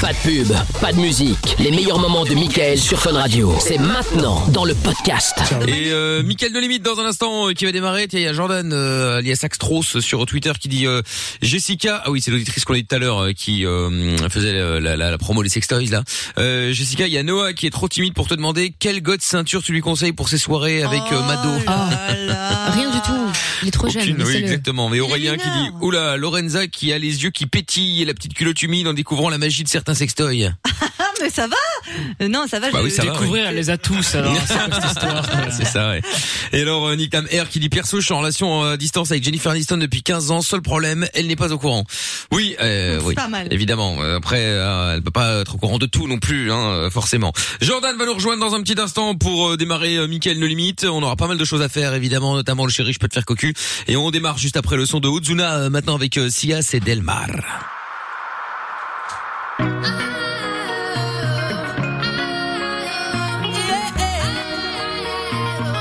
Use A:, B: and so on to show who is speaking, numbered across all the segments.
A: Pas de pub, pas de musique. Les meilleurs moments de Michael sur Fun Radio. C'est maintenant dans le podcast.
B: Et euh, Mickaël de Limite dans un instant euh, qui va démarrer. Tiens, il y a Jordan euh, alias Axtros sur Twitter qui dit euh, Jessica. Ah oui, c'est l'auditrice qu'on a dit tout à l'heure euh, qui euh, faisait euh, la, la- la promo des sextoys là. Euh, Jessica, il y a Noah qui est trop timide pour te demander quel god ceinture tu lui conseilles pour ses soirées avec euh,
C: Oh
B: Mado.
D: Rien du tout. Il est trop jeune.
B: Aucune, oui,
D: laissez-le.
B: exactement. Mais Aurélien qui dit Oula, Lorenza qui a les yeux qui pétillent et la petite culotte humide en découvrant la magie de certains sextoys.
C: Ah, mais ça va Euh, Non, ça va.
B: Bah
C: je-
B: oui, ça va,
E: Découvrir,
D: Ah,
E: elle les a tous, alors. C'est quoi cette histoire
B: C'est ça, ouais. Et alors, euh, Nick Tam R qui dit perso, je suis en relation euh, à distance avec Jennifer Aniston depuis 15 ans. Seul problème, elle n'est pas au courant. Oui, euh,
C: C'est
B: oui,
C: pas mal.
B: évidemment. Euh, Après, euh, elle peut pas être au courant de tout non plus, hein, euh, forcément. Jordan va nous rejoindre dans un petit instant pour euh, démarrer euh, Mickaël No Limite. On aura pas mal de choses à faire, évidemment, notamment le chéri, je peux te faire cocu. Et on démarre juste après le son de Ozuna, euh, maintenant avec euh, Sia, c'est Delmar.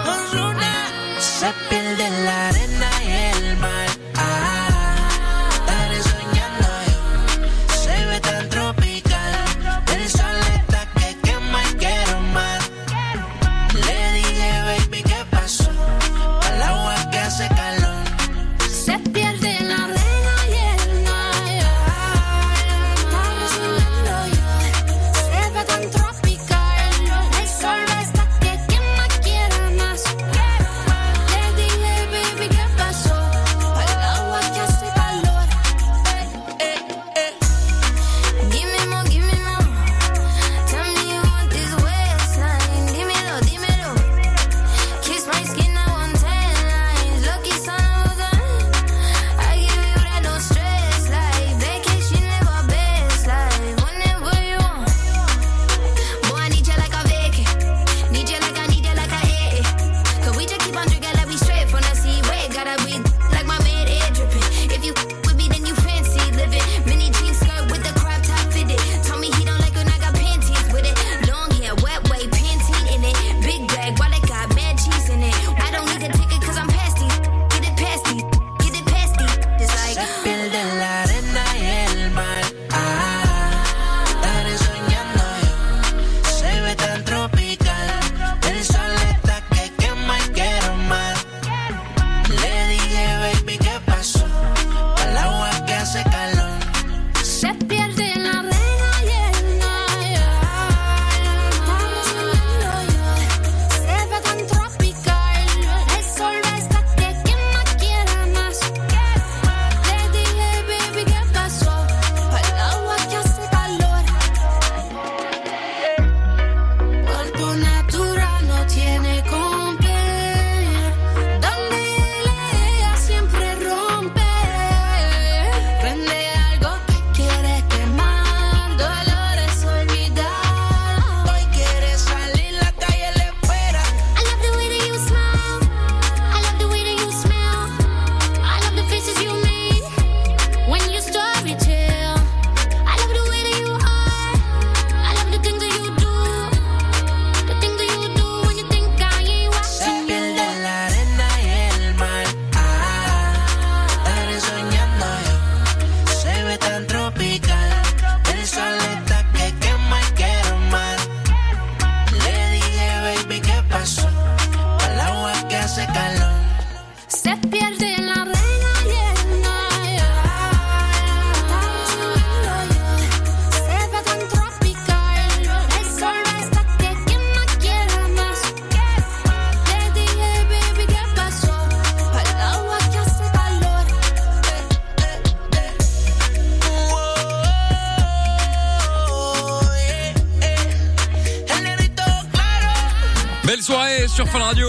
F: Con Luna se pierde en la arena y el mar. Ah, estaré soñando yo. Se ve tan tropical. El sol está que quema y quiero más. Le dije, baby, ¿qué pasó? Al agua que hace calor.
G: Se pierde en la arena y el mar. Estaba soñando yo. Se ve tan tropical. El sol está que quien más quiera más. Le dije, baby, ¿qué pasó? Al agua que hace calor. Eh, eh, eh. Dímelo, dímelo. Tell me you want this waistline. Dímelo, dímelo. Kiss my skin, now I'm tan lines. Lucky sun, I was on. I give you that no stress life. Vacation, live our best life. Whenever you want. Boy, I need you like a vac. Need you like I need you like I hate it. Cause we just keep on drinking like we straight from the sea. Wait, gotta be like my man air dripping. If you with me, then you fancy living. Mini jeans skirt with the crop top fitted. Told me he don't like when I got panties with it. Long hair, wet way, Pantene in it. Big bag, while it got mad cheese in it. I don't need a ticket cause I'm past these. Get it past these. Get it past these. It's
F: Se
G: like.
F: pierde en la arena y el mar. Ah, estaré soñando yo. Se ve tan tropical. El sol está que quema y quiero más. Le dije, baby, ¿qué pasó? Al agua que hace calor.
G: Se pierde en la arena y el mar. Estaba soñando yo. Se ve tan tropical. El sol está que quien más quiera más. Le dije, baby, ¿qué pasó? Al agua que hace calor. Cuerpo natural no tiene compé. Donde ella siempre rompe. Prende algo que quieres quemar. Dolores olvidar.
F: Hoy quiere salir, la calle le espera.
G: I love the way that you smile. I love the way that you smell. I love the faces you make when you story tell. I love the way that you are. I love the things that you do. The things that you do when you think I ain't
F: Se
G: watching
F: pierde
G: you.
F: en la arena y el mar. Ah, estaré soñando yo. Se ve tan tropical. El sol está que quema y quiero más. Le dije, baby, ¿qué pasó? Al agua que hace calor.
G: Se pierde en la arena y el mar. Estaba soñando yo. Se ve tan tropical. El sol está que quien más quiera más. Le dije, baby, ¿qué pasó? Al agua que hace calor.
F: eh, El negrito claro.
B: Belle soirée sur Fun Radio.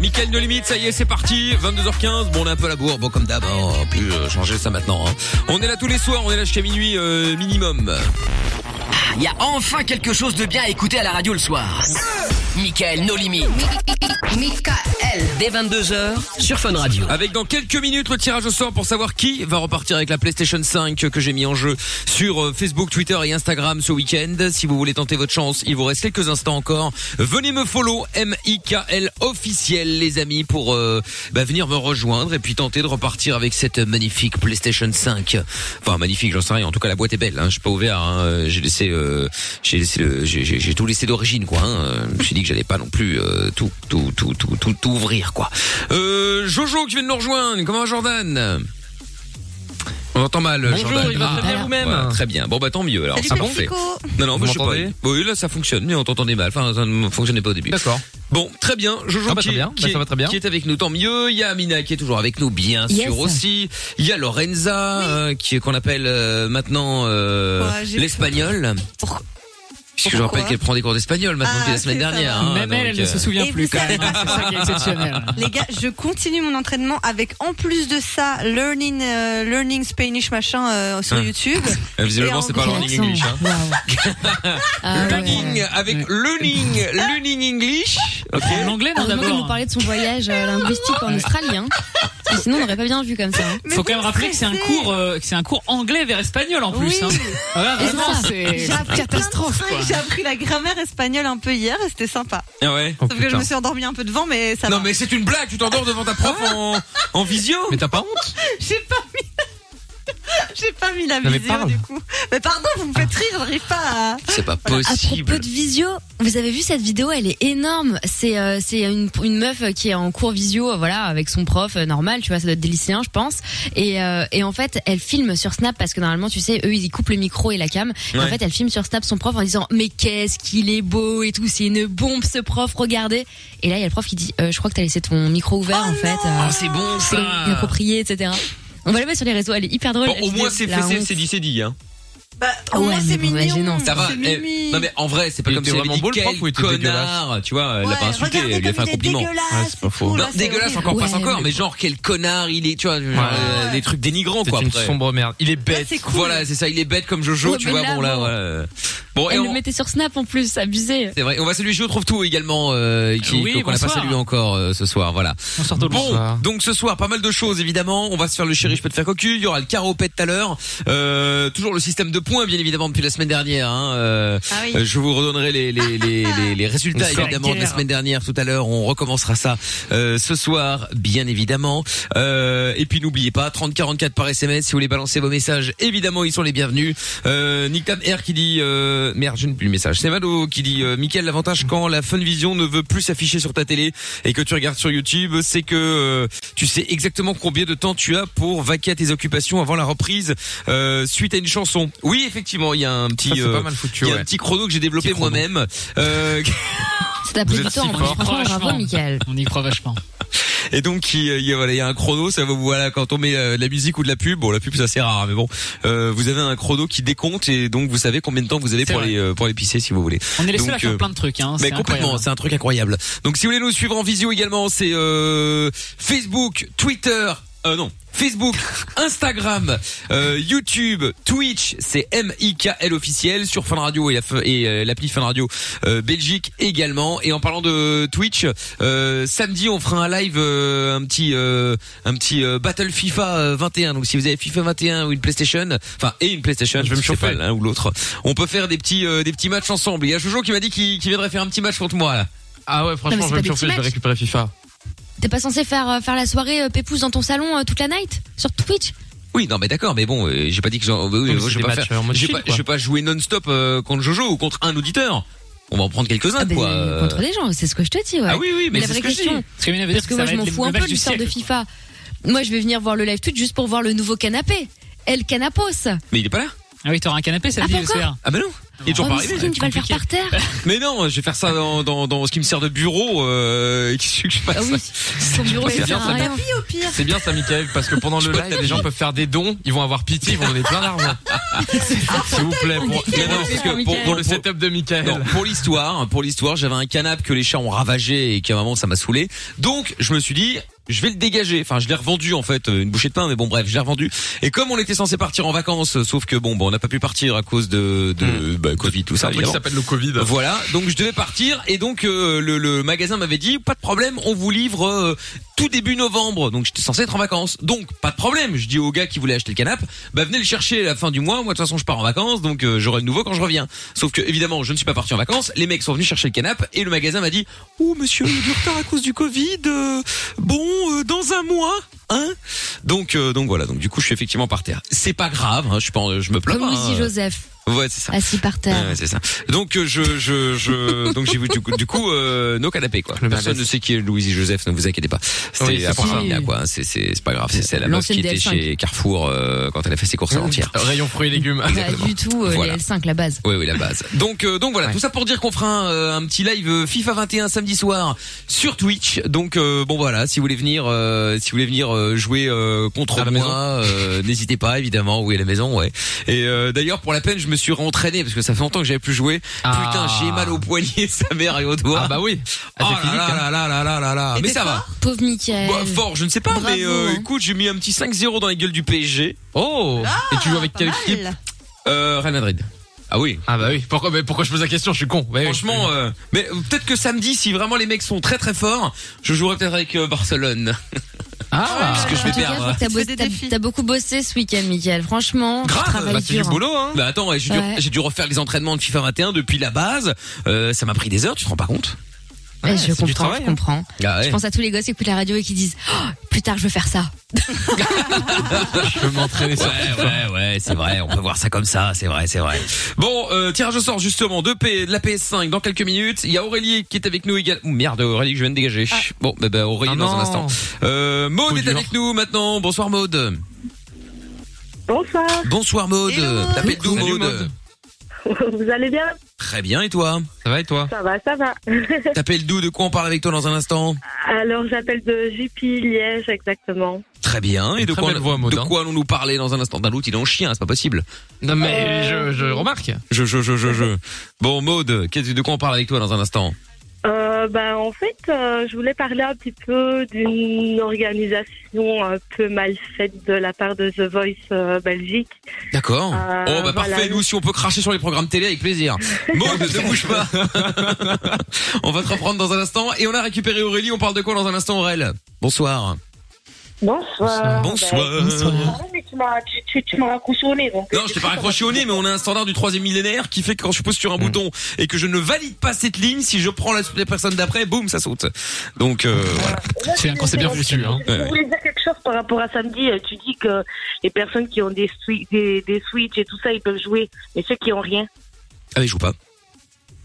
B: Mickaël No Limite, ça y est, c'est parti. 22h15. Bon, on est un peu à la bourre, bon, comme d'hab. hein, On a pu euh, changer ça maintenant. hein. On est là tous les soirs, on est là jusqu'à minuit euh, minimum.
A: Ah, Il y a enfin quelque chose de bien à écouter à la radio le soir. Michael No Limites. Michael. Dès 22h sur Fun Radio.
B: Avec dans quelques minutes le tirage au sort pour savoir qui va repartir avec la PlayStation 5 que j'ai mis en jeu sur euh, Facebook, Twitter et Instagram ce week-end. Si vous voulez tenter votre chance, il vous reste quelques instants encore. Venez me follow M-I-K-L officiel les amis pour euh, bah, venir me rejoindre et puis tenter de repartir avec cette magnifique PlayStation 5. Enfin magnifique, j'en sais rien. En tout cas la boîte est belle. Hein. Je suis pas ouvert. hein. J'ai laissé, euh, j'ai laissé, le- j'ai- j'ai j'ai tout laissé d'origine quoi. hein. Euh, Je me suis dit que j'allais pas non plus euh, tout, tout, tout, tout, tout, tout ouvrir quoi. Euh, Jojo qui vient de nous rejoindre. Comment va Jordan On entend mal.
E: Bonjour,
B: Jordan.
E: il va très bien
B: Ah,
E: vous-même.
B: voilà, très bien. Bon bah tant mieux alors.
C: Salut,
B: ça
C: Pepsico.
B: parfait. Non non,
E: Vous
B: moi, je sais pas.
E: m'entendez
B: Oui là ça fonctionne, mais on t'entendait mal. Enfin ça ne fonctionnait pas au début.
E: D'accord.
B: Bon, très bien. Jojo
E: Ah bah,
B: qui,
E: très bien.
B: qui
E: Bah,
B: est,
E: ça va très bien.
B: qui est avec nous, tant mieux. Il y a Amina qui est toujours avec nous, bien
D: Yes.
B: sûr aussi. Il y a Lorenza euh, qui est qu'on appelle euh, maintenant euh,
C: Ouais, j'ai-
B: l'espagnol.
C: Pour-
B: Puisque je
C: Pourquoi
B: rappelle qu'elle prend des cours d'espagnol maintenant
C: Ah,
B: depuis la semaine
C: c'est ça.
B: dernière. hein,
E: Même elle,
B: donc,
E: elle ne
B: euh,
E: se souvient
C: Et
E: plus
C: vous
E: quand même. hein. C'est ça qui est exceptionnel.
C: Les gars, je continue mon entraînement avec en plus de ça learning euh, learning Spanish machin euh, sur
B: Hein.
C: YouTube.
B: euh, Visiblement,
C: Et
B: c'est
C: en
B: pas
C: gros- Ah,
B: learning English. Hein. Learning avec learning, learning English. Ok.
E: L'anglais, non,
D: Heureusement qu'elle nous
E: d'abord.
D: parlait de son voyage euh, linguistique en Australie, hein. Parce que sinon, on n'aurait pas bien vu comme ça. hein.
C: Mais
E: Faut quand même
C: vous
E: rappeler que c'est un
C: stressez.
E: cours, euh, que c'est un cours anglais vers espagnol en plus.
C: Oui.
E: hein. Ah ouais,
D: Et
E: vraiment,
D: ça,
E: c'est
C: J'ai appris
E: catastrophe.
C: plein de
E: quoi.
C: trucs, J'ai appris la grammaire espagnole un peu hier et c'était sympa.
B: Ah ouais.
E: Oh,
C: Sauf que je
E: putain.
C: me suis endormie un peu devant, mais ça
B: Non
C: va.
B: mais c'est une blague. Tu t'endors devant ta prof en, en visio.
E: Mais t'as pas honte
C: J'ai pas mis. J'ai pas mis la
E: Non, mais
C: visio
E: parle.
C: du coup. Mais pardon, vous me faites rire, j'arrive pas à.
B: C'est pas
D: À
B: possible.
D: propos de visio, vous avez vu cette vidéo, elle est énorme. C'est euh, c'est une, une meuf euh, qui est en cours visio, euh, voilà, avec son prof euh, normal, tu vois, ça doit être des lycéens, je pense. Et, euh, et en fait, elle filme sur Snap parce que normalement, tu sais, eux, ils coupent le micro et la cam. Et en
B: Ouais.
D: fait, elle filme sur Snap son prof en disant mais qu'est-ce qu'il est beau et tout, c'est une bombe ce prof, regardez. Et là, il y a le prof qui dit Euh, je crois que t'as laissé ton micro ouvert en fait, euh,
B: Ah, c'est bon
D: c'est
B: ça.
D: inapproprié, etc. On va la mettre sur les réseaux, elle bah, est hyper drôle.
B: Bon,
D: la
B: au
D: vidéo,
B: moins c'est
D: la
B: fait, c'est-
D: honte.
B: c'est dit, c'est dit. Hein.
C: Bah,
D: Ah
C: au
D: ouais,
C: moins,
D: mais
C: c'est
D: bon,
C: mignon.
D: gênant,
B: Ça va.
C: C'est
B: eh,
C: mimi.
B: non mais en vrai, c'est pas
E: Il
B: comme
E: était
B: si elle avait
E: vraiment
B: dit
E: beau, le
B: quel
E: prof, ou il était
B: connard, tu vois, elle l'a pas
C: Ouais,
B: insulté,
C: regardez
B: elle lui a fait
C: comme
B: un
C: il est
B: compliment.
C: dégueulasse
E: Ouais, c'est pas
C: et
E: faux.
C: tout,
B: Non,
C: là, c'est
B: dégueulasse
C: horrible.
B: encore passe
D: Ouais,
B: encore,
D: mais-
B: mais genre quel connard il est, tu vois, genre, euh, des trucs dénigrants quoi. après.
E: merde.
B: Il est bête.
C: c'est cool.
B: Voilà, c'est ça, il est bête comme Jojo,
D: Ouais,
B: tu
D: mais
B: vois,
D: là,
B: bon là,
D: bon.
B: voilà. Bon, Oh, et
D: Elle
B: on-
D: le mettait sur Snap en plus, abusé.
B: c'est vrai. On va saluer Je trouve tout également, euh, qui,
E: Oui,
B: qu'on n'a pas
E: bonsoir.
B: salué encore euh, ce soir. Voilà.
E: Bonsoir tout le
B: Bon,
E: monde.
B: donc ce soir, pas mal de choses évidemment. On va se faire le chéri, je peux te faire cocu. Il y aura le caropet tout à l'heure. Euh, toujours le système de points, bien évidemment, depuis la semaine dernière. Hein. Euh,
C: Ah oui.
B: euh, je vous redonnerai les, les, les, les, les résultats
E: C'est la
B: évidemment de la
E: guerre.
B: semaine dernière tout à l'heure. On recommencera ça euh, ce soir, bien évidemment. Euh, et puis n'oubliez pas 30 44 par SMS si vous voulez balancer vos messages. Évidemment, ils sont les bienvenus. Euh, Nick Tam R qui dit euh, merde, je n'ai plus le message. C'est Vado qui dit euh, Mickaël, l'avantage quand la Fun Vision ne veut plus s'afficher sur ta télé et que tu regardes sur YouTube, c'est que euh, tu sais exactement combien de temps tu as pour vaquer à tes occupations avant la reprise euh, suite à une chanson. Oui, effectivement, il y a un petit euh,
E: foutu.
B: il y a un petit chrono que j'ai développé
E: Petit chrono.
B: moi-même. Euh,
D: Ça t'a pris
E: Vous
D: du
E: êtes
D: temps,
E: si
D: hein.
E: fort.
D: franchement, bravo,
E: Franchement.
D: Michael.
E: On y croit vachement.
B: et donc, il, y a- voilà, il y a un chrono. Ça vous voilà quand on met euh, de la musique ou de la pub. Bon, la pub ça c'est rare, mais bon, euh, vous avez un chrono qui décompte et donc vous savez combien de temps vous avez
E: C'est
B: pour
E: vrai.
B: les euh, pour les pisser si vous voulez.
E: On est les
B: Donc,
E: seuls à faire
B: euh,
E: plein de trucs. Hein.
B: Mais
E: c'est
B: complètement,
E: incroyable.
B: c'est un truc incroyable. Donc si vous voulez nous suivre en visio également, c'est euh, Facebook, Twitter, euh, non, Facebook, Instagram, euh, YouTube, Twitch, c'est M-I-K-L officiel sur Fun Radio et la Fun- et euh, l'appli Fun Radio euh, Belgique également. Et en parlant de Twitch, euh, samedi on fera un live, euh, un petit, euh, un petit euh, Battle FIFA euh, 21. Donc si vous avez FIFA 21 ou une PlayStation, enfin et une PlayStation, je vais me chauffer l'un ou l'autre. On peut faire des petits, euh, des petits matchs ensemble. Il y a Jojo qui m'a dit qu'il qu'il viendrait faire un petit match contre moi là.
H: Ah ouais,
D: Non,
H: franchement,
D: mais c'est
H: je vais me
D: pas des petits
H: chauffer, je vais
D: matchs.
H: récupérer FIFA.
D: T'es pas censé faire, euh, faire la soirée euh, Pépouze dans ton salon euh, toute la night Sur Twitch
B: Oui, non, mais d'accord, mais bon, euh, j'ai pas dit que j'en- euh, oui,
H: mais
B: je
H: c'est
B: vais
H: des
B: pas
H: matchs
B: faire-
H: en mode
B: j'ai
H: chill,
B: pas-
H: quoi.
B: je vais pas jouer non-stop euh, contre Jojo ou contre un auditeur. On va en prendre quelques-uns,
D: Ah ben,
B: quoi. euh.
D: Contre des gens, c'est ce que je te dis, ouais.
B: Ah oui, oui, mais,
D: la
B: c'est
D: vraie
B: ce que je dis.
D: question,
E: Parce que, Mina veut
D: parce
E: dire
D: que
E: ça va
D: moi je
E: être
D: m'en
E: les-
D: fous
E: le
D: un
E: match
D: peu
E: du
D: du sort de
E: siècle.
D: FIFA. Moi je vais venir voir le live Twitch juste pour voir le nouveau canapé. El Canapos.
B: Mais il est pas là.
E: Ah oui, t'auras un canapé samedi,
D: Ah, pas encore
E: j'espère.
B: Ah ben non. Il est toujours
D: oh,
B: pas
D: mais
B: arrivé. Bah,
D: Skin, tu vas le faire
E: compliqué.
D: par terre.
B: Mais non, je vais faire ça dans, dans, dans ce qui me sert de bureau. Euh, qu'est-ce que je fasse
D: Ah oui, son bureau
B: C'est
D: il
B: bien,
D: sert à
B: ça
D: rien.
C: Au pire.
H: C'est bien ça, Michael, parce que pendant le live, les gens peuvent faire des dons, ils vont avoir pitié, ils vont donner plein d'argent. S'il vous plaît, pour,
B: Mais non, parce que pour,
H: pour
B: pour
H: le
B: le
H: setup de Michael.
B: Non, pour l'histoire, pour l'histoire, j'avais un canapé que les chats ont ravagé et qu'à un moment ça m'a saoulé. Donc je me suis dit je vais le dégager. Enfin, je l'ai revendu en fait, euh, une bouchée de pain, mais bon, bref, je l'ai revendu. Et comme on était censé partir en vacances, euh, sauf que bon, bah, on n'a pas pu partir à cause de, de bah, Covid, tout ça.
H: Hmm. un truc qui
B: évidemment.
H: s'appelle le Covid.
B: Voilà, donc je devais partir et donc euh, le, le magasin m'avait dit pas de problème, on vous livre euh, tout début novembre. Donc j'étais censé être en vacances, donc pas de problème. Je dis au gars qui voulait acheter le canap, bah venez le chercher à la fin du mois. Moi de toute façon je pars en vacances, donc euh, j'aurai le nouveau quand je reviens. Sauf que évidemment je ne suis pas parti en vacances. Les mecs sont venus chercher le canap et le magasin m'a dit oh monsieur il y a du retard à cause du Covid. euh, bon euh, dans un mois. Hein donc euh, donc voilà donc du coup je suis effectivement par terre. C'est pas grave, hein, je suis pas en- je me plains
D: Comme
B: pas.
D: Lucie
B: hein.
D: Joseph,
B: Ouais c'est ça.
D: assis par terre.
B: Ouais, ouais, c'est ça. Donc euh, je je je donc j'ai vu du coup du coup euh, nos canapés quoi.
H: Le
B: Personne
H: malaise.
B: ne sait qui est Louise et Joseph, ne vous inquiétez pas. C'est
H: Oui, c'est
B: à
H: pour
B: part
E: ça.
B: là, quoi, hein. c'est c'est c'est pas grave, c'est c'est la meuf qui
D: L'ancienne
B: était
D: DF5.
B: chez Carrefour euh, quand elle a fait ses courses à l'entière.
H: Rayon fruits et légumes.
D: Pas du tout euh,
B: Voilà.
D: les L5 la base.
B: Oui, oui, la base. Donc, euh, donc voilà, tout ça pour dire qu'on fera un, euh, un petit live euh, FIFA 21 samedi soir sur Twitch. Donc euh, bon voilà, si vous voulez venir, euh, si vous voulez venir euh, jouer euh, contre
H: À la
B: moi,
H: maison.
B: euh, n'hésitez pas évidemment. Oui, à la maison, ouais. Et euh, d'ailleurs, pour la peine, je me suis rentraîné parce que ça fait longtemps que j'avais plus joué.
E: Ah.
B: Putain, j'ai mal au poignet, sa mère et au doigt.
H: Ah bah oui.
B: Oh
H: Ah, c'est
B: là
H: physique, hein.
B: là là là là là là là.
C: Et
B: Ah, Mais
C: t'es
B: ça va.
D: Pauvre Michael.
B: Bah, fort, je ne sais pas,
D: Bravo,
B: mais euh,
D: hein.
B: écoute, j'ai mis un petit 5-0 dans la gueule du PSG.
H: Oh. et tu joues avec
C: Pas
H: quelle
C: mal.
H: équipe
B: Euh, Real Madrid. Ah oui,
H: Ah bah oui. Pourquoi, mais pourquoi je pose la question Je suis con. Ouais,
B: Franchement, euh, mais euh, peut-être que samedi, si vraiment les mecs sont très très forts, je jouerai peut-être avec euh, Barcelone.
H: Ah.
B: Parce que je vais euh,
D: En tout cas,
B: perdre.
D: faut que t'as
C: Tu
D: bossé-
C: fais des
D: t'as-
C: défis.
D: T'as beaucoup bossé ce week-end, Michael. Franchement,
B: Grave,
D: tu travailles
H: Bah, c'est du
D: dur. hein.
H: boulot, hein.
B: Bah attends, ouais, j'ai dû,
D: Ouais.
B: j'ai dû refaire les entraînements de FIFA 21 depuis la base. Euh, ça m'a pris des heures, tu te rends pas compte
D: Eh,
H: Ouais,
D: je
H: c'est du
D: comprends,
H: travail,
D: je
H: hein.
D: comprends.
B: ah, ouais.
D: Je pense à tous les gosses qui écoutent la radio et qui disent Oh, plus tard je veux faire ça.
H: Je peux m'entraîner sur.
B: Ouais, ouais, ouais, c'est vrai, on peut voir ça comme ça, c'est vrai, c'est vrai. Bon, euh, tirage au sort justement de, P, de la PS5 dans quelques minutes. Il y a Aurélie qui est avec nous également. merde, Aurélie que je viens de dégager. Bon, bah, bah, Aurélie
H: Ah
B: dans
H: non.
B: un instant. Euh, Maud
H: Coup
B: est
H: dur.
B: avec nous maintenant. Bonsoir Maud.
I: Bonsoir,
B: Bonsoir Maud.
C: Hello.
B: T'appelles d'où
H: Salut,
B: Maud.
H: Maud.
I: vous allez bien
B: Très bien et toi
H: Ça va et toi
I: Ça va, ça va.
B: T'appelles d'où De quoi on parle avec toi dans un instant
I: Alors j'appelle de Jupy, Liège exactement.
B: Très bien. Et de
H: Très
B: quoi,
H: belle voix, Maud,
B: de
H: hein.
B: quoi allons-nous parler dans un instant D'un l'autre, il est en chien, c'est pas possible.
H: Non mais je, je remarque.
B: Je, je, je, je, je. Bon, Maud, qu'est-ce- de quoi on parle avec toi dans un instant
I: Euh, ben, en fait, euh, je voulais parler un petit peu d'une organisation un peu mal faite de la part de The Voice euh, Belgique.
B: D'accord.
I: Euh,
B: oh, bah
I: voilà,
B: parfait,
I: nous-
B: nous, si on peut cracher sur les programmes télé, avec plaisir. Maud, ne bouge pas. on va te reprendre dans un instant. Et on a récupéré Aurélie, on parle de quoi dans un instant, Aurel Bonsoir.
I: Bonsoir.
B: Bonsoir.
I: Ben, mais tu m'as tu, tu, tu m'as raccroché au nez, donc.
B: Euh, Non, je t'ai pas raccroché au nez, mais on a un standard du troisième millénaire qui fait que quand je pose sur un bouton et que je ne valide pas cette ligne, si je prends la, la personne d'après, boum, ça saute. Donc, euh, voilà.
E: C'est un concept bien foutu, hein.
B: Ouais, ouais.
I: Je voulais dire quelque chose par rapport à samedi. Euh, Tu dis que les personnes qui ont des, swi- des, des Switch et tout ça, ils peuvent jouer. Mais ceux qui ont rien.
B: Ah, mais je joue pas.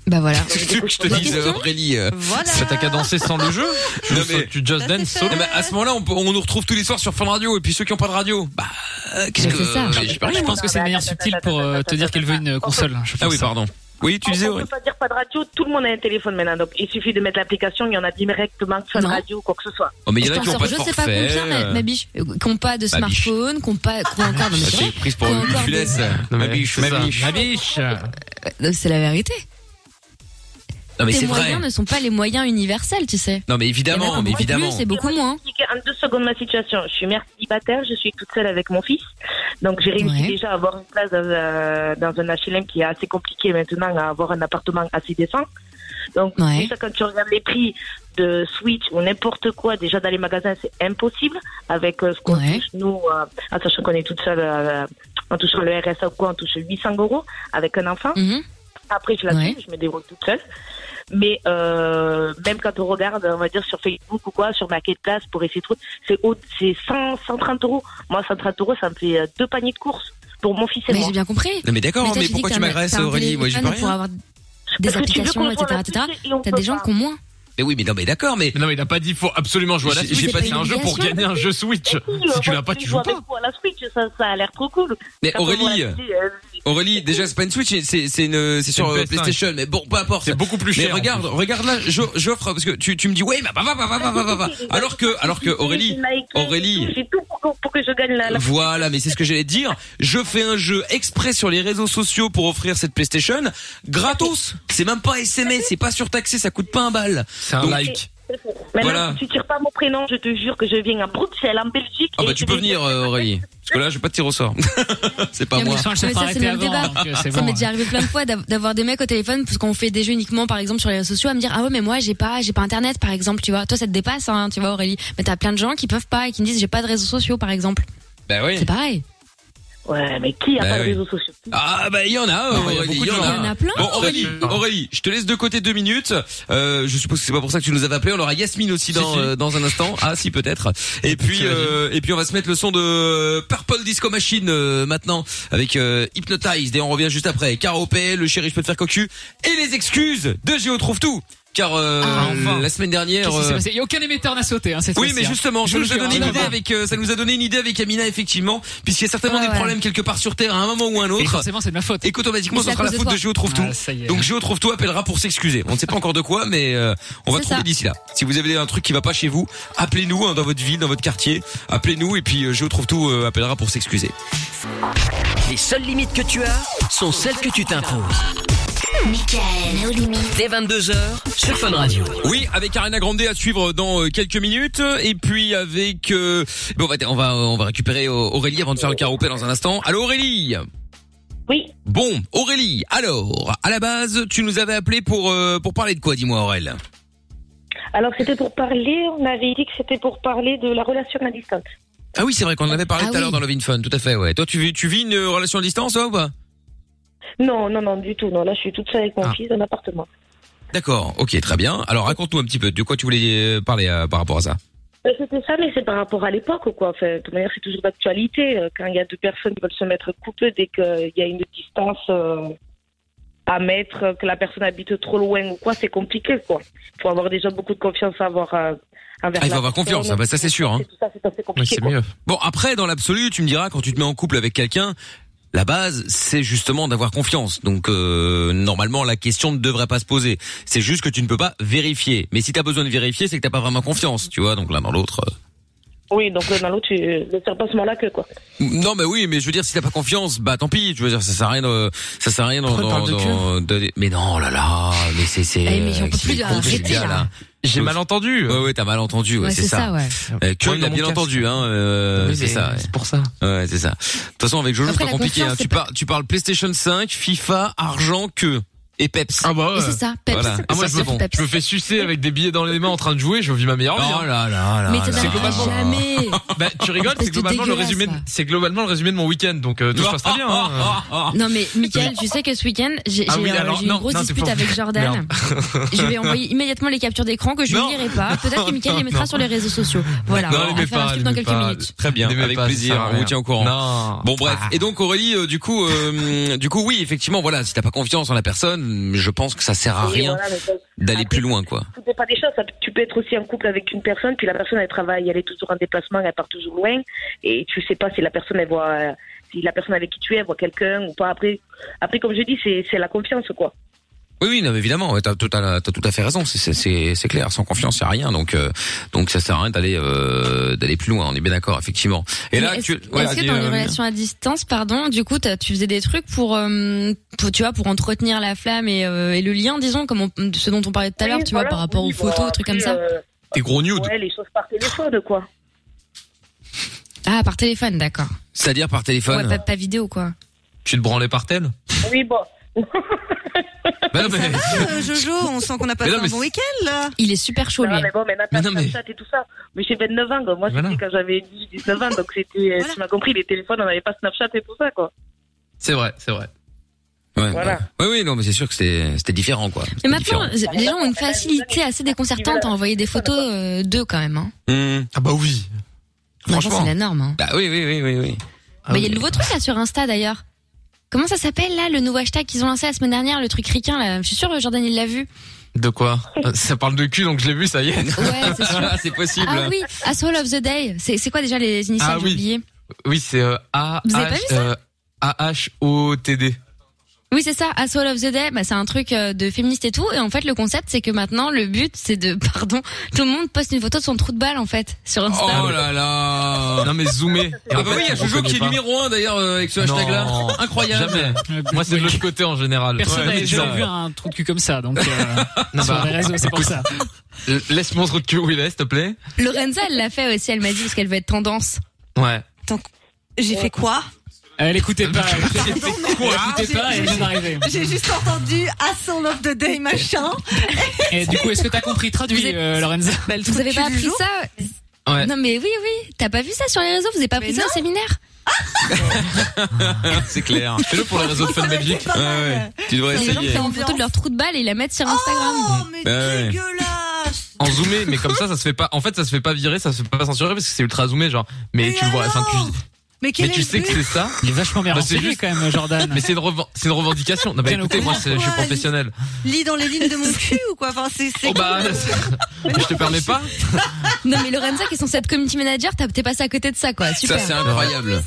D: Bah voilà.
B: Tu veux que je te dise, euh, Aurélie. euh,
C: Voilà.
H: Ça t'a qu'à danser sans le jeu Tu,
B: Non,
H: sautes-
B: mais-
H: tu just
C: Ça,
H: dance
C: c'est
H: sautes.
B: eh ben, à ce moment-là, on, peut- on nous retrouve tous les soirs sur Fun Radio. Et puis ceux qui ont pas de radio, bah, euh, qu'est-ce
D: Mais
B: que
D: c'est ça.
B: j'ai pas
E: Je
B: rien, moi.
E: pense que c'est une manière subtile pour euh, te dire qu'elle veut une console. hein, Je pense
B: Ah oui,
E: ça.
B: pardon. Oui, tu disais.
I: on ne
B: Aurélie.
I: peut pas dire pas de radio, tout le monde a un téléphone maintenant. Donc il suffit de mettre l'application, il y en a directement sur la
D: Non.
I: radio ou quoi que ce soit.
B: Oh, mais il y en
D: Je
B: a
D: t'en
B: qui ont
D: sors,
B: pas de
D: je sais pas
B: forfait,
D: combien,
B: euh,
D: ma, ma biche, euh, qui ont pas
B: Ma
D: de
B: biche. Ah,
D: smartphone, qui ont pas, qui ont encore, non mais
B: ça,
D: c'est
B: c'est
D: vrai.
B: prise pour
D: Qu'on
B: une
D: encore
B: funeste.
H: Non, mais
B: Ma biche,
H: c'est
B: ma
H: ça.
B: biche.
H: Ma biche.
D: Euh, C'est la vérité.
B: Non, mais
D: Tes
B: c'est
D: moyens
B: vrai.
D: ne sont pas les moyens universels, tu sais.
B: Non, mais
D: Il y en a qui
B: évidemment,
D: ont
B: mais
D: beaucoup
B: évidemment.
D: plus et beaucoup moins.
I: expliquer en deux secondes ma situation. Je suis mère célibataire, je suis toute seule avec mon fils. Donc j'ai réussi
D: Ouais.
I: déjà à avoir une place dans, un- dans un HLM qui est assez compliqué maintenant, à avoir un appartement assez décent. Donc
D: Ouais.
I: déjà quand tu regardes les prix de Switch ou n'importe quoi, déjà dans les magasins c'est impossible avec euh, ce qu'on
D: Ouais.
I: touche nous, euh, en sachant qu'on est toute seule, euh, en touchant le RSA ou quoi, on touche 800 euros avec un enfant.
D: Mhm.
I: Après, je la
D: Ouais.
I: je me débrouille toute seule. Mais euh, même quand on regarde, on va dire sur Facebook ou quoi, sur Marketplace pour essayer de trouver, c'est haut, c'est 100, 130 euros. Moi, 130 euros, ça me fait euh, deux paniers de courses pour mon fils et
D: Mais
I: moi.
D: j'ai bien compris.
B: Non, mais d'accord,
D: toi,
B: mais
D: dis
B: pourquoi
D: que
B: tu
D: t'as un-
B: m'agresses,
D: t'as un
B: Aurélie Moi, j'ai
D: téléphone
B: pas
D: Pour
B: rien.
D: avoir des
I: Parce que tu veux
D: applications,
I: qu'on joue à
D: etc.,
I: la
D: etc.
I: Switch et on
D: T'as
I: peut
D: des gens
I: pas.
D: qui ont moins.
B: Mais oui, mais non, mais d'accord, mais.
H: Non mais il a pas dit faut absolument jouer à la
B: J'ai-
H: Switch.
B: j'ai
H: J'ai
B: pas
H: passé
D: une
H: un jeu pour
D: obligation.
H: gagner un jeu Switch.
I: Si, euh,
H: Si tu
I: moi,
H: l'as pas, tu
I: je joue
H: joues
I: avec
H: pas.
I: vous à la Switch, ça, ça a l'air trop cool.
B: Mais
I: Quand on voit
B: Aurélie,
I: la télé, euh,
B: Aurélie, déjà c'est pas une Switch, c'est c'est une c'est sur
H: une
B: euh,
H: PS5.
B: PlayStation, mais bon, peu importe.
H: C'est beaucoup plus
B: Mais
H: cher.
B: regarde, regarde là, j'o- j'offre parce que tu tu me dis ouais, bah bah bah bah bah bah bah. bah. Alors que alors que Aurélie, Aurélie.
I: J'ai tout pour que, pour que je gagne la. la...
B: Voilà, mais c'est ce que j'allais te dire. Je fais un jeu exprès sur les réseaux sociaux pour offrir cette PlayStation gratos. C'est même pas SMS, c'est pas surtaxé, ça coûte pas un bal.
H: C'est un
B: Donc,
H: like.
I: Maintenant,
B: Voilà.
I: si tu tires pas mon prénom, je te jure que je viens à Bruxelles, en Belgique.
B: Ah bah tu peux venir euh, Aurélie, parce que là je vais pas te tirer au sort. c'est pas
E: Mais
B: moi.
E: Alexandre,
D: Ouais, ça, euh, c'est même le débat. ça m'est
H: hein.
D: déjà arrivé plein de fois d'av- d'avoir des mecs au téléphone, parce qu'on fait des jeux uniquement, par exemple, sur les réseaux sociaux, à me dire, ah ouais, mais moi, j'ai pas, j'ai pas internet, par exemple, tu vois. Toi, ça te dépasse, hein, tu vois, Aurélie. Mais t'as plein de gens qui peuvent pas et qui me disent, j'ai pas de réseaux sociaux, par exemple.
B: Bah oui.
D: C'est pareil.
I: Ouais, mais qui a
B: Bah
I: pas de
B: oui.
I: réseaux sociaux
B: Ah bah il y en a
I: Non, il y a
B: Aurélie, il
I: beaucoup
B: y,
I: de
B: en
I: gens.
B: a.
I: Il y en a plein.
B: Bon Aurélie, Aurélie, je te laisse de côté deux minutes. Euh, je suppose que c'est pas pour ça que tu nous avais appelé. On aura Yasmine aussi dans euh, dans un instant. Ah si peut-être. Et puis euh, et puis on va se mettre le son de Purple Disco Machine euh, maintenant avec euh, Hypnotized et on revient juste après. Caropé, le chéri je peux te faire cocu et les excuses de Géo trouve tout. Car euh,
E: Ah,
B: la semaine dernière. euh,
E: Il n'y a aucun émetteur n'a sauté. hein, cette
B: oui,
E: fois-ci,
B: mais
E: hein.
B: justement,
E: Je
B: ça
E: vous
B: nous, a
E: jure,
B: donné
E: hein,
B: une
E: là-bas.
B: idée avec, euh, ça nous a donné une idée avec Amina, effectivement, puisqu'il y a certainement
E: Ouais,
B: des
E: ouais.
B: problèmes quelque part sur Terre à un moment ou à un autre.
E: Et forcément, c'est de ma faute.
B: Et qu'automatiquement,
E: Mais c'est
B: ce
E: à
B: sera la
E: cause de
B: faute de
E: toi.
B: Géo Trouve Tout.
E: Ah, ça y est.
B: Donc Géo Trouve Tout appellera pour s'excuser. On ne sait pas encore de quoi, mais euh, on va
E: C'est
B: trouver
E: ça.
B: d'ici là. Si vous avez un truc qui va pas chez vous, appelez-nous hein, dans votre ville, dans votre quartier. Appelez-nous et puis euh, Géo Trouve Tout euh, appellera pour s'excuser.
A: Les seules limites que tu as sont celles que tu t'imposes.
G: Michael, nos limites.
A: Dès 22h sur Fun Radio.
B: Oui, avec Arena Grande à suivre dans euh, quelques minutes, et puis avec euh, bon, on va on va on va récupérer euh, Aurélie avant de faire le caropé dans un instant. Allô Aurélie.
I: Oui.
B: Bon Aurélie, alors à la base tu nous avais appelé pour euh, pour parler de quoi, dis-moi Aurélie.
I: Alors, c'était pour parler, on avait dit que c'était pour parler de la relation à distance.
B: Ah oui c'est vrai qu'on en avait parlé tout à l'heure dans Love in Fun, tout à fait ouais. Toi tu vis tu vis une euh, relation à distance toi, ou pas
I: Non, non, non, du tout. Non, là, je suis toute seule avec
B: Ah.
I: mon fils dans l'appartement.
B: D'accord, ok très bien. Alors raconte-nous un petit peu de quoi tu voulais euh, parler euh, par rapport à ça.
I: Euh, C'était ça, mais c'est par rapport à l'époque, quoi. Enfin, de toute manière, c'est toujours d'actualité. euh, Quand il y a deux personnes qui veulent se mettre couple, dès qu'il y a une distance euh, à mettre, euh, que la personne habite trop loin ou quoi, c'est compliqué, quoi. Il faut avoir déjà beaucoup de confiance à avoir euh, envers
B: Ah, il faut
I: la
B: avoir
I: personne.
B: confiance, ah, bah, ça c'est sûr. Hein.
I: Tout ça, c'est assez compliqué. quoi.
B: Bon, après, dans l'absolu, tu me diras, quand tu te mets en couple avec quelqu'un, la base, c'est justement d'avoir confiance. Donc, euh, normalement, la question ne devrait pas se poser. C'est juste que tu ne peux pas vérifier. Mais si tu as besoin de vérifier, c'est que t'as pas vraiment confiance, tu vois. Donc, l'un dans l'autre... euh.
I: Oui, donc euh, l'un dans l'autre, tu ne sers pas seulement la queue, quoi.
B: Non, mais oui, mais je veux dire, si t'as pas confiance, bah tant pis. Je veux dire, ça sert à rien, de- ça sert à rien dans,
H: Pourquoi
B: dans,
H: il parle de
B: dans- de- Mais non, oh là, là, mais c'est, c'est.
H: Eh, mais j'en
B: euh,
H: peux
B: c'est
H: plus,
B: con,
H: arrêtez,
B: ce gars,
H: là.
B: là.
H: J'ai mal entendu.
B: Ouais, ouais, t'as mal entendu, ouais,
H: Ouais,
B: c'est
H: c'est
B: ça.
H: ça, ouais.
B: Euh, que
H: Ouais,
B: il
H: dans
B: a
H: mon
B: bien
H: casque.
B: entendu, hein. euh,
H: Oui,
B: c'est
H: mais
B: ça.
H: c'est pour ça.
B: Ouais, c'est ça. De toute façon, avec Jojo, c'est
H: Après, la
B: pas compliqué.
H: confiance,
B: Hein.
H: c'est
B: Tu,
H: pas-
B: parles, tu parles PlayStation 5, FIFA, argent, que et Peps.
H: Ah bah
B: ouais.
H: ouais. Et c'est ça, Peps.
B: Voilà.
H: Ah, moi,
B: Ça,
H: je, me,
B: c'est bon.
H: je me fais sucer avec des billets dans les mains en train de jouer, je vis ma meilleure vie. hein.
B: Oh là là là Mais ça là.
H: c'est
B: n'arrivera
H: globalement.
B: jamais.
H: Bah, tu rigoles,
B: Espèce
H: c'est
B: de
H: globalement le
B: dégueulasse,
H: résumé, de-
B: là.
H: c'est globalement le résumé de mon week-end, donc euh, tout se passe très bien. hein.
D: Non, mais Michael, tu sais que ce week-end, j'ai
H: Ah
D: j'ai,
H: oui,
D: euh,
H: alors,
D: j'ai eu une
H: non,
D: grosse
H: non, c'est
D: dispute
H: pas-
D: avec Jordan.
H: Merde.
D: Je vais envoyer immédiatement les captures d'écran que je ne
H: Non.
D: lirai pas. Peut-être que Michael les mettra
H: Non.
D: sur les réseaux sociaux. Voilà,
B: Non,
D: on
B: les
D: va
B: mets
D: faire un
B: pas,
D: truc
B: les
D: dans
B: mets
D: quelques
B: pas.
D: minutes.
B: Très bien,
H: N'aimez
B: avec
H: pas, ça sert
B: plaisir,
H: à
B: on vous
H: rien.
B: tient au courant.
H: Non. Ah.
B: Bon bref, et donc Aurélie, euh, du coup, euh, du coup, oui, effectivement, voilà, si t'as pas confiance en la personne, je pense que ça sert à
I: Oui,
B: rien
I: voilà, mais ça-
B: d'aller plus loin, quoi.
I: tout dépend des choses. Ça- Tu peux être aussi en couple avec une personne, puis la personne, elle travaille, elle est toujours en déplacement, elle part toujours loin, et tu sais pas si la personne, elle voit, euh, si la personne avec qui tu es, elle voit quelqu'un ou pas. Après, après comme je dis, c'est c'est la confiance, quoi.
B: Oui, oui, non, mais évidemment, ouais, t'as tout, à la- t'as tout à fait raison, c'est- c'est- c'est c'est clair, sans confiance, y a rien, donc euh, donc ça sert à rien d'aller euh, d'aller plus loin, on est bien d'accord, effectivement. Et là,
D: Mais est-ce,
B: tu, ouais,
D: est-ce que
B: vas-y,
D: dans les
B: euh,
D: relations à distance, pardon, du coup, t'as- tu faisais des trucs pour, euh, pour, tu vois, pour entretenir la flamme et, euh, et le lien, disons, comme on- ce dont on parlait tout à l'heure, tu vois, par rapport aux photos, trucs comme ça.
B: Tes gros nudes.
I: Ouais, les choses par bah, euh, téléphone, quoi.
D: Ah, par téléphone, d'accord.
B: c'est-à-dire par téléphone,
D: Ouais, bah, pas, pas vidéo, quoi.
H: tu te branlais par tel
I: Oui, bon.
H: Bah non, mais-
C: Euh, Jojo, on sent qu'on a passé
H: Mais
C: un
H: non, mais
C: bon
H: c'est-
C: week-end là.
D: Il est super
I: chaud, mais bon, maintenant,
C: Mais
I: t'as
C: non, mais-
I: Snapchat et tout ça. Mais j'ai 29 ans, quoi. Moi, c'était quand j'avais 18, 19 ans, donc c'était, euh, tu m'as compris, les téléphones, on n'avait pas Snapchat et tout ça, quoi.
H: C'est vrai, c'est vrai.
B: Ouais,
I: Voilà.
B: ouais. Oui, oui, non, mais c'est sûr que c'était c'était différent, quoi.
D: Mais
B: C'était
D: maintenant,
B: différent.
D: les gens ont une facilité assez déconcertante à envoyer des photos euh, d'eux, quand même. Hein.
H: Hmm.
B: Ah bah oui.
D: Franchement,
B: Franchement.
D: c'est la norme. Hein.
B: Bah oui, oui, oui, oui, oui.
D: Mais Bah, il y a le nouveau truc là sur Insta d'ailleurs. Comment ça s'appelle là le nouveau hashtag qu'ils ont lancé la semaine dernière, le truc ricain là Je suis sûre Jordan il l'a vu.
H: De quoi Euh, Ça parle de cul, donc je l'ai vu, ça y est.
D: Ouais, c'est sûr.
H: c'est possible.
D: Ah oui, A Soul of the Day. C'est c'est quoi déjà les initiales
H: Ah
D: J'ai
H: oui.
D: oublié.
H: Oui, c'est euh, A
D: Vous avez pas
H: H
D: vu ça
H: euh, A H O T D.
D: Oui, c'est ça, Asshole of the Day, bah, c'est un truc euh, de féministe et tout. Et en fait, le concept, c'est que maintenant, le but, c'est de, pardon, tout le monde poste une photo de son trou de balle, en fait, sur Insta.
B: Oh là là Non mais zoomé Ah bah oui, il y a Jojo qui est numéro 1 d'ailleurs euh, avec ce
H: Non.
B: hashtag là. Incroyable.
H: Jamais. Moi, c'est de l'autre côté en général.
E: Personne
H: Ouais,
E: n'avait
H: bizarre.
E: jamais vu un trou de cul comme ça, donc euh,
H: Non,
E: sur
H: bah,
E: les réseaux, c'est pour ça.
H: L- Laisse mon trou de cul où il est, s'il te plaît.
D: Lorenza, elle l'a fait aussi, elle m'a dit, parce qu'elle veut être tendance.
H: Ouais.
C: Donc, j'ai fait quoi
E: Elle écoutait pas. Elle écoutait pas, elle vient
C: J'ai-
E: d'arriver.
C: J'ai juste entendu à son of the day machin.
E: Et du coup, est-ce que t'as compris Traduis, euh, Lorenza.
D: Vous avez
C: du
D: pas appris
C: jour
D: ça
H: Ouais.
D: Non mais oui, oui, t'as pas vu ça sur les réseaux, vous avez pas appris ça au séminaire
B: C'est clair.
H: Fais-le pour les réseaux de Fun Belgique.
C: Pas
B: Ouais,
C: mal.
B: ouais. Tu devrais
D: Il y a des gens qui
B: essayer.
D: prennent une photo de leur trou de balle et la mettent sur Instagram.
C: Oh, mais
B: Bah ouais.
C: dégueulasse
H: En zoomé, mais comme ça, ça se fait pas. En fait, ça se fait pas virer, ça se fait pas censurer parce que c'est ultra zoomé, genre. Mais,
C: Mais
H: tu le vois, enfin, tu,
C: alors Mais quel
H: mais
C: est
H: tu
C: le
H: sais que
C: but
H: c'est ça.
E: Il est vachement bien
H: Bah, c'est
E: renseigné
H: juste-
E: quand même, Euh, Jordan.
H: Mais c'est une, reven- c'est une revendication. Non, bah
E: Bien au
H: écoutez, moi,
E: courant.
H: c'est- je suis
C: Ouais.
H: professionnel.
C: Lis dans les lignes de mon cul ou quoi Enfin, c'est. c'est-
H: Oh bah, je te permets pas.
D: Non mais Lorenza qui est censée être community manager, t'as- t'es passé à côté de ça quoi,
B: Ça
D: super.
B: c'est incroyable.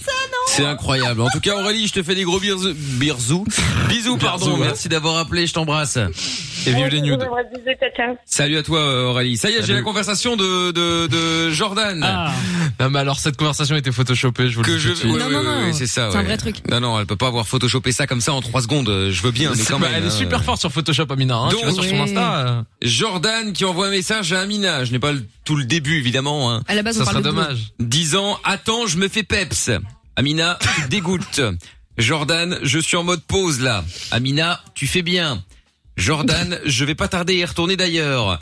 B: C'est incroyable. En tout cas Aurélie, je te fais des gros birzou. Birzou. Bisous pardon.
H: Birzou, ouais.
B: Merci d'avoir appelé, je t'embrasse.
H: Et vive les nudes.
I: Bisous, tata.
B: Salut à toi euh, Aurélie. Ça y est, j'ai
H: Salut.
B: la conversation de de de Jordan.
E: Ah,
H: Non, mais alors, cette conversation était photoshopée, je vous le
B: Que
H: dis.
B: je
H: tout de suite.
B: ouais,
D: Non,
B: ouais,
D: non,
B: ouais,
D: non.
B: c'est ça
D: C'est un
B: ouais.
D: vrai truc.
B: Non non, elle peut pas avoir photoshopé ça comme ça en 3 secondes. euh, Je veux bien mais
H: C'est-
B: quand
H: bah,
B: même.
H: elle est
B: hein.
H: super forte sur Photoshop, Amina. Hein. tu vas
B: Donc,
H: sur son
D: ouais.
H: Insta. euh,
B: Jordan qui envoie un message à Amina. Je n'ai pas le- tout le début évidemment. Hein.
D: À la base,
H: ça
D: on parle
H: serait
D: de boulot.
H: dommage.
B: Disant attends je me fais peps. Amina tu te dégoûtes. Jordan je suis en mode pause là. Amina tu fais bien. Jordan je vais pas tarder à y retourner d'ailleurs.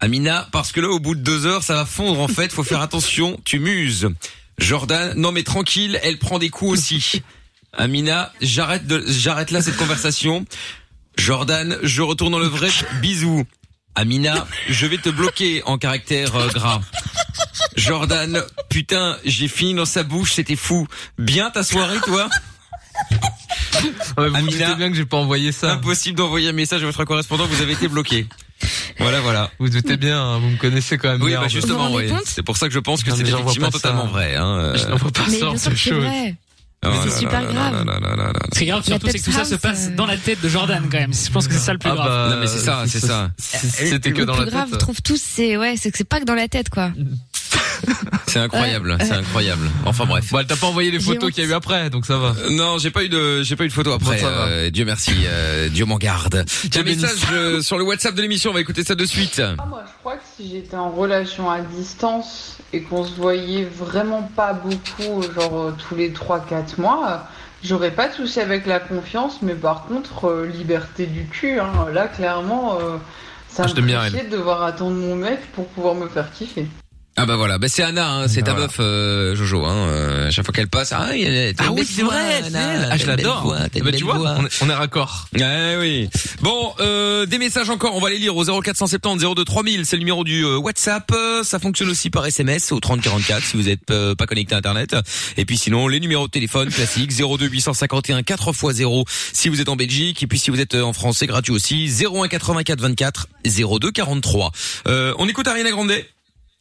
B: Amina parce que là au bout de deux heures ça va fondre en fait faut faire attention tu muses. Jordan non mais tranquille elle prend des coups aussi. Amina j'arrête de j'arrête là cette conversation. Jordan je retourne dans le vrai bisous. Amina je vais te bloquer en caractère euh, gras. Jordan, putain, j'ai fini dans sa bouche, c'était fou. Bien ta soirée, toi
H: Ah Ouais, vous vous
B: Amina.
H: doutez bien que j'ai pas envoyé ça.
B: Impossible d'envoyer un message à votre correspondant, vous avez été bloqué. Voilà, voilà.
H: Vous doutez bien, hein, vous me connaissez quand même.
B: Oui,
H: bien, hein.
B: bah
H: en fait.
D: Vous
B: justement,
D: vous rendez
B: oui.
D: compte
B: C'est pour ça que je pense que
H: Non,
B: c'est
H: mais j'en vois
B: effectivement
H: pas ça.
B: totalement vrai. Hein. euh.
H: Je n'en vois pas
D: Mais
H: sortir
D: bien sûr
H: de
D: que c'est
H: choses.
D: vrai.
B: Oh
D: mais c'est
B: là
D: super
B: là
D: grave.
B: là là là là là là.
E: ce qui est grave
D: Il y a
E: surtout, c'est que tout ça
D: Pep's
E: se passe
D: House.
E: dans la tête de Jordan quand même. Je pense que c'est ça le plus
H: Ah
E: grave.
H: bah,
B: Non, mais c'est ça, c'est ça.
H: C'était que
D: le
H: dans
D: plus
H: la
D: grave, je
H: tête.
D: trouve tous, c'est ouais, c'est que c'est pas que dans la tête quoi.
B: C'est incroyable, c'est incroyable. Enfin bref.
H: Bon, elle t'a Bah, pas envoyé les
D: Euh, J'ai
H: photos
D: honte.
H: qu'il y a eu après, donc ça va.
B: Euh, Non, j'ai pas eu de, j'ai pas eu de photo après.
H: Bon, ça va.
B: euh, Dieu merci, euh, Dieu m'en garde. Tiens,
H: bénisse.
B: message euh, sur le WhatsApp de l'émission, on va écouter ça de suite.
J: Ah, moi, je crois que si j'étais en relation à distance et qu'on se voyait vraiment pas beaucoup, genre euh, tous les 3-4 mois, euh, j'aurais pas de souci avec la confiance, mais par contre, euh, liberté du cul, hein, là, clairement, euh, ça
H: Ah, je
J: me
H: t'aime bien,
J: fait chier de devoir attendre mon mec pour pouvoir me faire kiffer.
B: Ah bah voilà, bah c'est Anna, hein, c'est
H: Bah
B: ta
H: voilà.
B: meuf euh, Jojo, hein, euh, à chaque fois qu'elle passe, ah, il y a- t'as une belle voix, Anna, t'as
H: Ah,
B: une
H: je
B: belle
H: l'adore.
B: voix, t'as une
H: Bah,
B: belle
H: tu vois,
B: voix.
H: on est- on est raccord.
B: hein. Eh oui. Bon, euh, des messages encore, on va les lire au 0470 02 3000, c'est le numéro du euh, WhatsApp, euh, ça fonctionne aussi par SMS au 3044 si vous n'êtes euh, pas connecté à internet. Et puis sinon, les numéros de téléphone classiques 02 851 4x0 si vous êtes en Belgique et puis si vous êtes euh, en France, c'est gratuit aussi 01 84 24 02 43. Euh, on écoute Ariana Grande.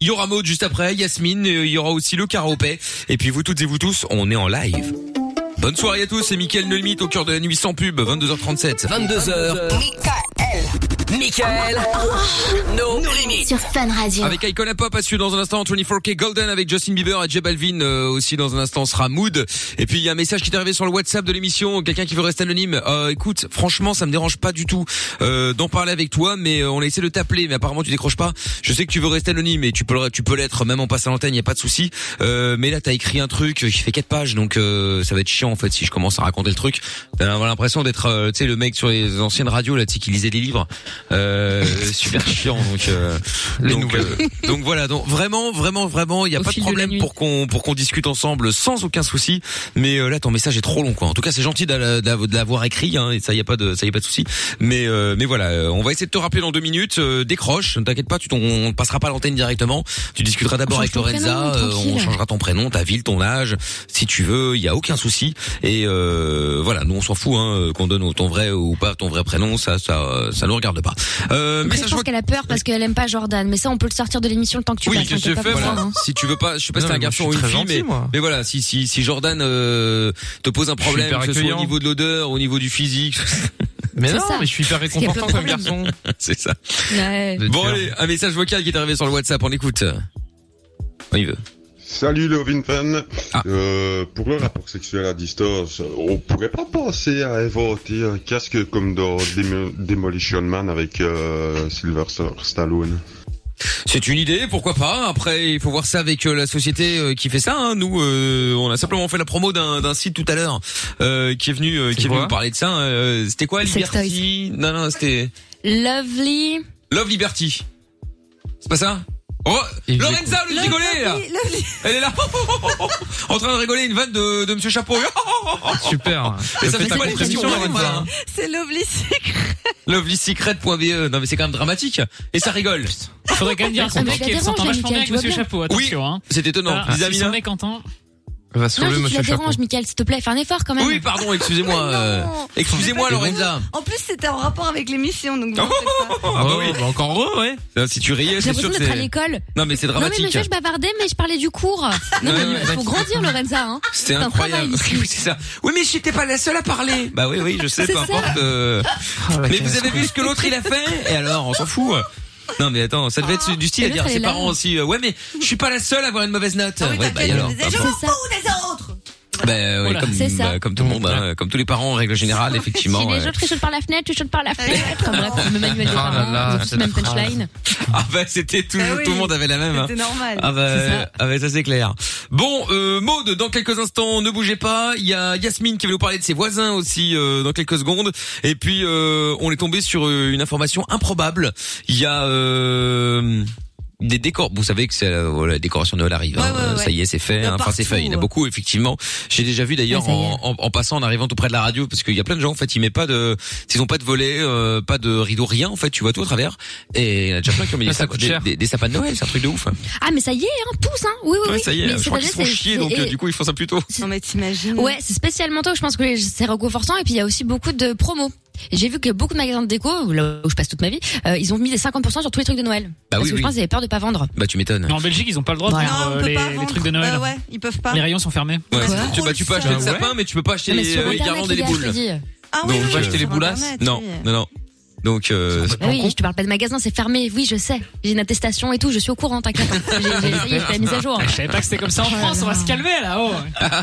B: Il y aura Maud juste après, Yasmine, euh, il y aura aussi le karaopé et puis vous toutes et vous tous, on est en live. Bonne soirée à tous, c'est Mickaël Nolmit au cœur de la nuit sans pub, 22h37.
A: 22h. Michael. No limites.
G: Sur Fun Radio.
B: Avec Icona Pop à suivre dans un instant 24K Golden avec Justin Bieber et J Balvin euh, aussi dans un instant sera Mood et puis il y a un message qui est arrivé sur le WhatsApp de l'émission quelqu'un qui veut rester anonyme Euh, écoute franchement ça me dérange pas du tout euh, d'en parler avec toi mais euh, on a essayé de t'appeler mais apparemment tu décroches pas je sais que tu veux rester anonyme et tu peux le- tu peux l'être même en passant à l'antenne il y a pas de souci euh, mais là t'as écrit un truc qui fait quatre pages donc euh, ça va être chiant en fait si je commence à raconter le truc t'as l'impression d'être euh, tu sais le mec sur les anciennes radios là tu sais qui lisait des livres euh, super chiant donc euh,
H: Les
B: donc,
H: nouvelles.
B: euh, donc voilà, donc vraiment, vraiment, vraiment, il n'y a
D: Au
B: pas de
D: fil de la
B: problème
D: nuit.
B: pour qu'on pour qu'on discute ensemble sans aucun souci. Mais euh, là, ton message est trop long, quoi. En tout cas, c'est gentil d'aller- d'a- de l'avoir écrit, hein, et ça, il y a pas de ça, y a pas de souci. Mais euh, mais voilà, euh, on va essayer de te rappeler dans deux minutes. euh, décroche, ne t'inquiète pas, tu t'en- on ne passera pas à l'antenne directement. Tu discuteras d'abord
D: On
B: avec
D: change ton
B: Lorenza,
D: prénom,
B: euh, on
D: tranquille.
B: changera ton prénom, ta ville, ton âge, si tu veux, il y a aucun souci. Et euh, voilà, nous on s'en fout hein, qu'on donne ton vrai ou pas ton vrai prénom, ça ça ça nous regarde pas. pas. Euh,
D: Après,
B: mais
D: je
B: sachant
D: pense qu'elle a peur parce qu'elle aime pas Jordan, mais ça on peut le sortir de l'émission le temps que tu
B: oui,
D: passes,
B: que
D: t'inquiète
B: c'est
D: pas
B: fait.
D: pour
B: Voilà.
D: ça, hein.
B: Si tu veux pas, je sais pas
H: Non,
B: si c'est un
H: mais moi,
B: garçon
H: je
B: ou
H: suis
B: une
H: très
B: fille,
H: gentil,
B: mais,
H: moi.
B: mais voilà, si si si Jordan euh, te pose un
H: Je suis
B: problème,
H: hyper
B: que ce soit au
H: accueillant.
B: niveau de l'odeur, au niveau du physique.
H: Mais non, C'est ça. mais je suis hyper
B: Parce qu'il y a plein de
H: réconfortant comme
B: problèmes.
H: garçon.
B: c'est ça.
D: Ouais.
B: Bon allez, un message vocal qui est arrivé sur le WhatsApp, on écoute. On y Ah. veut.
K: Salut Lovin Fan. Euh, pour le rapport sexuel à distance, on pourrait pas penser à inventer un casque comme dans Demo- Demolition Man avec euh, Sylvester Stallone.
B: C'est une idée, pourquoi pas. Après, il faut voir ça avec euh, la société euh, qui fait ça. hein. Nous, euh, on a simplement fait la promo d'un d'un site tout à l'heure euh, qui est venu, euh, qui est venu nous parler de ça. Euh, c'était quoi Liberty Non, non, c'était
D: Lovely.
B: Love Liberty. C'est pas ça Oh, Lorenza, le
D: Love-
B: rigoler là. Elle est là, en train de rigoler une vanne de, de Monsieur Chapeau.
H: Super.
B: Mais ça
H: Le
B: fait
H: fait
B: quoi
H: qu'on
B: l'expression
H: rigole,
B: Lorenza,
H: Lorenza.
B: hein
C: C'est Lovely Secret.
B: Lovelysecret.be. E. Non mais c'est quand même dramatique. Et ça rigole.
E: Faudrait quand même dire à son
B: Ah, mais
E: mec
B: je la
E: qu'elle
B: dérange,
E: s'entend
B: là,
E: vachement bien
B: Mickaël,
E: avec
B: tu vois
E: Monsieur
B: bien
E: Chapeau.
B: Oui,
E: attention, hein.
B: c'est étonnant.
E: Ah,
B: Isamina.
E: Si son mec entend.
H: Va
D: Non, je dis, tu la déranges, Michael, s'il te plaît, fais un effort quand même. Oh.
B: Oui, pardon, excusez-moi. euh, excusez-moi, Lorenza.
C: En plus, c'était en rapport avec l'émission, donc. vous en faites pas.
B: Ah bah oui, encore heureux, ouais. Si tu riais, c'est
D: J'ai
B: sûr
D: l'impression
B: que
D: d'être à
B: c'est.
D: l'école.
B: Non mais c'est
D: Non, mais
B: dramatique. hein.
D: monsieur, je bavardais, mais je parlais du cours. Non,
B: Ouais,
D: mais
B: ouais,
D: il faut
B: ouais.
D: grandir, Lorenza, hein.
B: C'était
D: C'est un
B: incroyable.
D: travail.
B: Oui, c'est ça. Oui, mais j'étais pas la seule à parler. Bah oui, oui, je sais,
D: C'est
B: peu
D: ça.
B: importe. euh, mais vous avez vu ce que l'autre il a fait Et alors, on s'en fout. Non mais attends, ça devait
D: Ah,
B: être du
F: Et
B: style à
F: l'autre,
B: dire à
F: elle
B: ses
F: est là.
B: parents aussi. euh, Ouais, mais je suis pas la seule à avoir une mauvaise
D: Ah
B: note. ouais, bah et alors.
C: Je
B: bah,
C: m'en fous des autres.
B: bah, ouais,
C: Voilà.
B: comme,
C: C'est ça.
B: bah, comme tout le monde, hein, comme tous les parents en règle générale, effectivement.
D: Si
B: ouais.
D: les autres, ils sautent par la fenêtre, tu sautes par
C: Ah,
D: la fenêtre. Enfin, bref, le manuel des
B: Ah là
D: parents,
B: là,
D: ils ont tous
B: c'est
D: le même
B: la phrase.
D: punchline.
B: Ah bah c'était tout,
D: Bah oui.
B: tout le monde avait la même.
D: C'était
B: hein.
D: normal.
B: Ah bah,
D: C'est ça.
B: ah bah, ça c'est clair. Bon, euh, Maude, dans quelques instants, ne bougez pas. Il y a Yasmine qui va nous parler de ses voisins aussi euh, dans quelques secondes. Et puis euh, on est tombé sur euh, une information improbable. Il y a euh, des décors. Vous savez que c'est la, voilà, la décoration de Noël arrive. hein. Ça y est, c'est fait. hein. Enfin, c'est fait. Il y en a beaucoup effectivement. J'ai déjà vu d'ailleurs en, en, en passant, en arrivant tout près de la radio, parce qu'il y a plein de gens en fait, ils mettent pas de, ils ont pas de volet, euh, pas de rideau, rien en fait. Tu vois tout au travers. Et il y en a déjà plein qui ont mis des,
H: Ah, Ça coûte
B: sapins- des-
H: cher.
B: des- des sapins de Noël. C'est un truc de ouf. hein.
D: Ah, mais ça y est, hein, tous, hein. Oui, oui,
B: Ouais,
D: oui.
B: ça y
D: Mais
B: est, je crois
D: c'est-à-dire,
B: qu'ils se font
D: c'est-
B: chier, donc
D: et-
B: euh, du coup ils font ça plus tôt.
C: Non mais t'imagines.
D: Ouais, c'est spécialement tôt. Je pense que c'est reconfortant. Et puis il y a aussi beaucoup de promos. Et J'ai vu que beaucoup de magasins de déco, là où je passe toute ma vie, euh, ils ont mis des 50% sur tous les trucs de Noël.
B: Bah
D: Parce
B: oui,
D: que
B: oui.
D: je pense qu'ils avaient peur de pas vendre.
B: Bah tu m'étonnes.
E: Non, en Belgique, ils ont pas le droit de
D: Voilà.
E: vendre
D: Non, on
E: euh,
D: peut
E: les,
D: pas
E: les
D: vendre. Bah,
E: trucs de Noël.
C: Bah Ouais, ouais, ils peuvent pas.
E: Les rayons sont fermés.
B: Ouais, c'est- tu, bah, tu peux
D: Ah
B: acheter le sapin, mais tu peux pas acheter
E: Non, mais
B: les,
E: sur
B: euh, les
E: Internet,
B: guirlandes et les
E: les gars, je
B: boules.
E: te dis.
C: Ah
B: donc,
E: oui, oui,
B: euh,
E: acheter les
C: sur
E: boulasses
C: Internet,
B: Non,
C: oui.
B: non, non. Donc, euh,
D: Bah oui, je te parle pas de magasin, c'est fermé. Oui, je sais. J'ai une attestation et tout, je suis au courant, t'inquiète. J'ai j'ai essayé, je fais la mise à jour.
E: Ah,
D: Oh
E: Je savais pas que c'était comme ça en France, on va se calmer oh. là-haut.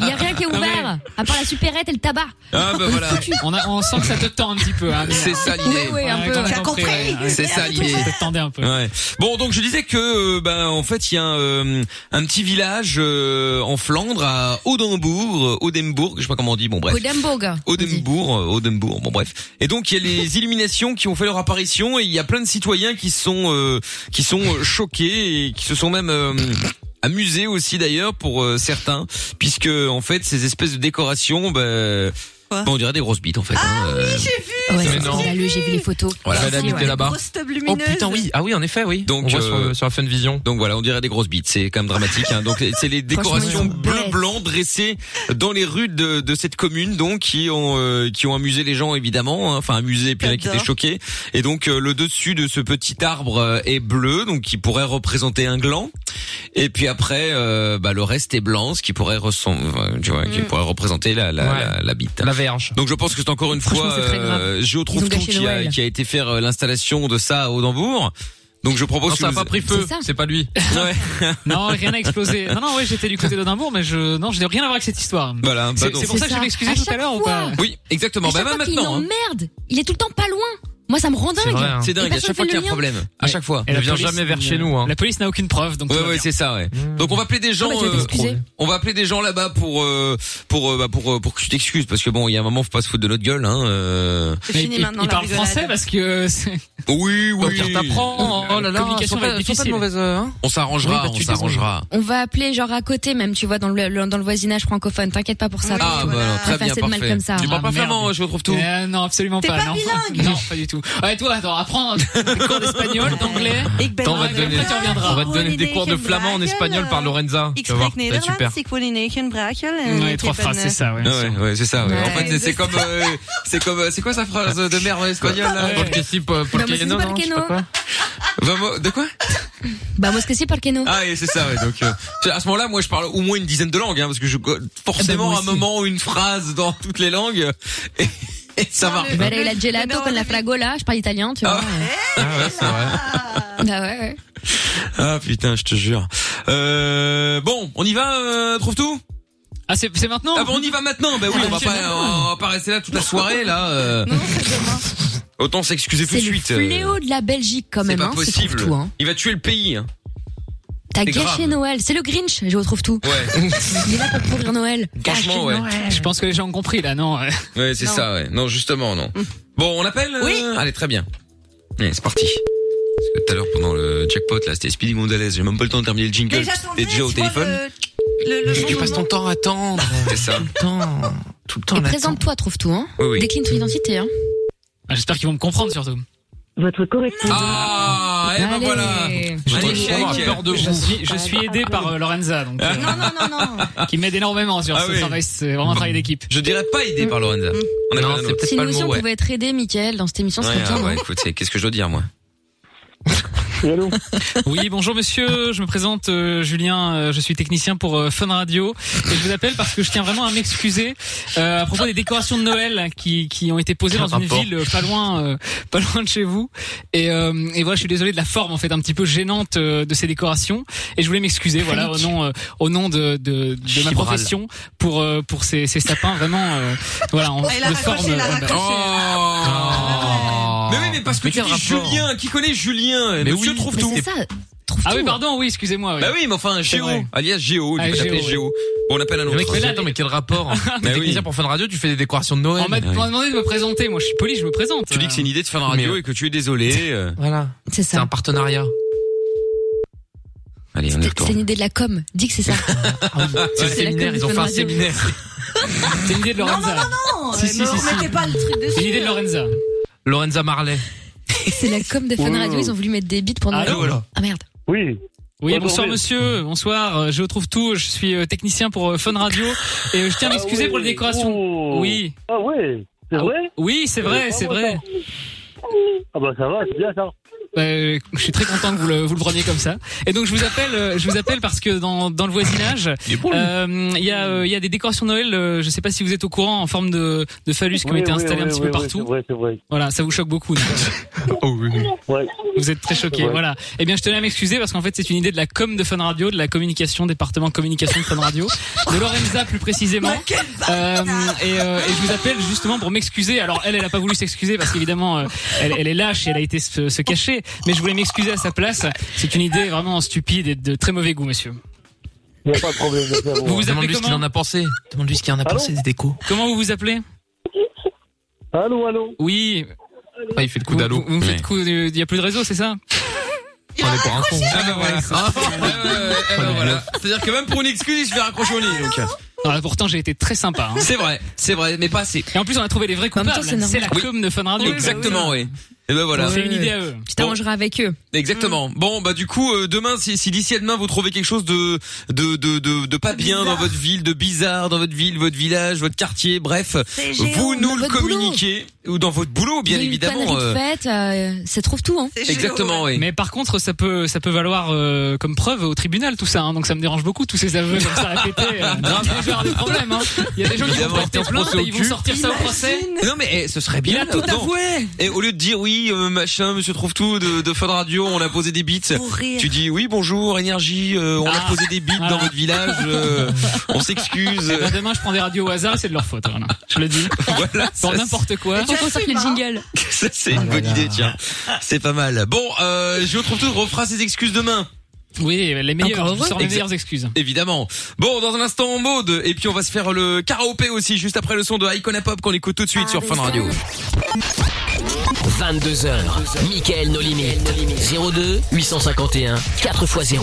D: Il y a rien qui est ouvert, à part la supérette et le tabac.
B: Ah bah voilà.
E: On, a- on sent que ça te tend un petit peu. Hein, mais-
B: C'est ça l'idée.
D: Oui, oui, un
E: Ouais,
D: peu.
E: quand on a
D: T'as compris
E: ouais.
B: C'est ça l'idée.
E: Ça te tendait un peu.
B: Ouais. Bon, donc je disais que, euh, ben, en fait, il y a un, euh, un petit village euh, en Flandre, à Odenbourg, Odenbourg, je sais pas comment on dit, bon bref.
D: Odenburg.
B: Odenbourg, euh, Odenbourg, bon bref. Et donc il y a les illuminations qui ont fait leur apparition et il y a plein de citoyens qui sont euh, qui sont euh, choqués et qui se sont même euh, amusés aussi d'ailleurs pour euh, certains puisque en fait ces espèces de décorations bah, bah, on dirait des grosses bites en fait. hein, euh.
D: Ouais,
B: Mais
D: c'est
B: non.
D: scandaleux, j'ai vu les photos.
B: Voilà.
D: Merci, ouais.
B: Oh putain oui, ah oui en effet oui. Donc
H: On voit sur le-
B: la Funvision. Donc voilà, on dirait des grosses bites, c'est quand même dramatique hein. Donc c'est les décorations
H: Franchement, ils sont
B: bleu blanc dressées dans les rues de, de cette commune donc qui ont euh, qui ont amusé les gens évidemment, hein. enfin amusé et puis il y en a qui étaient choqués. Et donc euh, le dessus de ce petit arbre euh, est bleu donc qui pourrait représenter un gland. Et puis après euh, bah le reste est blanc ce qui pourrait ressembler tu vois
H: Mm.
B: qui pourrait représenter la la,
H: Ouais.
B: la, la bite. La verge. Donc je pense que c'est encore une
H: Franchement,
B: fois
H: c'est très grave.
B: euh, Géo
H: Ils ont
B: trouve
H: gâché
B: qui a,
H: Noël.
B: qui a été faire euh, l'installation de ça à Audembourg. Donc je propose
H: Non,
B: que
H: ça a
B: vous-
H: pas pris feu, C'est ça. c'est
B: pas lui.
E: Non, rien n'a explosé. Non, non, ouais, j'étais du côté d'Odimbourg, mais je, non, je n'ai rien à voir avec cette histoire.
B: Voilà,
E: C'est-
B: bah, donc-
E: c'est pour ça que je vais m'excuser
D: À
E: tout à
D: chaque
E: l'heure ou
D: fois.
E: pas
B: Oui, exactement.
D: À
B: Bah
D: chaque
B: même
D: fois qu'il
B: maintenant. hein.
D: emmerde, il est tout le temps pas loin. Moi, ça me rend dingue.
B: C'est
D: Et
B: dingue, à
D: personne
B: chaque fois
D: fait
B: qu'il y a
D: le hein.
B: un
D: lien.
B: problème. À chaque fois.
E: Et la police, euh, La police n'a aucune preuve, donc.
B: hein. Ouais
E: tout va
B: ouais
E: bien.
B: c'est ça ouais. Donc on va appeler des gens,
E: bah, tu vas
B: euh,
E: t'excuser.
B: on va appeler des gens là-bas pour euh, pour euh, bah, pour euh, pour que tu t'excuses parce que bon il y a un moment faut pas se foutre de notre gueule hein. euh.
E: Mais il, il- il parle français parce que.
B: Oui oui.
E: il t'apprend, oh là là, communication sont pas- va être sont pas de euh, difficile. mauvaises,
B: On s'arrangera,
E: Oui, bah, tu
B: on s'arrangera.
D: On va appeler genre à côté même, tu vois, dans le, le- dans le voisinage francophone. T'inquiète pas pour ça.
B: Ah bah
D: Faut
B: alors,
D: pas
B: très bien
D: passer de mal
B: parfait.
D: comme ça. Bah,
B: Tu parles pas flamand, je retrouve tout.
E: Ah, Eh, non, absolument
D: T'es
E: pas.
D: pas
E: non.
D: bilingue
E: Non, pas du tout. tout. Ouais, toi, attends, apprends des cours d'espagnol, d'anglais.
H: Attends, on va te
E: Après,
H: donner,
E: tu reviendras.
H: on va te donner des cours de flamand en espagnol par Lorenza.
C: Ik
H: Tu vas voir,
C: spreek
H: ça va
B: Eh,
H: être
B: Bah,
C: Nederlands,
H: super.
C: ik woon in Ekenbrakel.
B: Ah
H: ouais. Ouais,
B: c'est ça, Ah ouais. En
H: Ouais.
B: fait, c'est- c'est comme, euh, c'est comme, euh, c'est quoi sa phrase de merde en espagnol, là?
H: Ouais.
B: Por que si, por- por
D: Vamos
B: que no,
D: que si,
B: non,
D: por
B: je
D: que
B: sais pas
D: no.
B: quoi. Vamos- de quoi?
D: Vamos que si, por que no.
B: Ah, et c'est ça, ouais. Donc, euh, tu sais, à ce moment-là, moi, je parle au moins une dizaine de langues, hein, parce que je, forcément, à un moment, une phrase dans toutes les langues, et, et ça marche.
D: Bah, la gelato con la fragola, je parle italien, tu vois.
B: Ah ouais, euh. c'est vrai.
D: Bah ouais, ouais.
B: Ah, putain, je te jure. Euh, bon, on y va, euh, trouve tout?
E: Ah, c'est maintenant?
B: Ah bon, on y va maintenant. Bah oui,
E: Ah,
B: on va
E: ok,
B: pas,
E: maintenant.
B: on va pas rester là toute la soirée, là. euh. Autant s'excuser tout de
D: C'est le
B: suite. euh.
D: fléau de la Belgique quand
B: C'est
D: même.
B: pas
D: hein, ce
B: possible.
D: trouve-tout, hein.
B: Il va tuer le pays. hein.
D: T'as
B: C'est
D: gâché
B: grave.
D: Noël. C'est le Grinch. Je retrouve tout.
B: Ouais.
D: Il est là pour pourrir Noël.
B: Franchement, ouais.
E: Ah, Je pense que les gens ont compris, là, non? ouais.
B: Ouais, c'est
E: Non.
B: ça, ouais. Non, justement, non.
D: Mm.
B: Bon, on appelle euh, Allez, très bien. Allez, c'est parti. Parce que tout à l'heure, pendant le jackpot, là, c'était Speedy Mondelez. J'ai même pas le temps de terminer le jingle.
C: Déjà,
B: T'es déjà au téléphone.
H: tu passes ton temps à attendre.
B: C'est ça.
H: Tout le
D: Et présente-toi, trouve tout. Hein.
B: Oui, oui.
D: Décline ton identité. Hein.
E: Ah, J'espère qu'ils vont me comprendre, surtout.
I: Votre correspondant.
B: Ah,
E: eh ben
D: Allez.
E: voilà.
H: Je
E: Allez,
H: trouve
E: chèque.
H: qu'on aura peur de Ah,
E: Je
H: vous.
E: suis, je suis aidé par euh, Lorenza, donc. euh, Qui m'aide énormément sur
B: Ah
E: ce
B: oui.
E: travail, c'est vraiment un travail d'équipe.
B: Je dirais pas aidé par Lorenza. On a
H: Non, c'est
D: Mm. Si nous aussi on pouvait être aidés, Michael, dans cette émission, ce serait
B: Ouais,
D: bien.
B: ah, ouais,
D: hein.
B: écoute, c'est- qu'est-ce que je dois dire, moi?
E: Oui, bonjour monsieur, je me présente euh, Julien, euh, je suis technicien pour euh, Fun Radio et je vous appelle parce que je tiens vraiment à m'excuser euh, à propos des décorations de Noël hein, qui, qui ont été posées dans
H: Quel
E: une
H: rapport
E: ville euh, pas loin euh, pas loin de chez vous et, euh, et voilà, je suis désolé de la forme en fait un petit peu gênante euh, de ces décorations et je voulais m'excuser voilà au nom euh, au nom de de, de ma
H: Chibral.
E: profession pour euh, pour ces, ces sapins vraiment euh, voilà en,
B: Elle a
E: de
B: raccroché,
E: forme
B: elle a
E: euh,
B: raccroché. Oh. Ah,
E: Ah,
B: Mais oui, mais parce que
E: Mais
B: tu
E: quel
B: dis
E: rapport
B: Julien, qui connaît Julien? euh,
E: Mais
B: Monsieur
E: oui.
B: trouve
E: Mais
B: tout.
E: c'est ça, Ah oui, pardon, oui, excusez-moi.
B: Bah oui, mais enfin,
E: C'est
B: Géo,
E: vrai.
B: alias Géo, du
E: Ah,
B: coup,
E: Géo,
B: t'appelles
E: oui.
B: Géo. Bon, on appelle un autre. Bah
H: mec, mais attends, mais quel rapport? T'es technicien pour Fun Radio, tu fais des décorations de Noël.
E: on m'a on m'a demandé de me présenter moi je suis poli je me présente
B: Tu dis que c'est Ah une idée de fin de radio et que tu es désolé. euh.
H: Voilà.
D: C'est ça.
H: un partenariat.
B: Allez, on est
D: C'est une idée de la com. Dis que c'est ça.
H: C'est un
D: C'est la
H: séminaire,
D: com
H: ils ont
D: de
H: fait un
D: Radio.
H: séminaire.
E: C'est une idée de Lorenza.
C: non,
E: Si,
C: euh,
E: si,
C: ne
E: si, si.
C: remettez pas le truc dessus.
E: C'est l'idée de Lorenza.
H: Lorenza Marley.
D: C'est la com de Fun
B: Oh.
D: Radio. Ils ont voulu mettre des beats pour
H: Allô,
D: Noël.
H: alors
D: Ah merde.
L: Oui.
E: Oui,
L: Bonjour,
E: bonsoir
L: Will.
E: monsieur, bonsoir, euh, je trouve tout, je suis euh, technicien pour euh, Fun Radio et euh, je tiens à m'excuser pour les décorations. Oui.
L: Ah ouais Ah C'est
E: Ah,
L: vrai
E: Oui, c'est vrai, c'est vrai.
L: Ah bah ça va, c'est bien ça.
E: Bah, euh, je suis très content que vous le, vous le preniez comme ça. Et donc je vous appelle, euh, je vous appelle parce que dans, dans le voisinage, euh, il y a euh, il y a des décorations de Noël. euh, je sais pas si vous êtes au courant en forme de, de phallus qui ont
L: Oui,
E: été
L: oui,
E: installés un
L: oui,
E: petit
L: oui,
E: peu
L: oui,
E: partout.
L: c'est vrai, c'est vrai.
E: Voilà, ça vous choque beaucoup. non
B: Oh
E: Vous êtes très choqué.
L: Ouais.
E: Voilà. Eh bien, je tenais à m'excuser parce qu'en fait, c'est une idée de la com de Fun Radio, de la communication, département communication de Fun Radio, de Lorenza plus précisément. Euh, et, euh, et je vous appelle justement pour m'excuser. Alors, elle, elle a pas voulu s'excuser parce qu'évidemment, euh, elle, elle est lâche et elle a été se, se cacher. Mais je voulais m'excuser à sa place. C'est une idée vraiment stupide et de très mauvais goût, monsieur.
L: Il n'y a pas de problème.
E: Vous vous appelez
H: Demande-lui ce qu'il
E: comment
H: en a pensé. Demande-lui ce qu'il en a pensé des décos.
E: Comment vous vous appelez
L: Allô, allô.
E: Oui.
H: Ah, il fait le coup
E: Vous-
H: d'allô.
E: Vous, vous me faites coup. Il y a plus de réseau, c'est ça
H: On est pour un con.
B: Ah bah voilà. Ah, ouais, ouais, ouais, eh bah voilà. C'est-à-dire que même pour une excuse, il se fait raccrocher au nez. donc.
E: Ah, pourtant, j'ai été très sympa. hein.
B: C'est vrai, c'est vrai, mais pas assez.
E: Et en plus, on a trouvé les vrais
D: même temps,
E: coupables.
D: c'est normal.
E: C'est la
B: Oui.
E: com de Fun Radio.
B: Exactement, oui. Et ben voilà.
E: C'est une idée à eux.
D: Tu t'arrangeras Euh, avec eux.
B: Exactement. Bon, bah du coup, euh, demain, si, si d'ici à demain vous trouvez quelque chose de de de de, de pas bien dans votre ville, de bizarre dans votre ville, votre village, votre quartier, bref,
D: C'est géant,
B: vous nous
D: dans
B: le
D: votre boulot.
B: communiquez ou dans votre boulot, bien
D: Il y a eu une
B: évidemment.
D: Connerie de
B: euh,
D: fête, euh, ça trouve tout. Hein.
B: Exactement, oui.
E: Mais par contre, ça peut, ça peut valoir euh, comme preuve au tribunal, tout ça. hein. Donc ça me dérange beaucoup tous ces aveux comme ça répétés. euh.
B: Grave.
E: Il va y avoir des problèmes. hein. Il y a des gens qui vont
B: Évidemment,
E: porter
B: on se prend
E: plainte
B: ça au
E: et ils vont
B: cul.
E: sortir ça au procès.
B: Non mais eh, ce serait
E: Il
B: bien.
E: a tout
B: non.
E: avoué.
B: Et au lieu de dire oui, euh, machin, monsieur trouve tout de, de Fun Radio, on a posé des beats.
C: rire.
B: Tu dis oui, bonjour, énergie, euh, on a
E: Ah.
B: posé des beats
E: Ah.
B: dans votre village, euh, on s'excuse.
E: Eh ben, demain, je prends des radios au hasard, c'est de leur faute. voilà. Je le dis.
B: voilà,
E: Pour
B: ça,
E: n'importe quoi.
D: Il faut sortir le jingle.
B: ça, c'est une bonne idée, tiens. C'est pas mal. Bon, euh, je trouve tout refera ses excuses demain,
E: Oui, les meilleurs.
D: Encore
E: Je vous sors les
B: heureux.
E: meilleures excuses.
B: évidemment. Bon, dans un instant, mode, et puis on va se faire le karaopé aussi, juste après le son de Icona Pop qu'on écoute tout de suite sur Fun Radio.
A: 22h, Michael No Limit. 02 851 4x0.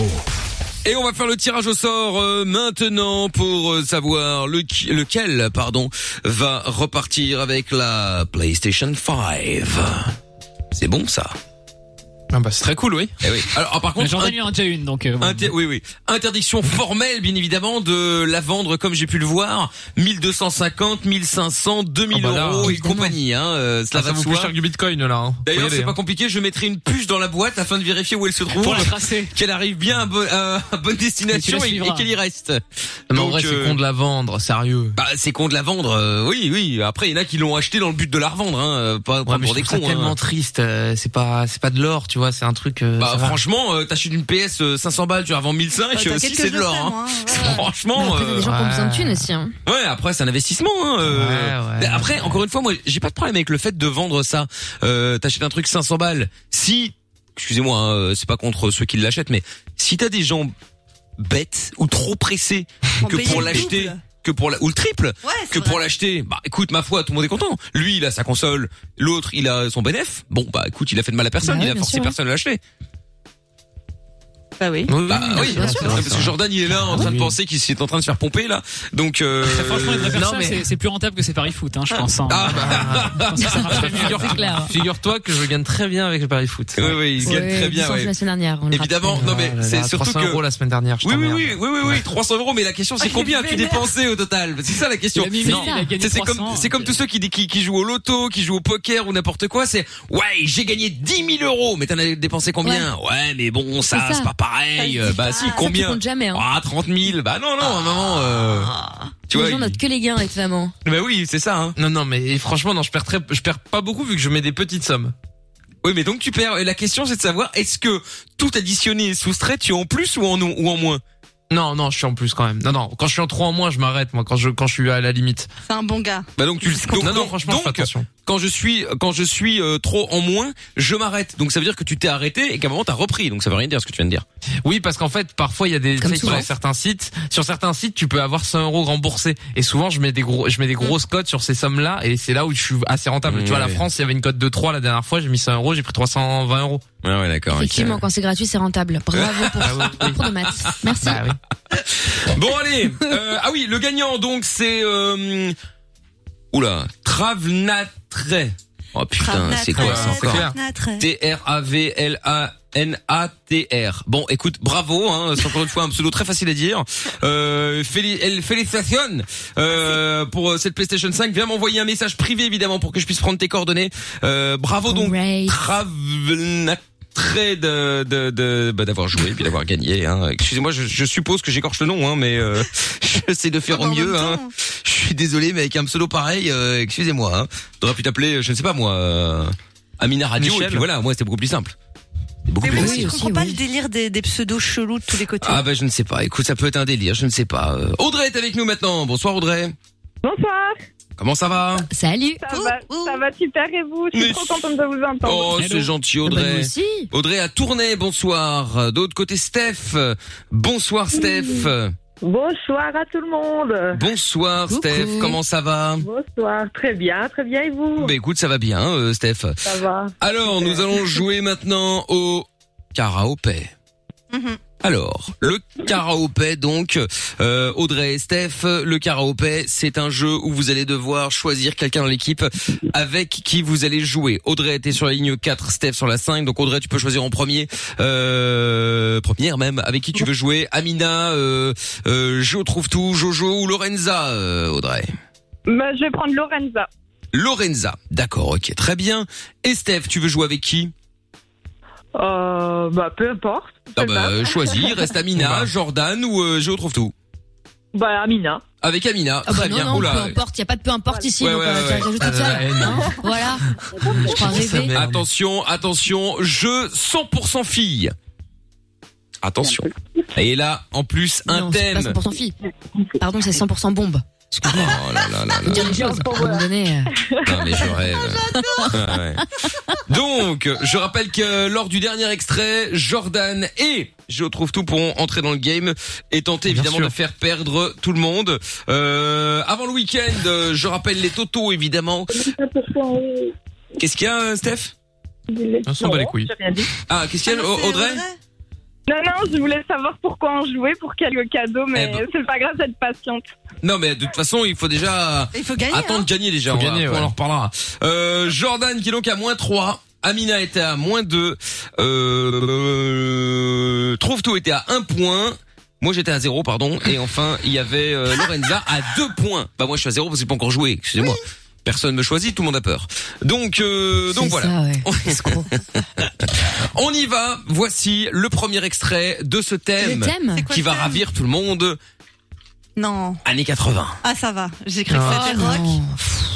B: Et on va faire le tirage au sort euh, maintenant pour euh, savoir le- lequel pardon va repartir avec la PlayStation 5. C'est bon ça.
H: Ah bah c'est très cool, oui.
B: Eh oui. Alors ah, par contre,
E: Jordan, il en a déjà une, donc. euh, bon.
B: Inter- oui, oui. Interdiction formelle, bien évidemment, de la vendre, comme j'ai pu le voir, 1250, 1500, 2000
H: Ah bah là,
B: euros et
H: évidemment.
B: compagnie. Hein, euh, cela
H: Ah, ça
B: va de
H: vaut
B: soi.
H: plus cher que du bitcoin là. hein. Faut
B: D'ailleurs,
H: y aller,
B: c'est pas
H: hein.
B: compliqué. Je mettrai une puce dans la boîte afin de vérifier où elle se trouve,
H: Pour la tracer.
B: qu'elle arrive bien à, bo- à- à bonne destination et,
H: suivras.
B: et qu'elle y reste.
H: Mais en vrai, c'est
L: euh,
H: con de
B: la vendre, sérieux. Bah, c'est con de la vendre. euh, oui, oui. Après, il y en a qui l'ont acheté dans le but de la revendre, hein, euh, pas, pas
M: Ouais, mais
B: pour
M: je
B: des
M: trouve ça
B: cons. hein.
M: tellement triste. euh, c'est pas, c'est pas de l'or, tu vois. C'est un truc. euh,
B: Bah
M: ça va.
B: franchement, euh, t'achètes une PS euh, 500 balles, tu la revends 1005,
D: Ouais, t'as
B: euh, si
D: quelques
B: c'est de l'or.
D: océans,
B: hein.
D: hein,
B: Franchement,
D: Après, t'as des gens qui ont besoin de thunes aussi. Hein.
B: euh, ouais, après c'est un investissement. Hein, euh. Mais après, encore une fois, moi j'ai pas de problème avec le fait de vendre ça. Euh, t'achètes un truc 500 balles. Si, excusez-moi, hein, euh, c'est pas contre ceux qui l'achètent, mais si t'as des gens bêtes ou trop pressés
F: Pour
B: que
F: payer
B: pour
F: le
B: l'acheter.
F: double.
B: Que pour la, ou le triple,
F: c'est
B: que
F: vrai.
B: pour l'acheter, bah écoute ma foi, tout le monde est content. Lui, il a sa console, l'autre, il a son bénéf. Bon bah écoute, il a fait de mal à personne,
F: Bah ouais,
B: il a
F: bien
B: forcé
F: sûr, ouais.
B: personne à l'acheter.
C: Bah oui.
B: Bah oui,
F: bien sûr.
B: Ouais, parce que Jordan il est là en train de penser qu'il est en train de se faire pomper là. Donc euh,
E: Franchement, être
B: non,
E: ça,
B: mais-
E: c'est- c'est plus rentable que ces paris foot, hein, je pense. hein.
B: Ah,
E: Je pense que ça marche mieux.
M: Ah. Figure-toi que je gagne très bien avec le paris foot.
B: Oui, oui, il gagne
D: Ouais,
B: très bien.
D: licence
B: ouais.
D: la semaine dernière, hein. on le
B: Évidemment,
D: rappelle.
B: non mais c'est surtout
M: 300
B: que.
M: euros la semaine dernière. je
B: Oui, oui,
M: t'emmerde.
B: oui, oui, oui, oui, 300 euros, mais la question
D: Ah,
B: c'est combien as-tu
M: Vénère.
B: dépensé au total C'est ça la question.
M: Il a mis mille, il a gagné
B: C'est c'est comme,
M: 300,
B: c'est comme tous ceux qui, qui, qui jouent au loto, qui jouent au poker ou n'importe quoi, c'est ouais, j'ai gagné 10 000 euros, mais t'en as dépensé combien ouais. mais bon, ça,
D: C'est ça. Ah,
B: c'est pas pareil. euh, bah si,
D: Ça, tu
B: combien
D: comptes jamais, hein. Ah.
B: Ah, 30 000, bah non, non, à un moment, euh, tu vois.
D: les gens
B: il-
D: notent que les hein. gains, évidemment.
B: Bah oui, c'est ça.
M: Non, non, mais franchement, non, je perds très, je perds pas beaucoup vu que je mets des petites sommes.
B: Oui, mais donc tu perds. Et la question, c'est de savoir est-ce que tout additionné et soustrait, tu es en plus ou en non- ou en moins
M: Non, non, je suis en plus quand même. Non, non, quand je suis en 3 en moins, je m'arrête, moi, quand je, quand je suis à la limite.
C: C'est un bon gars.
B: Bah donc tu le donc,
M: Non, non,
B: donc-
M: franchement, je fais
B: donc,
M: attention.
B: quand je suis quand je suis euh, trop en moins, je m'arrête. Donc ça veut dire que tu t'es arrêté et qu'à un moment t'as repris. Donc ça veut rien dire ce que tu viens de dire.
M: Oui, parce qu'en fait, parfois, il y a des, tu sais,
B: souvent.
M: sur certains sites, sur certains sites, tu peux avoir 100 euros remboursés. Et souvent, je mets des gros, je mets des grosses cotes sur ces sommes-là, et c'est là où je suis assez rentable.
B: Ouais,
M: tu vois, la
B: ouais.
M: France, il y avait une cote de 3 la dernière fois, j'ai mis 100 euros, j'ai pris 320 euros.
B: Ah
M: Ah
B: Ouais, ouais, d'accord.
D: Effectivement, quand c'est gratuit, c'est rentable. Bravo pour ce cours de
B: Bah
D: maths. Merci.
B: Bon allez. euh, ah oui, le gagnant donc c'est euh, oula Travnatre. Oh putain, c'est quoi ça encore T-R-A-V-L-A-N-A-T-R. Bon, écoute, bravo, hein, c'est encore une fois un pseudo très facile à dire. Euh, féli- elle- félicitations euh, pour euh, cette PlayStation 5. Viens m'envoyer un message privé, évidemment, pour que je puisse prendre tes coordonnées. Euh, bravo donc, Travelnatre de de- de- bah, d'avoir joué puis d'avoir gagné hein. excusez-moi je, je suppose que j'écorche le nom hein, mais euh, j'essaie de faire au mieux hein. je suis désolé mais avec un pseudo pareil euh, excusez-moi hein. t'aurais pu t'appeler je ne sais pas moi euh, Amina Radio
C: Michel.
B: et puis voilà moi c'était beaucoup plus simple C'est beaucoup
C: Mais
B: plus
C: moi
B: facile.
C: aussi, je comprends pas le délire des, des pseudos chelous de tous les côtés.
B: ah bah je ne sais pas écoute ça peut être un délire je ne sais pas Euh, Audrey est avec nous maintenant bonsoir Audrey
N: Bonsoir.
B: comment ça va
D: Salut.
N: Ça, va, ça va super et vous Je suis
B: Mais-
N: trop contente de vous entendre.
B: Oh, c'est gentil, Audrey.
N: Ah bah, nous aussi.
B: Audrey à Tournai, bonsoir. De l'autre côté, Steph. Bonsoir, Steph.
N: Bonsoir à tout le monde.
B: Bonsoir, Steph. Comment ça va
N: Bonsoir, très bien, très bien et vous
B: Bah écoute, ça va bien, euh, Steph.
N: Ça va.
B: Alors, nous allons jouer maintenant au karaopé. Alors, le karaopé, donc, euh, Audrey et Steph, le karaopé, c'est un jeu où vous allez devoir choisir quelqu'un dans l'équipe avec qui vous allez jouer. Audrey était sur la ligne 4, Steph sur la 5, donc Audrey, tu peux choisir en premier, euh, première même, avec qui tu veux jouer, Amina, euh, euh, Jo trouve tout, Jojo ou Lorenza, euh, Audrey.
N: Bah, je vais prendre Lorenza.
B: Lorenza, d'accord, ok, très bien. Et Steph, tu veux jouer avec qui
N: Euh, bah, peu importe.
B: Ah bah, euh, choisis, reste
D: Bah.
B: Amina, Jordan ou euh, je trouve tout.
N: Bah, Amina.
B: Avec Amina,
D: Ah bah
B: très
D: non,
B: bien.
D: non,
B: Oula.
D: peu importe, il n'y a pas de peu importe ici,
B: Ouais,
D: donc
B: ouais,
D: euh,
B: ouais,
D: tu rajoutes
B: ouais.
D: toute seule.
B: Ah, la haine.
D: Hein, voilà. Je crois rêver.
B: Attention, attention, jeu 100% fille. Attention. Et là, en plus, un
D: Non, c'est
B: thème.
D: pas 100% fille. Pardon, c'est 100% bombe. Excuse-moi.
B: Oh là là là là.
D: Faut dire les choses. À un moment donné, euh,
B: Non mais je rêve.
D: Ah,
B: Ouais, ouais. Donc, je rappelle que lors du dernier extrait, Jordan et je trouve tout pour entrer dans le game et tenter
M: Bien
B: évidemment
M: sûr.
B: de faire perdre tout le monde. Euh, avant le week-end, euh, je rappelle les totos évidemment. Qu'est-ce qu'il y a, euh, Steph
N: On s'en bat les couilles.
B: Ah, qu'est-ce qu'il y a, Au- Audrey
N: Non, non, je voulais savoir pourquoi on jouait, pour quel cadeau, mais
B: Eh ben.
N: c'est pas grave d'être patiente.
B: Non mais de toute façon, il faut déjà
N: Il faut gagner,
B: attendre
N: hein.
B: de gagner déjà.
M: Faut
B: on, va-
M: gagner,
B: on
M: ouais.
B: en reparlera. Euh, Jordan qui est donc à moins 3. Amina était à moins 2. Euh, euh, Trouve tout était à 1 point. Moi j'étais à 0 pardon et enfin il y avait euh, Lorenza à 2 points. Bah moi je suis à 0 parce que j'ai pas encore joué, excusez-moi. Personne me choisit, tout le monde a peur. Donc euh, donc voilà. On y va. Voici le premier extrait de ce thème,
C: Le thème C'est quoi
B: qui
C: le
B: va
C: thème
B: ravir tout le monde.
C: Non.
B: Années 80.
C: Ah, ça va. J'ai cru que
B: Ah,
C: c'était rock.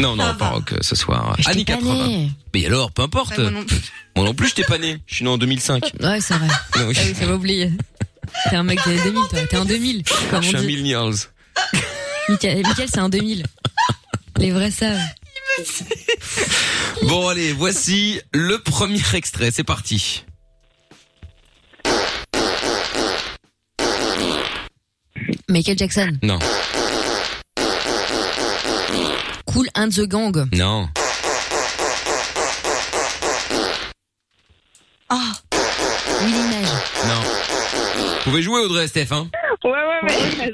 B: Non, non,
C: Ça
B: pas
C: va.
B: rock euh, ce soir.
C: Mais je t'ai
B: Années
C: pas
B: 80.
C: né.
B: Mais alors, peu importe.
D: Ouais, Bah, moi non plus.
B: Moi non plus, je t'ai pas né. Je suis né en 2005.
D: Ouais, c'est vrai.
B: Ah oui.
D: Ah oui, ça va oublier. T'es un mec des années 2000, toi. T'es un 2000, comme
B: je
D: on
B: suis un
D: dit.
B: millennials.
D: Michael, Michael, c'est un 2000. Les vrais savent.
B: Bon, allez, voici le premier extrait. C'est parti.
D: Michael Jackson.
B: Non.
D: Cool and the gang.
B: Non.
D: Ah. Willy Nage.
B: Non. Vous pouvez jouer, Audrey, Steph, hein
N: Ouais, ouais, ouais.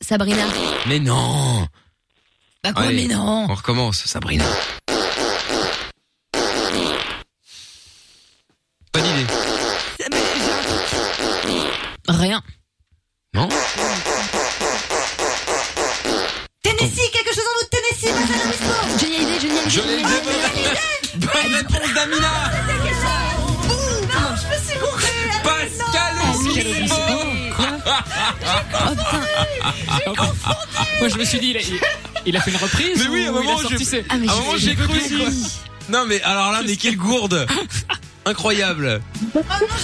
D: Sabrina.
B: Mais non
D: Bah quoi,
B: Allez,
D: mais non.
B: On recommence, Sabrina. Pas d'idée.
D: Rien.
B: Non
C: Tennessee, quelque chose en nous de Tennessee, pas ça, Lobispo.
D: Johnny Hallyday, Johnny Hallyday.
C: Johnny
B: Bonne réponse d'Amina
C: Non, je me suis gourée.
B: Pascal Obispo
D: Oh putain
E: Moi je me suis dit, il a, il- il a fait une reprise
B: Mais oui, à un
E: ou il a
B: moment,
E: sorti
B: j'ai,
E: ses-
D: Ah,
B: à un moment, j'ai cru. quoi. Non, mais alors là, mais quelle gourde Incroyable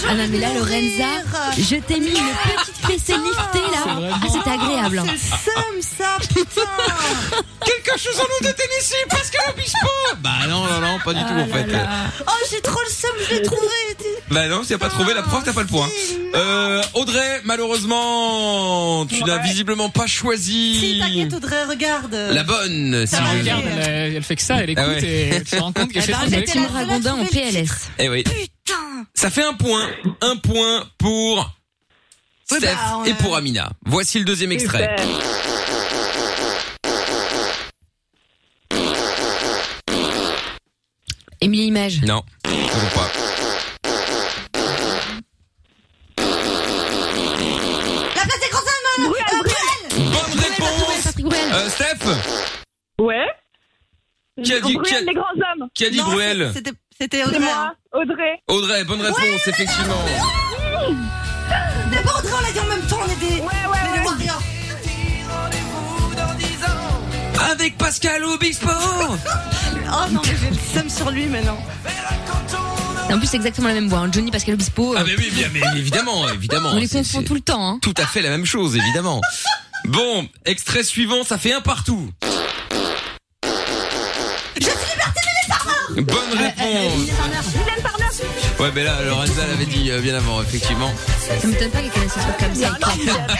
D: Ah non, mais là, Lorenza, je t'ai mis une petite fessée liftée là. Ah, c'était agréable. hein.
C: Somme ça, putain.
B: Quelque chose en nous de Tennessee, Pascal Obispo Bah non, non, non,
D: Ah
B: pas du tout en fait.
C: Oh, j'ai trop le seum, je l'ai trouvé.
B: Bah non, si t'as pas trouvé la preuve, t'as pas le point.
C: Ah,
B: Euh, Audrey, malheureusement, tu n'as visiblement pas choisi
C: Ah, T'inquiète, Audrey, regarde.
B: la bonne.
C: Ça
B: si
C: va,
B: je-
C: regarde, elle
E: Elle fait que ça, elle écoute
B: Ah ouais.
E: et tu te rends compte qu'elle
C: Eh
E: fait
C: ben,
E: trop de
C: j'étais
E: conneries.
C: là,
D: Ragondin en PLS.
B: Eh oui. Ça fait un point. Un point pour
C: Oui,
B: Steph
C: bah, on
B: et
C: a-
B: pour Amina. Voici le deuxième extrait.
D: Émilie Image.
B: Non, toujours pas.
C: La place des grands hommes. euh, Bruel.
B: Bonne réponse.
D: Patrick Bruel.
B: Euh, Steph
N: Ouais
B: Qui a dit, qui a-
N: Bruel, les grands hommes.
B: qui a dit
N: Non,
B: Bruel
C: C'était, c'était
N: C'est
C: Audrey. hein.
N: moi, Audrey.
B: Audrey, bonne réponse, effectivement.
C: D'abord, Audrey, on l'a dit en même temps, on est des. Ouais, ouais, ouais. Warriors.
B: Avec Pascal Obispo
C: Oh non, mais j'ai le seum sur lui maintenant.
D: En plus, c'est exactement la même voix. hein. Johnny Pascal Obispo. euh,
B: Ah mais oui, bien, mais évidemment, évidemment.
D: on les
B: C'est-
D: confond
B: c'est
D: tout le temps. Hein.
B: tout à fait la même chose, évidemment. Bon, extrait suivant, ça fait un partout.
C: Je suis liberté de mes parents. Eh,
B: Bonne réponse.
C: Mylène Farmer.
B: Ouais, mais là, Lorenza l'avait dit euh, bien avant, effectivement.
D: Ça m'étonne pas qu'elle connaisse ce truc comme ça.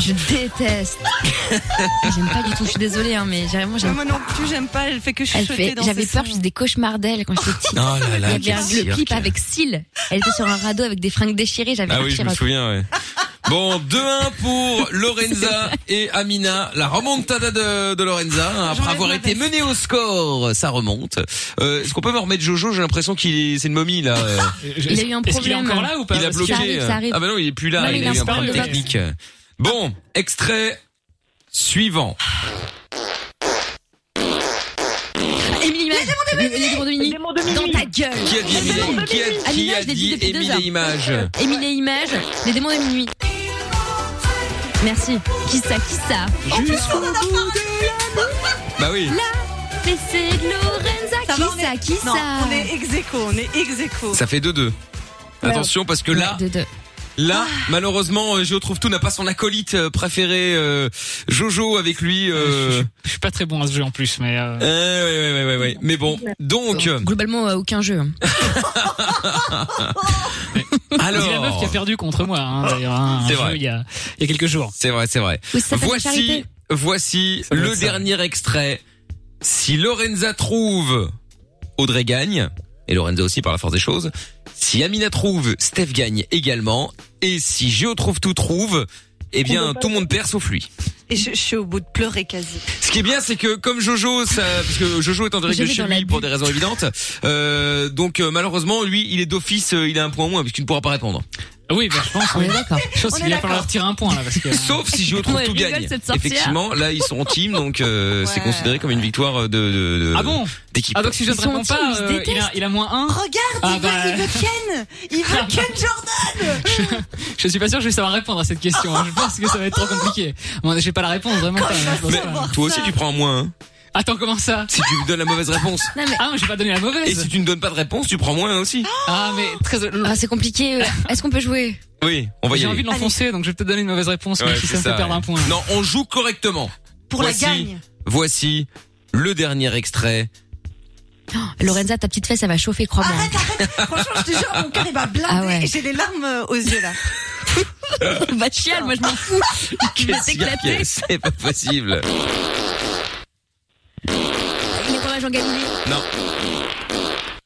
D: Je déteste. J'aime pas du tout. Je suis désolée, hein, mais vraiment, j'aime
C: Moi non plus, j'aime pas. Elle fait que
D: Elle
C: chuchoter
D: fait,
C: dans
D: j'avais
C: ses
D: peur,
C: sons.
D: je faisais des cauchemars d'elle quand j'étais petite.
B: Oh là là,
D: Il y
B: quel
D: avait un- le
B: cirque.
D: clip avec Seal. Elle était sur un radeau avec des fringues déchirées, j'avais
B: Ah
D: un
B: oui, je me
D: petit
B: souviens, ouais. Bon, 2-1 pour Lorenza et Amina. La remontada de, de Lorenza, hein, après avoir été menée au score, ça remonte. Euh, Est-ce qu'on peut me remettre Jojo J'ai l'impression qu'il est, c'est une momie, là. euh.
D: Il a eu un
E: Est-ce qu'il est
D: problème.
E: encore là Ah, ou pas
B: Il a
E: Parce
B: bloqué.
E: qu'il arrive,
B: euh,
E: ça arrive.
B: Ah bah non, il est plus là,
E: Non, mais
B: il, a
E: il a
B: eu un
E: disparu,
B: problème
E: le
B: technique. Bon, extrait suivant.
D: Émilie Image, le le démon de Mimi. Dans ta gueule.
B: Qui a dit Émilie Qui a, qui
D: Ah, Amina,
B: a
D: je l'ai dit
B: dit
D: depuis deux
B: Émilie
D: heures.
B: Image
D: Émilie Image, les démons de minuit. Merci. Qui ça, qui ça En plus, on en a
B: Bah oui.
D: La fessée de Lorenza.
C: Ça
D: qui
C: va, on est-
D: ça, qui
C: Non,
D: ça
C: on est ex aequo, on est ex aequo.
B: Ça fait 2-2. Attention parce que là,
D: De, de.
B: là,
D: Ah.
B: malheureusement, euh, Géo trouve tout n'a pas son acolyte euh, préféré, euh, Jojo avec lui. Euh...
E: Je suis pas très bon à ce jeu en plus, mais. euh,
B: eh, ouais, ouais, ouais, ouais, ouais. Mais bon, donc, euh,
D: Globalement, euh, aucun jeu. hein.
E: C'est la meuf qui a
B: alors,
E: perdu contre moi, hein, d'ailleurs. hein, un
B: C'est
E: jeu,
B: vrai.
E: Il y a, il y a quelques jours.
B: c'est vrai, c'est vrai.
D: Oui, ça s'appelle
B: Voici,
D: Charité.
B: voici
E: doit
B: le
E: être ça.
B: dernier extrait. Si Lorenza trouve, Audrey gagne. Et Lorenza aussi par la force des choses. Si Amina trouve, Steph gagne également. Et si Géo trouve tout trouve, eh bien, tout le monde perd sauf lui.
O: Et je, je suis au bout de pleurer quasi.
B: Ce qui est bien, c'est que comme Jojo, ça, parce que Jojo est en direct
O: Je
B: de
O: vais
B: chez
O: dans la
B: lui pour des raisons évidentes, euh, donc euh, malheureusement, lui, il est d'office, euh, il a un point en moins, puisqu'il ne pourra pas répondre.
E: Oui, bah, je pense.
D: On est d'accord.
E: Je pense
D: On
E: qu'il
D: est
E: va
D: d'accord.
E: falloir retirer un point là parce que.
B: Sauf si Jojo trouve
E: Ouais,
B: tout
E: rigole,
B: gagne.
E: cette sorcière.
B: Effectivement, là, ils sont en team, donc euh, c'est considéré comme une victoire de, de, de-
E: Ah bon
B: d'équipe.
E: Ah donc si je ne réponds pas, euh, il, a, il a moins 1.
O: Regarde,
E: ah,
O: il,
E: bah, Ah,
O: veut, il veut Ken Il veut Ken Jordan
E: Je suis pas sûr que je vais savoir répondre à cette question. hein. Je pense que ça va être trop compliqué. Bon, j'ai pas la réponse vraiment. quand même, je pense
B: Mais
E: pas.
B: toi aussi, tu prends en moins. hein.
E: Attends, comment ça
B: Si tu lui donnes la mauvaise réponse.
E: Ah, mais j'ai pas donné la mauvaise.
B: Et si tu ne donnes pas de réponse, tu prends moins aussi.
E: Ah, mais très.
D: Ah, c'est compliqué. euh. Est-ce qu'on peut jouer
B: Oui, on va y
E: J'ai
B: aller.
E: envie de l'enfoncer, donc je vais peut-être donner une mauvaise réponse,
B: Ouais,
E: même si
B: c'est
E: ça me fait
B: ça,
E: perdre
B: ouais.
E: un point.
B: Non, on joue correctement.
E: Pour la
B: Voici-
E: gagne.
B: Voici le dernier extrait.
D: Oh, Lorenza, ta petite fesse, ça va chauffer, crois-moi.
O: Franchement, je te jure, mon cœur il va blinder.
D: Ah ouais.
O: et J'ai des larmes euh, aux yeux là.
D: bah
E: ah,
D: chial, moi je m'en fous. Il va
B: Qu'est-ce qu'il y a
D: s'éclater.
B: C'est pas possible.
D: Il est comme un Jean Galilée.
B: Non.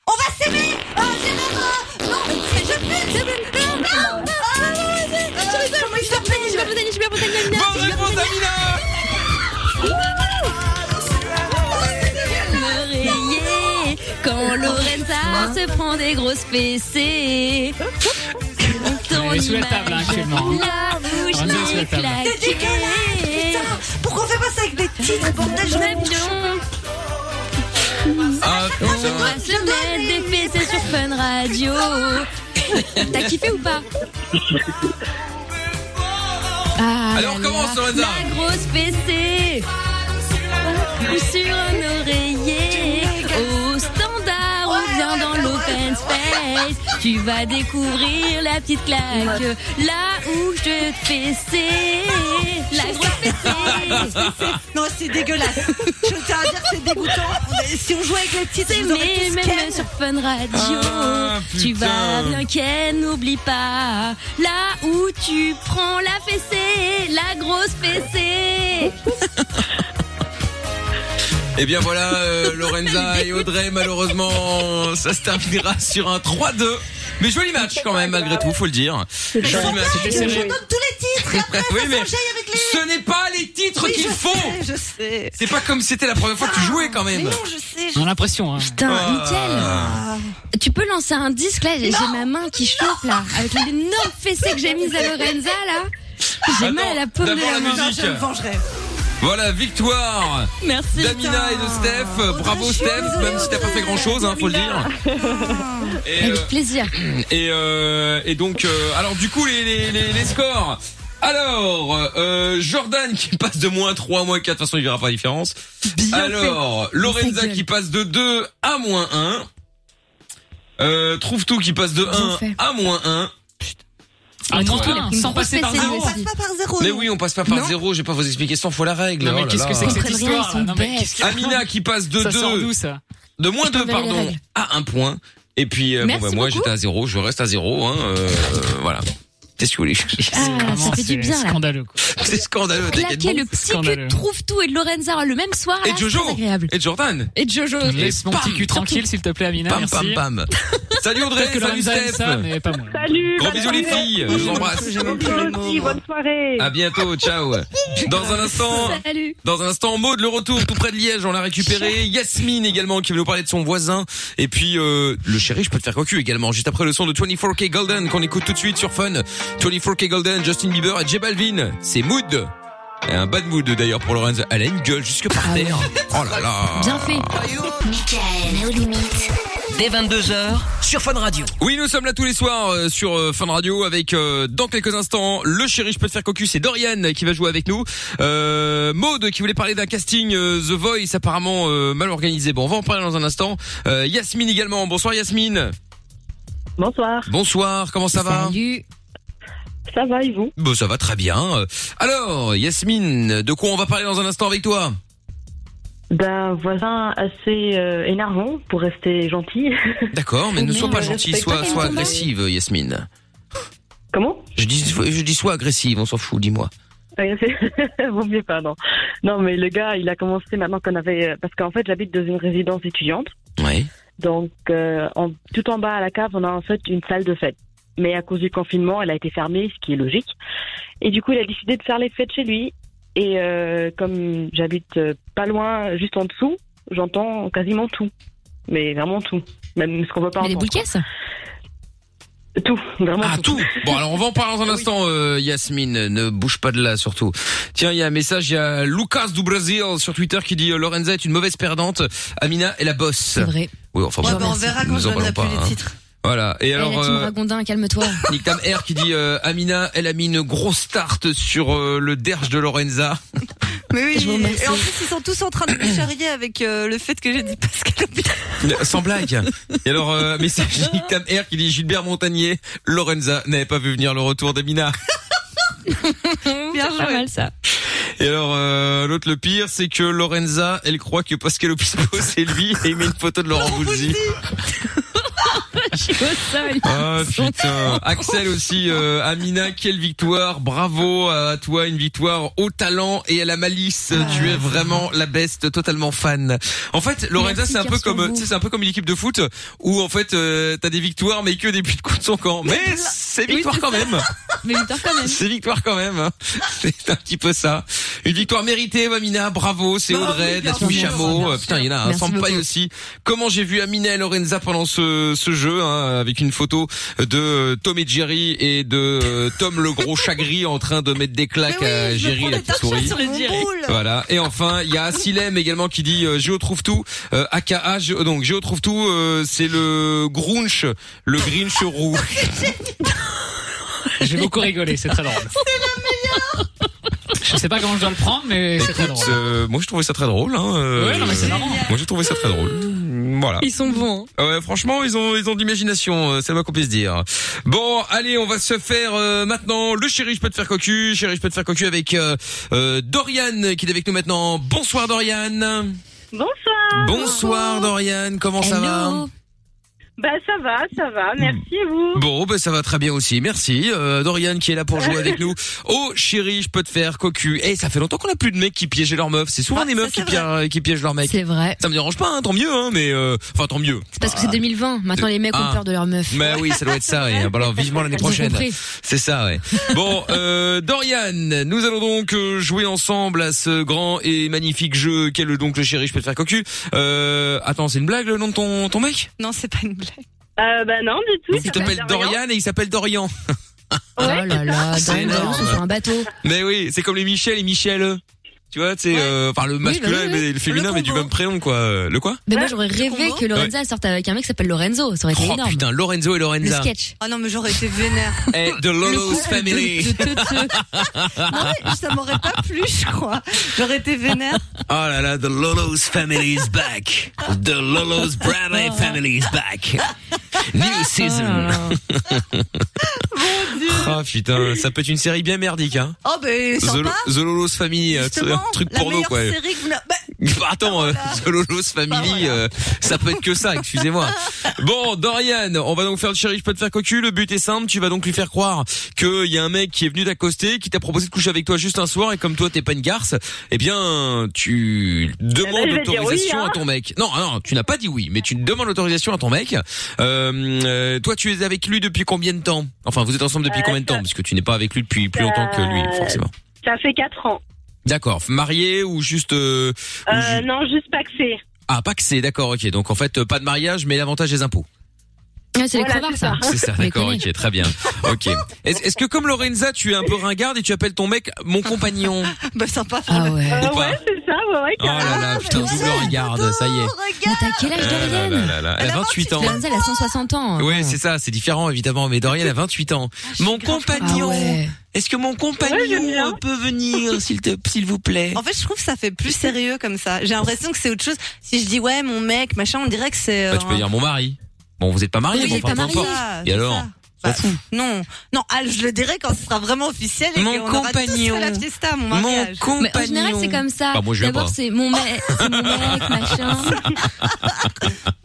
O: On va s'aimer Ah, j'ai l'air, euh, Non, c'est- je pue, je pue. Non, non, ah, non, je- je- je- comment il s'appelle
D: Je vais pour Dani, je vais pour Dani, Amina.
B: Bonne réponse,
D: L'oreiller, Quand Lorenza se prend des grosses fessées. Ton
E: Elle est sous la table, hein,
D: image,
E: actuellement.
D: La
O: Ah,
D: bouche
E: Lorenza est sous la table.
D: claquée.
O: C'est dégueulasse, putain Pourquoi on fait pas ça avec des titres, bordel Je m'en
D: fous.
B: Ah, putain.
D: On va se mettre des fessées sur Fun Radio. T'as kiffé ou pas Ah,
B: Allez, on
D: la
B: recommence,
D: la-
B: Lorenza.
D: La grosse fessée Sur un oreiller Au standard ou bien dans l'open space Tu vas découvrir la petite claque Là où je te fessais La grosse fessée
O: Non, c'est dégueulasse. Je tiens à dire, c'est dégoûtant. Si on jouait avec les titres,
D: C'est
O: vous aurez
D: mes
O: tous
D: mêmes
O: Ken.
D: sur Fun Radio
O: Ah,
D: Tu
O: putain.
D: vas bien Ken, n'oublie pas Là où tu prends la fessée La grosse fessée
B: Eh bien voilà, euh, Lorenza et Audrey, malheureusement, ça se terminera sur un 3-2. Mais joli match quand même, malgré tout, faut le dire.
O: Mais
B: Joli
O: sans
B: match.
O: blague, je donne tous les titres. et après,
B: Oui,
O: faut
B: mais
O: s'enchaîner avec les...
B: ce n'est pas les titres
O: Oui,
B: qu'il
O: je
B: faut.
O: sais, Je sais.
B: C'est pas comme si c'était la première fois que tu jouais quand même.
O: Mais non, je sais.
E: On a l'impression, hein.
D: Putain,
B: Ah.
D: nickel Tu peux lancer un disque là J'ai j'ai ma main qui chauffe là Avec l'énorme fessée que j'ai mise à Lorenza là J'ai
B: Attends,
D: mal à la paume de
B: d'abord
D: la
B: la
D: main
B: musique. Je me
O: vengerai.
B: Voilà, victoire
D: Merci
B: d'Amina et de Steph. Bravo Steph, même si t'as pas fait grand chose, hein, faut le dire. Et, euh,
D: Avec plaisir
B: Et, euh, et donc, euh, alors du coup, les, les, les, les scores. Alors, euh, Jordan qui passe de moins 3 à moins 4, de toute façon il verra pas la différence. alors, Lorenza qui passe de 2 à moins 1. Euh, Trouve tout qui passe de 1 à moins 1.
E: Ah,
B: Trouve-Tout,
E: moins
B: il a
E: un,
B: pris une
E: sans
B: grosse
E: passer par
B: fessée,
E: zéro.
B: lui aussi.
O: Pas par zéro.
B: Mais
O: non.
B: oui, on passe pas par
O: Non.
B: 0, je vais pas vous expliquer 100 fois la règle.
E: Non, mais
B: Oh là
E: qu'est-ce
B: là.
E: que c'est que cette
D: Ils comprennent rien,
E: histoire
D: ils sont
E: là Non, mais qu'est-ce que-
B: Amina qui passe de
E: Ça sort
B: 2
E: d'où ça
B: de moins
D: Je
B: 2
D: t'en verrai les
B: pardon
D: règles.
B: à un point et puis euh,
D: Merci
B: bon, bah, moi
D: beaucoup.
B: j'étais à 0, je reste à 0 hein euh, voilà. Qu'est-ce que vous voulez
D: Ah, ça
E: Vraiment,
D: fait du
E: c'est
D: bien là
E: Scandaleux. quoi.
B: C'est scandaleux, t'inquiète.
D: Claquer le petit cul
E: Scandaleux.
D: de Trouve-Tout et de Lorenza le même soir là
B: Et Jojo
D: c'est agréable
B: Et Jordan
D: Et Jojo
E: Laisse mon
B: pam,
E: petit cul tranquille, s'il te plaît, Amina.
B: Pam,
E: merci.
B: pam, pam. Salut Audrey,
E: Peut-être que
B: salut
E: Lorenza aime
B: Steph.
E: ça, mais pas moi.
P: Salut,
B: Gros
P: bonne
B: bisous les
P: soirée.
B: filles, je vous embrasse.
P: Vous aussi, bonne
E: Ah,
P: soirée.
B: À bientôt, ciao. Dans un instant,
D: Salut
B: dans un instant, Maud, le retour tout près de Liège, on l'a récupéré. Yasmine également qui veut nous parler de son voisin. Et puis, euh, le chéri, je peux te faire cocu également. Juste après le son de 24K Golden qu'on écoute tout de suite sur Fun. 24K Golden, Justin Bieber et J Balvin. C'est Mood. Et un bad mood d'ailleurs pour Lorenz. Elle a une gueule jusque par terre. Oh là là.
D: Bien fait
B: Ah.
Q: Michael, aux limites. Dès 22h, sur Fun Radio.
B: Oui, nous sommes là tous les soirs euh, sur euh, Fun Radio avec euh, dans quelques instants le chéri je peux te faire cocu, c'est Dorian qui va jouer avec nous. Euh, Maude qui voulait parler d'un casting euh, The Voice apparemment euh, mal organisé. Bon, on va en parler dans un instant. Euh, Yasmine également. Bonsoir Yasmine.
P: Bonsoir.
B: Bonsoir, comment ça va
D: Salut
P: Ça va, et vous
B: Bon, ça va très bien. Euh, Alors, Yasmine, de quoi on va parler dans un instant avec toi
P: D'un voisin assez euh, énervant, pour rester gentil.
B: D'accord, mais ne
P: Mais
B: sois
P: on
B: pas
P: le
B: gentille,
P: respecte
B: sois,
P: Oh, pas,
B: sois
P: Yasmine.
B: agressive Yasmine.
P: Comment
B: Je dis je dis sois agressive, on s'en fout, dis-moi.
P: Ouais, c'est- Vaut mieux pas, non. Non, mais le gars, il a commencé maintenant qu'on avait. euh, Parce qu'en fait, j'habite dans une résidence étudiante.
B: Oui.
P: Donc, euh, en- tout en bas à la cave, on a en fait une salle de fête. Mais à cause du confinement, elle a été fermée, ce qui est logique. Et du coup, il a décidé de faire les fêtes chez lui.
N: Et euh, comme j'habite euh, pas loin, juste en dessous, j'entends quasiment tout. Mais vraiment tout. Même ce qu'on voit pas
D: Mais les
N: entendre,
D: boules caisses
N: Tout, vraiment
B: Ah, tout Bon, alors on va en parler
D: Ah
B: dans un instant, euh, Yasmine. Ne bouge pas de là, surtout. Tiens, il y a un message, il y a Lucas du Brésil sur Twitter qui dit euh, Lorenza est une mauvaise perdante, Amina est la bosse. C'est
D: vrai.
B: Oui, enfin,
D: Ouais,
B: bon,
D: bah, on verra quand
B: nous
D: je
B: en
D: donnerai
B: parlons
D: plus les
B: hein.
D: titres.
B: Voilà. Et alors,
D: Eh, la team
B: euh,
D: Ragondin, calme-toi.
B: Nick Tam R qui dit euh, Amina, elle a mis une grosse tarte sur euh, le derge de Lorenza.
R: Mais oui,
B: Je vous remercie.
R: et en plus, ils sont tous en train de me charrier avec euh, le fait que j'ai dit Pascal.
B: Sans blague. Et alors, euh, message Nick Tam R qui dit Gilbert Montagnier, Lorenza n'avait pas vu venir le retour d'Amina.
R: Bien
D: Pas mal ça.
B: Et alors, euh, l'autre, le pire, c'est que Lorenza, elle croit que Pascal Obispo, c'est lui, et il met une photo de Laurent Boulzy.
D: Je suis au sol.
B: Ah putain. Axel aussi, euh, Amina, quelle victoire. Bravo à toi, une victoire au talent et à la malice. Tu es vraiment la best, totalement fan. En fait, Lorenza,
M: Merci,
B: c'est un peu
M: cœur sur
B: comme,
M: vous.
B: tu sais, c'est un peu comme une équipe de foot où en fait, euh, t'as des victoires mais que des buts contre son camp. Mais c'est victoire quand même.
D: Mais victoire quand même.
B: C'est victoire quand même. hein. C'est un petit peu ça. Une victoire méritée, Amina. Bravo. C'est
M: Bah oui,
B: Audrey,
M: bien
B: Dasmi
M: sûr.
B: Chameau.
M: Bien
B: Euh,
M: sûr.
B: Putain, il y en a un.
M: Merci
B: Sampaï
M: beaucoup.
B: aussi. Comment j'ai vu Amina et Lorenza pendant ce, ce jeu, hein, avec une photo de euh, Tom et Jerry et de euh, Tom le gros chagri en train de mettre des claques à Jerry, la petite souris.
R: sur les direts.
B: Voilà. Et enfin, il y a Silem également qui dit euh, Géo trouve tout. Euh, AKA, Géo- donc Géo trouve tout, euh, c'est le Grunch, le Grinch roux.
E: J'ai beaucoup rigolé, c'est très drôle. Je sais pas comment je dois le prendre, mais c'est très drôle.
B: Écoute, euh, moi je trouvais ça très drôle. Hein, euh,
E: Ouais, non, mais c'est
B: euh,
E: marrant.
B: Moi j'ai trouvé ça très drôle. Voilà.
D: Ils sont bons. hein.
B: Ouais, franchement, ils ont ils ont de l'imagination, euh, c'est le moins qu'on puisse dire. Bon, allez, on va se faire euh, maintenant le chéri, je peux te faire cocu, chéri, je peux te faire cocu avec euh, euh, Dorian qui est avec nous maintenant. Bonsoir Dorian.
O: Bonsoir.
B: Bonsoir Dorian, comment ça va
O: Bah ça va, ça va. Merci
R: Hmm.
O: et vous.
B: Bon, ben ça va très bien aussi. Merci euh, Dorian qui est là pour jouer avec nous. Oh chéri, je peux te faire cocu. Et ça fait longtemps qu'on a plus de mecs qui piégeaient leurs meufs. C'est souvent des meufs qui, piègent- qui piègent leurs mecs.
D: C'est vrai.
B: Ça me dérange pas, hein, tant mieux, hein, mais euh, enfin tant mieux.
D: C'est parce que c'est 2020. Maintenant, les mecs ont
B: Ah.
D: peur de leur meuf.
B: Mais oui, ça doit être ça. Ouais. Bah Alors vivement l'année
D: J'ai
B: prochaine.
D: compris.
B: C'est ça, ouais. Bon, euh, Dorian, nous allons donc euh, jouer ensemble à ce grand et magnifique jeu. Quel est donc le chéri, je peux te faire cocu. Euh, attends, c'est une blague le nom de ton ton mec
R: Non, c'est pas une blague.
O: Euh, bah non, du tout.
B: Donc tu t'appelles Dorian et il s'appelle Dorian.
D: Oh là là,
B: C'est
D: dans
B: énorme.
D: c'est sur un bateau.
B: Mais oui, c'est comme les Michel et Michel. Tu vois, c'est euh, enfin le masculin
D: bah oui,
B: mais
D: oui.
B: le féminin mais du même prénom quoi. Euh, Le quoi
D: Mais moi, j'aurais rêvé que Lorenza elle sorte avec un mec qui s'appelle Lorenzo. Ça aurait été
B: Oh
D: énorme.
B: putain, Lorenzo et
D: Le
B: Lorenza.
D: sketch.
R: Ah non, mais j'aurais été vénère.
B: Et The Lolo's Family.
R: non, mais Ah ça m'aurait pas plu, je crois. J'aurais été vénère.
B: Oh là là, the Lolo's family is back. The Lolo's
R: Oh.
B: Bradley family is back. New season.
D: Oh
B: Ah putain, ça peut être une série bien merdique, hein.
R: Oh, ben,
B: The,
R: sympa.
B: Lo- The Lolo's Family, euh,
R: Justement,
B: un truc
R: la
B: porno
R: meilleure
B: quoi.
R: série que vous n'a- Bah,
B: Bah, attends, euh, The Lolo's Family, euh, ça peut être que ça, excusez-moi. Bon, Dorian, on va donc faire le chéri, je peux te faire cocu. Le but est simple, tu vas donc lui faire croire qu'il y a un mec qui est venu t'accoster, qui t'a proposé de coucher avec toi juste un soir, et comme toi t'es pas une garce, eh bien, tu demandes
M: je vais dire
B: l'autorisation
M: oui, hein.
B: à ton mec. Non, non, tu n'as pas dit oui, mais tu demandes l'autorisation à ton mec. Euh, euh, toi, tu es avec lui depuis combien de temps Enfin, vous êtes ensemble depuis
O: Euh,
B: combien de temps
O: ça-
B: Parce que tu n'es pas avec lui depuis plus longtemps que lui,
O: Euh,
B: forcément.
O: Ça fait 4 ans.
B: D'accord, marié ou juste... euh, ou
O: Euh,
B: ju-
O: Non, juste pas que c'est.
B: ah, pas que c'est, d'accord, ok. Donc en fait, euh, pas de mariage, mais l'avantage des impôts.
D: c'est les crevards, ça.
B: Ah, C'est ça, d'accord, ok, très bien. Ok. Est-ce est-ce que comme Lorenza, tu es un peu ringarde et tu appelles ton mec mon compagnon
R: Bah, sympa.
D: Ah ouais.
B: Ou pas
O: C'est ça, ouais, ouais.
B: Oh là là, putain, double ringarde, ça y est.
D: Mais t'as quel âge,
B: Ah là là
D: Dorian
B: là là, Elle a 28 ans.
D: Lorenza, elle a 160 ans.
B: Ouais, c'est ça, c'est différent évidemment, mais Dorian a 28 ans. Mon compagnon. Est-ce que mon compagnon peut venir, s'il te, s'il vous plaît
R: En fait, je trouve que ça fait plus sérieux comme ça. J'ai l'impression que c'est autre chose. Si je dis ouais, mon mec, machin, on dirait que c'est. euh,
B: Bah, tu peux dire mon mari. Bon, vous êtes pas mariés,
R: Oui,
B: bon,
R: vous êtes
B: enfin,
R: pas
B: peu importe.
R: mariés.
B: Et alors
R: Bah, non, non, ah, je le dirai quand ce sera vraiment officiel et
D: Mon
R: qu'on aura tous fait la fiesta, mon mariage.
D: Mais en général, c'est comme ça.
B: Bah, moi, je viens
D: D'abord,
B: pas.
D: c'est mon mec, c'est mon mec, machin.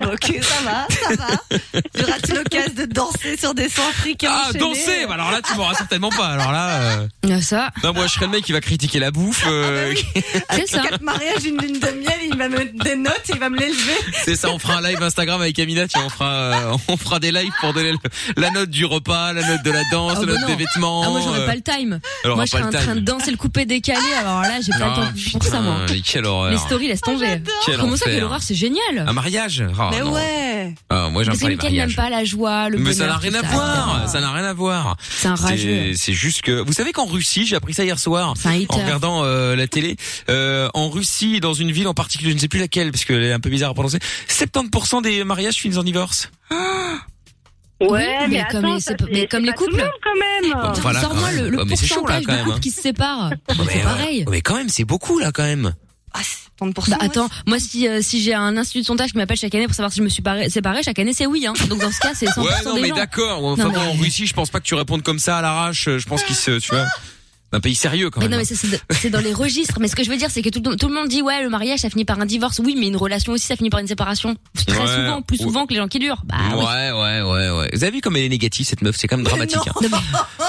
R: ok, ça va, ça va. Tu auras l'occasion de te danser sur des sons africains.
B: Ah,
R: enchaînés. euh
B: danser Bah Alors là, tu m'auras certainement pas. Alors là... euh,
D: euh. Ça. Ah, bah
B: Non, moi, je serais le mec qui va critiquer la bouffe. euh,
R: Avec quatre mariages, une lune de miel, il va me mettre des notes, il va me l'élever.
B: C'est ça, on fera un live Instagram avec Amina, tu vois, on fera, euh, on fera des lives pour donner le- la note du repas, la note de la danse,
D: Ah, bah
B: la note
D: non.
B: des vêtements.
D: Ah, moi, j'aurais
B: euh,
D: pas le time.
B: alors,
D: moi,
B: pas
D: je serais
B: le
D: en
B: time.
D: train de danser le coupé décalé. Alors là, j'ai pas le temps
B: Ah,
D: pour ça, moi.
B: putain, mais quelle horreur.
D: Les stories, laisse tomber.
B: Quel
D: Comment ça,
B: enfer.
D: quelle horreur, c'est génial.
B: Un mariage Ah,
D: Ah, Mais
B: non.
D: ouais.
B: Ah, moi, j'aime
D: Parce que
B: pas les
D: Mickaël n'aime
B: mariages.
D: pas la joie, le
B: Mais
D: bonheur.
B: ça n'a rien
D: tout
B: à
D: ça.
B: voir, ça n'a rien à voir.
D: C'est un rageux.
B: C'est juste que vous savez qu'en Russie, j'ai appris ça hier soir
D: C'est un hater.
B: en regardant euh, la télé. euh, en Russie, dans une ville en particulier, je ne sais plus laquelle parce qu'elle est un peu bizarre à prononcer, 70% des mariages finissent en divorce.
D: Oui,
O: Oh Ouais, mais
D: mais comme
O: attends,
D: les-
O: ça,
D: c'est- mais
O: c'est-
D: comme
O: c'est
D: les
O: pas tout
D: couples.
O: le monde, quand même.
B: Bon, voilà,
D: Sors-moi
B: quand
D: le,
B: même.
D: le
B: Ouais, mais c'est chaud, là,
D: pourcentage
B: quand
D: de
B: même,
D: couples
B: hein.
D: qui se séparent.
B: Mais,
D: C'est pareil.
B: ouais, mais quand même, c'est beaucoup là quand même.
D: Bah attends, moi si euh, si j'ai un institut de sondage qui m'appelle chaque année pour savoir si je me suis paré- séparée, chaque année c'est oui hein. Donc dans ce cas c'est 100%
B: Ouais, non,
D: des
B: mais
D: gens.
B: d'accord. Enfin,
D: Non,
B: bon,
D: mais-
B: en Russie, je pense pas que tu répondes comme ça à l'arrache. euh, Je pense qu'ils se, tu vois, d'un pays sérieux quand
D: Mais
B: même. hein.
D: non mais ça, c'est de- c'est dans les registres. Mais ce que je veux dire c'est que tout, le- tout le monde dit ouais le mariage ça finit par un divorce. Oui mais une relation aussi ça finit par une séparation. Très
B: Ouais.
D: souvent, plus souvent que les gens qui durent. Bah oui.
B: ouais, ouais, ouais, ouais. Vous avez vu comme elle est négative cette meuf, c'est quand même dramatique. hein.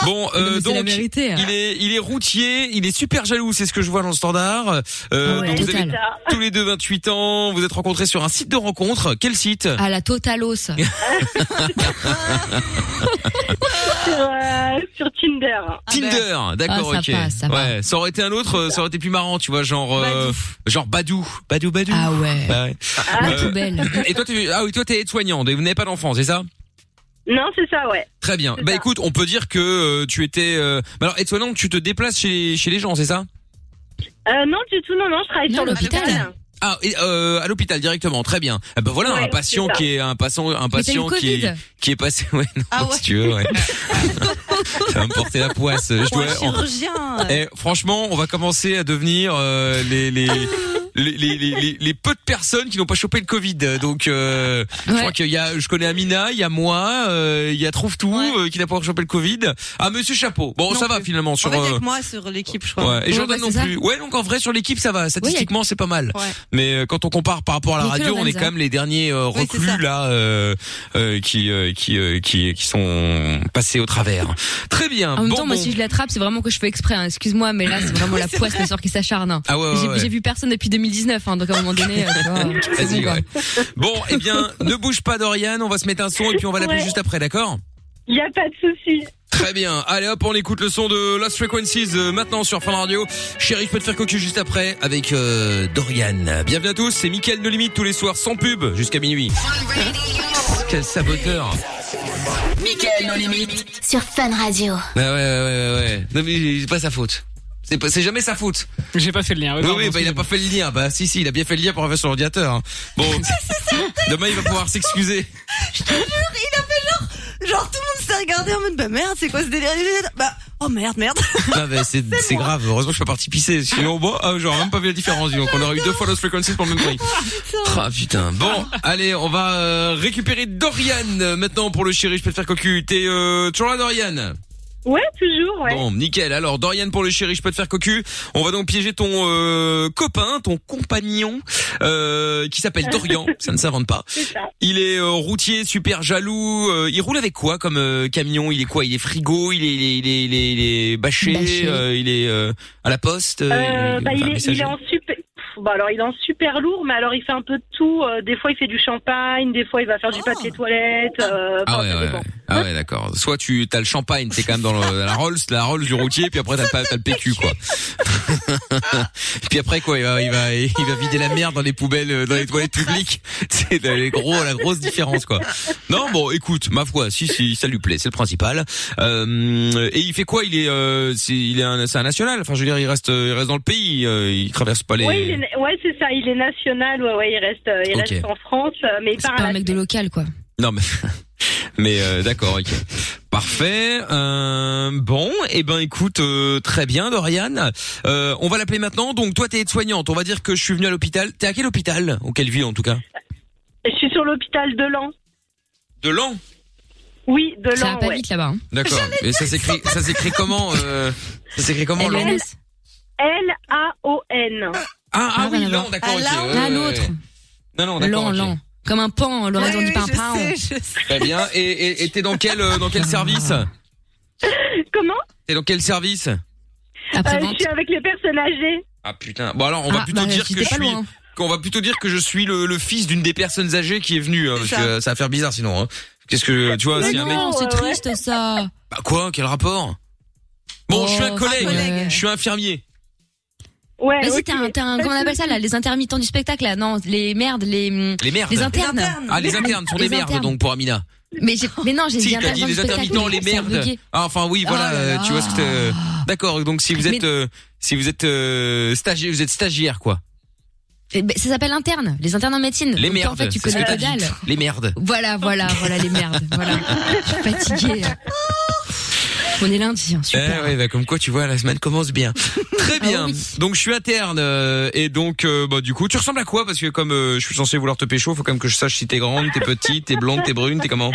B: Bon, euh,
D: mais c'est
B: donc
D: la vérité, hein.
B: il est, il est routier, il est super jaloux, c'est ce que je vois dans le standard. Euh,
D: Ah Ouais,
B: donc vous
D: total.
B: avez tous les deux 28 ans, vous êtes rencontrés sur un site de rencontre. Quel site
D: À la totalos. Ah,
O: sur, euh, sur Tinder.
R: Ah,
B: Tinder,
D: ben.
R: bah.
B: d'accord,
O: Ah,
B: ok.
O: ça passe, ça va.
B: ouais, ça aurait été un autre, euh, ça aurait été plus marrant, tu vois, genre, euh, genre Badou, Badou, Badou.
D: Ah ouais.
B: Bah
D: Ah, la poubelle.
B: Et toi, tu, ah oui, toi t'es aide-soignante et vous n'avez pas d'enfant, c'est ça
O: Non, c'est ça, ouais.
B: Très bien. Bah écoute, on peut dire que euh, tu étais. Euh... Bah alors aide-soignante, tu te déplaces chez chez les gens, c'est ça
O: Euh, non, du tout, non, non, je travaille sur l'hôpital.
B: Ah, et, euh, à l'hôpital directement, très bien. Eh ben voilà,
O: Ouais,
B: un patient
O: c'est ça.
B: qui est un patient, un
O: Mais t'as eu le
B: patient qui est
O: Covid Ah
B: qui est passé. Ouais, non,
R: Ah
B: si tu veux, ouais. Ça va me porter la poisse. Je
R: Pour
B: dois.
R: un chirurgien.
B: Eh, franchement, on va commencer à devenir euh, les les. Les, les, les, les- les peu de personnes qui n'ont pas chopé le Covid. Donc, euh, je crois qu'il y a, je connais Amina, il y a moi, euh, il y a Trouve Tout euh, qui n'a pas chopé le Covid. Ah, Monsieur Chapeau. Bon, ça va finalement sur.
R: En fait,
B: euh,
R: avec moi sur l'équipe, je crois.
B: Ouais, et Jordan
D: bah,
B: non plus. Ouais, donc en vrai sur l'équipe ça va, statistiquement c'est pas mal.
R: Ouais.
B: Mais euh, quand on compare par rapport à la
R: Il y a que
B: radio, on est
R: Lorenza.
B: quand même les derniers euh, reclus là euh, euh, qui euh, qui euh, qui qui sont passés au travers. Très bien.
D: En même
B: bon,
D: temps, moi,
B: bon.
D: si je l'attrape, c'est vraiment que je fais exprès. hein. Excuse-moi, mais là, c'est vraiment la poisse, le sort qui s'acharne. hein.
B: Ah ouais, ouais,
D: J'ai-
B: ouais.
D: J'ai vu personne depuis 2019, hein, donc à un moment donné, euh, tu vois, euh, c'est
B: Vas-y,
D: bon, quoi.
B: ouais. Bon, eh bien, ne bouge pas Dorian, on va se mettre un son et puis on va l'appeler
O: Ouais.
B: juste après, d'accord
O: Il y a pas de souci.
B: Très bien. Allez hop, on écoute le son de Lost Frequencies euh, maintenant sur Fun Radio. Chérie, je peux te faire cocu juste après avec euh, Dorian. Bienvenue à tous, c'est Mickaël de Limite tous les soirs sans pub jusqu'à minuit. Quel saboteur
A: Mickaël, nos limites.
G: Sur Fun Radio.
B: Ah Ouais, ouais, ouais, ouais, ouais. Non mais c'est pas sa faute. C'est pas- c'est jamais sa faute.
E: J'ai pas fait le lien.
B: Oui, oui, bah, il a pas fait le lien. Bah, si, si, il a bien fait le lien pour avoir sur l'ordinateur. hein. Bon, demain, il va pouvoir s'excuser.
R: Je te jure, il a fait genre, genre tout le monde s'est regardé en mode bah merde, c'est quoi ce délire Bah oh merde, merde.
B: Non, mais c'est c'est grave. Heureusement que je suis pas parti pisser. Sinon, bon, ah, j'aurais même pas vu la différence. Donc, on aurait eu deux fois Lost Frequencies pour le même prix. Ah, putain. Bon, allez, on va euh, récupérer Dorian euh, maintenant pour le chéri. Je peux te faire cocu. T'es euh, toujours là, Dorian
O: Ouais, toujours, ouais.
B: Bon, nickel. Alors, Dorian pour le chéri, je peux te faire cocu. On va donc piéger ton euh, copain, ton compagnon, euh, qui s'appelle Dorian. ça ne s'invente pas. Il est euh, routier, super jaloux. Euh, il roule avec quoi comme euh, camion Il est quoi Il est frigo Il est, il est, il est, il est, il est bâché,
O: Bâché.
B: euh, Il est euh, à la poste euh,
O: Euh, bah,
B: enfin,
O: il, est, il
B: messager.
O: est en super. pff, Bah alors il est en super lourd, mais alors il fait un peu de tout. Euh, des fois il fait du champagne, des fois il va faire
D: Ah.
O: du papier toilette. euh,
B: Ah
O: enfin,
B: ouais,
O: ça
B: ouais,
O: dépend.
B: ouais. Ah ouais, d'accord. Soit tu as le champagne, t'es quand même dans le- la Rolls, la Rolls du routier, puis après t'as le, pa- t'as le PQ quoi. puis après quoi, il va, il va, il va vider la merde dans les poubelles, euh, dans les toilettes publiques. C'est la- les gros, la grosse différence quoi. Non bon, écoute, ma foi, si si ça lui plaît, c'est le principal. Euh, et il fait quoi Il est, euh, c'est- il est un, c'est un national. Enfin, je veux dire, il reste, il reste dans le pays. euh, il traverse pas les.
O: Ouais, il est na- ouais, c'est ça. Il est national. Ouais, ouais, il reste, euh, il
B: Ok.
O: reste en France, euh, mais il part.
D: Un mec de local, quoi.
B: Non mais mais euh, d'accord, ok. Parfait. Euh, bon, eh ben écoute, euh, très bien, Dorian. Euh, on va l'appeler maintenant. Donc toi, t'es aide-soignante. On va dire que je suis venu à l'hôpital. T'es à quel hôpital Ou quelle ville en tout cas
O: Je suis sur l'hôpital de Lens.
B: De Lan.
O: Oui, de Lens.
D: Ça va pas
O: ouais.
D: vite là-bas. hein.
B: D'accord. Et ça s'écrit, ça s'écrit comment euh, Ça s'écrit comment Lan
O: L- L-A-O-N.
D: Ah,
B: Ah, ah oui, Lan, d'accord. ok, ouais, ouais, ouais. Non, non, d'accord.
D: Lan,
B: ok.
D: Lan. Comme un pan, Ah, hein, le raison
R: Oui,
D: du
R: oui,
D: pain
R: je
D: pain.
B: Très bien. Et- Et et t'es dans quel euh, dans quel service
O: Comment
B: T'es dans quel service
O: Euh, Je suis avec les personnes âgées.
B: Ah putain. Bon alors on va
O: Ah,
B: plutôt
O: bah,
B: dire
O: j'étais
B: que je
O: pas
B: suis
O: loin.
B: qu'on va plutôt dire que je suis le, le fils d'une des personnes âgées qui est venue hein, parce
D: C'est
B: que
D: ça.
B: euh, ça va faire bizarre sinon. hein. Qu'est-ce que tu vois
D: Mais
B: si un mec
D: non, c'est triste ça.
B: Bah quoi Quel rapport Bon,
D: Oh,
B: je suis un collègue.
D: un collègue.
B: Je suis infirmier.
O: Ouais.
D: Vas-y,
B: ok.
D: t'as un, t'as un- comment on appelle ça là, les intermittents du spectacle là, non, les merdes, les hum,
B: Les merdes.
D: les internes.
B: Ah les internes sont des
D: Les
B: merdes
D: internes.
B: donc pour Amina.
D: Mais, j'ai- mais non, j'ai
B: Si,
D: dit
B: t'as dit
D: intermittents du
B: les
D: spectacle,
B: intermittents,
D: mais
B: les
D: c'est
B: merdes.
D: bugué.
B: Ah, enfin oui, voilà,
D: Oh là
B: euh,
D: là.
B: tu vois ce que t'es- D'accord, donc si vous êtes
D: Mais-
B: euh, si vous êtes euh, stagiaire, vous êtes stagiaire quoi.
D: Eh ben, Ça s'appelle interne, les internes en médecine.
B: Les
D: Donc,
B: merdes.
D: En fait, tu
B: c'est ce
D: connais
B: que
D: la
B: t'as dit.
D: dalle.
B: Les merdes.
D: Voilà, voilà, voilà les merdes. Voilà. Je suis fatiguée. On est lundi, hein, super. Ah
B: Eh ouais, bah, comme quoi tu vois la semaine commence bien. Très bien. Donc je suis interne euh, et donc euh, bah du coup, tu ressembles à quoi parce que comme euh, je suis censé vouloir te pécho, faut quand même que je sache si t'es grande, t'es petite, t'es blonde, t'es brune, t'es comment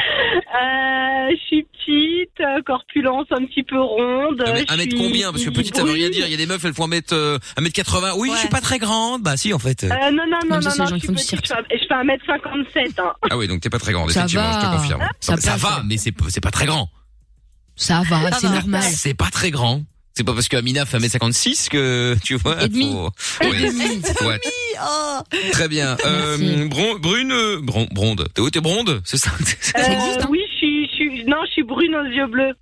D: Ah,
O: Euh, je suis petite, euh, corpulence un petit peu ronde.
B: Non, mais
O: je
B: Euh, un mètre
O: suis
B: combien Parce que petite, ça veut rien dire. Il y a des meufs, elles font un mètre, euh, un mètre 80. Oui, je suis pas très grande. Bah si, en fait.
D: Ah
O: Euh, non, non, non,
D: Même ça, c'est
O: non,
D: les
O: non,
D: gens
O: je
D: qui
O: suis
D: font du
O: petite, je fais- je fais 1m57. Hein.
B: Ah oui, donc t'es pas très grande.
D: Ça
B: effectivement, je te
D: va.
B: confirme.
D: Ça
B: Non, mais Ça,
D: passe,
B: va, mais c'est c'est pas très grand.
D: Ça va, c'est normal.
B: Ah, C'est pas très grand. C'est pas parce que Amina fait 1m56 que tu vois.
D: Et demi.
B: faut-
D: Et
B: Ouais. hein.
D: demi.
B: Ouais.
R: Oh.
B: Très bien. Euh, bron- brune, euh, bron- bronde. T'es où T'es bronde, c'est ça
O: Euh,
D: hein.
O: oui, je suis, je suis, non, je suis brune aux yeux bleus.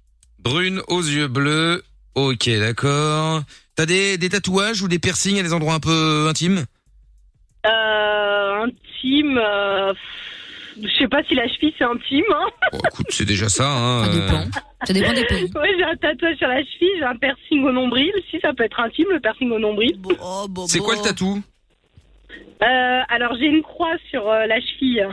B: Brune aux yeux bleus. Ok, d'accord. T'as des, des tatouages ou des piercings à des endroits un peu intimes
O: Euh, intime, euh, pff, je sais pas si la cheville c'est intime. Hein.
B: Écoute, c'est déjà ça. Hein, euh.
D: Ça dépend des pays.
O: Ouais, j'ai un tatouage sur la cheville, j'ai un piercing au nombril. Si ça peut être intime, le piercing au nombril.
D: oh,
B: C'est quoi le tatou
O: euh, Alors j'ai une croix sur euh, la cheville,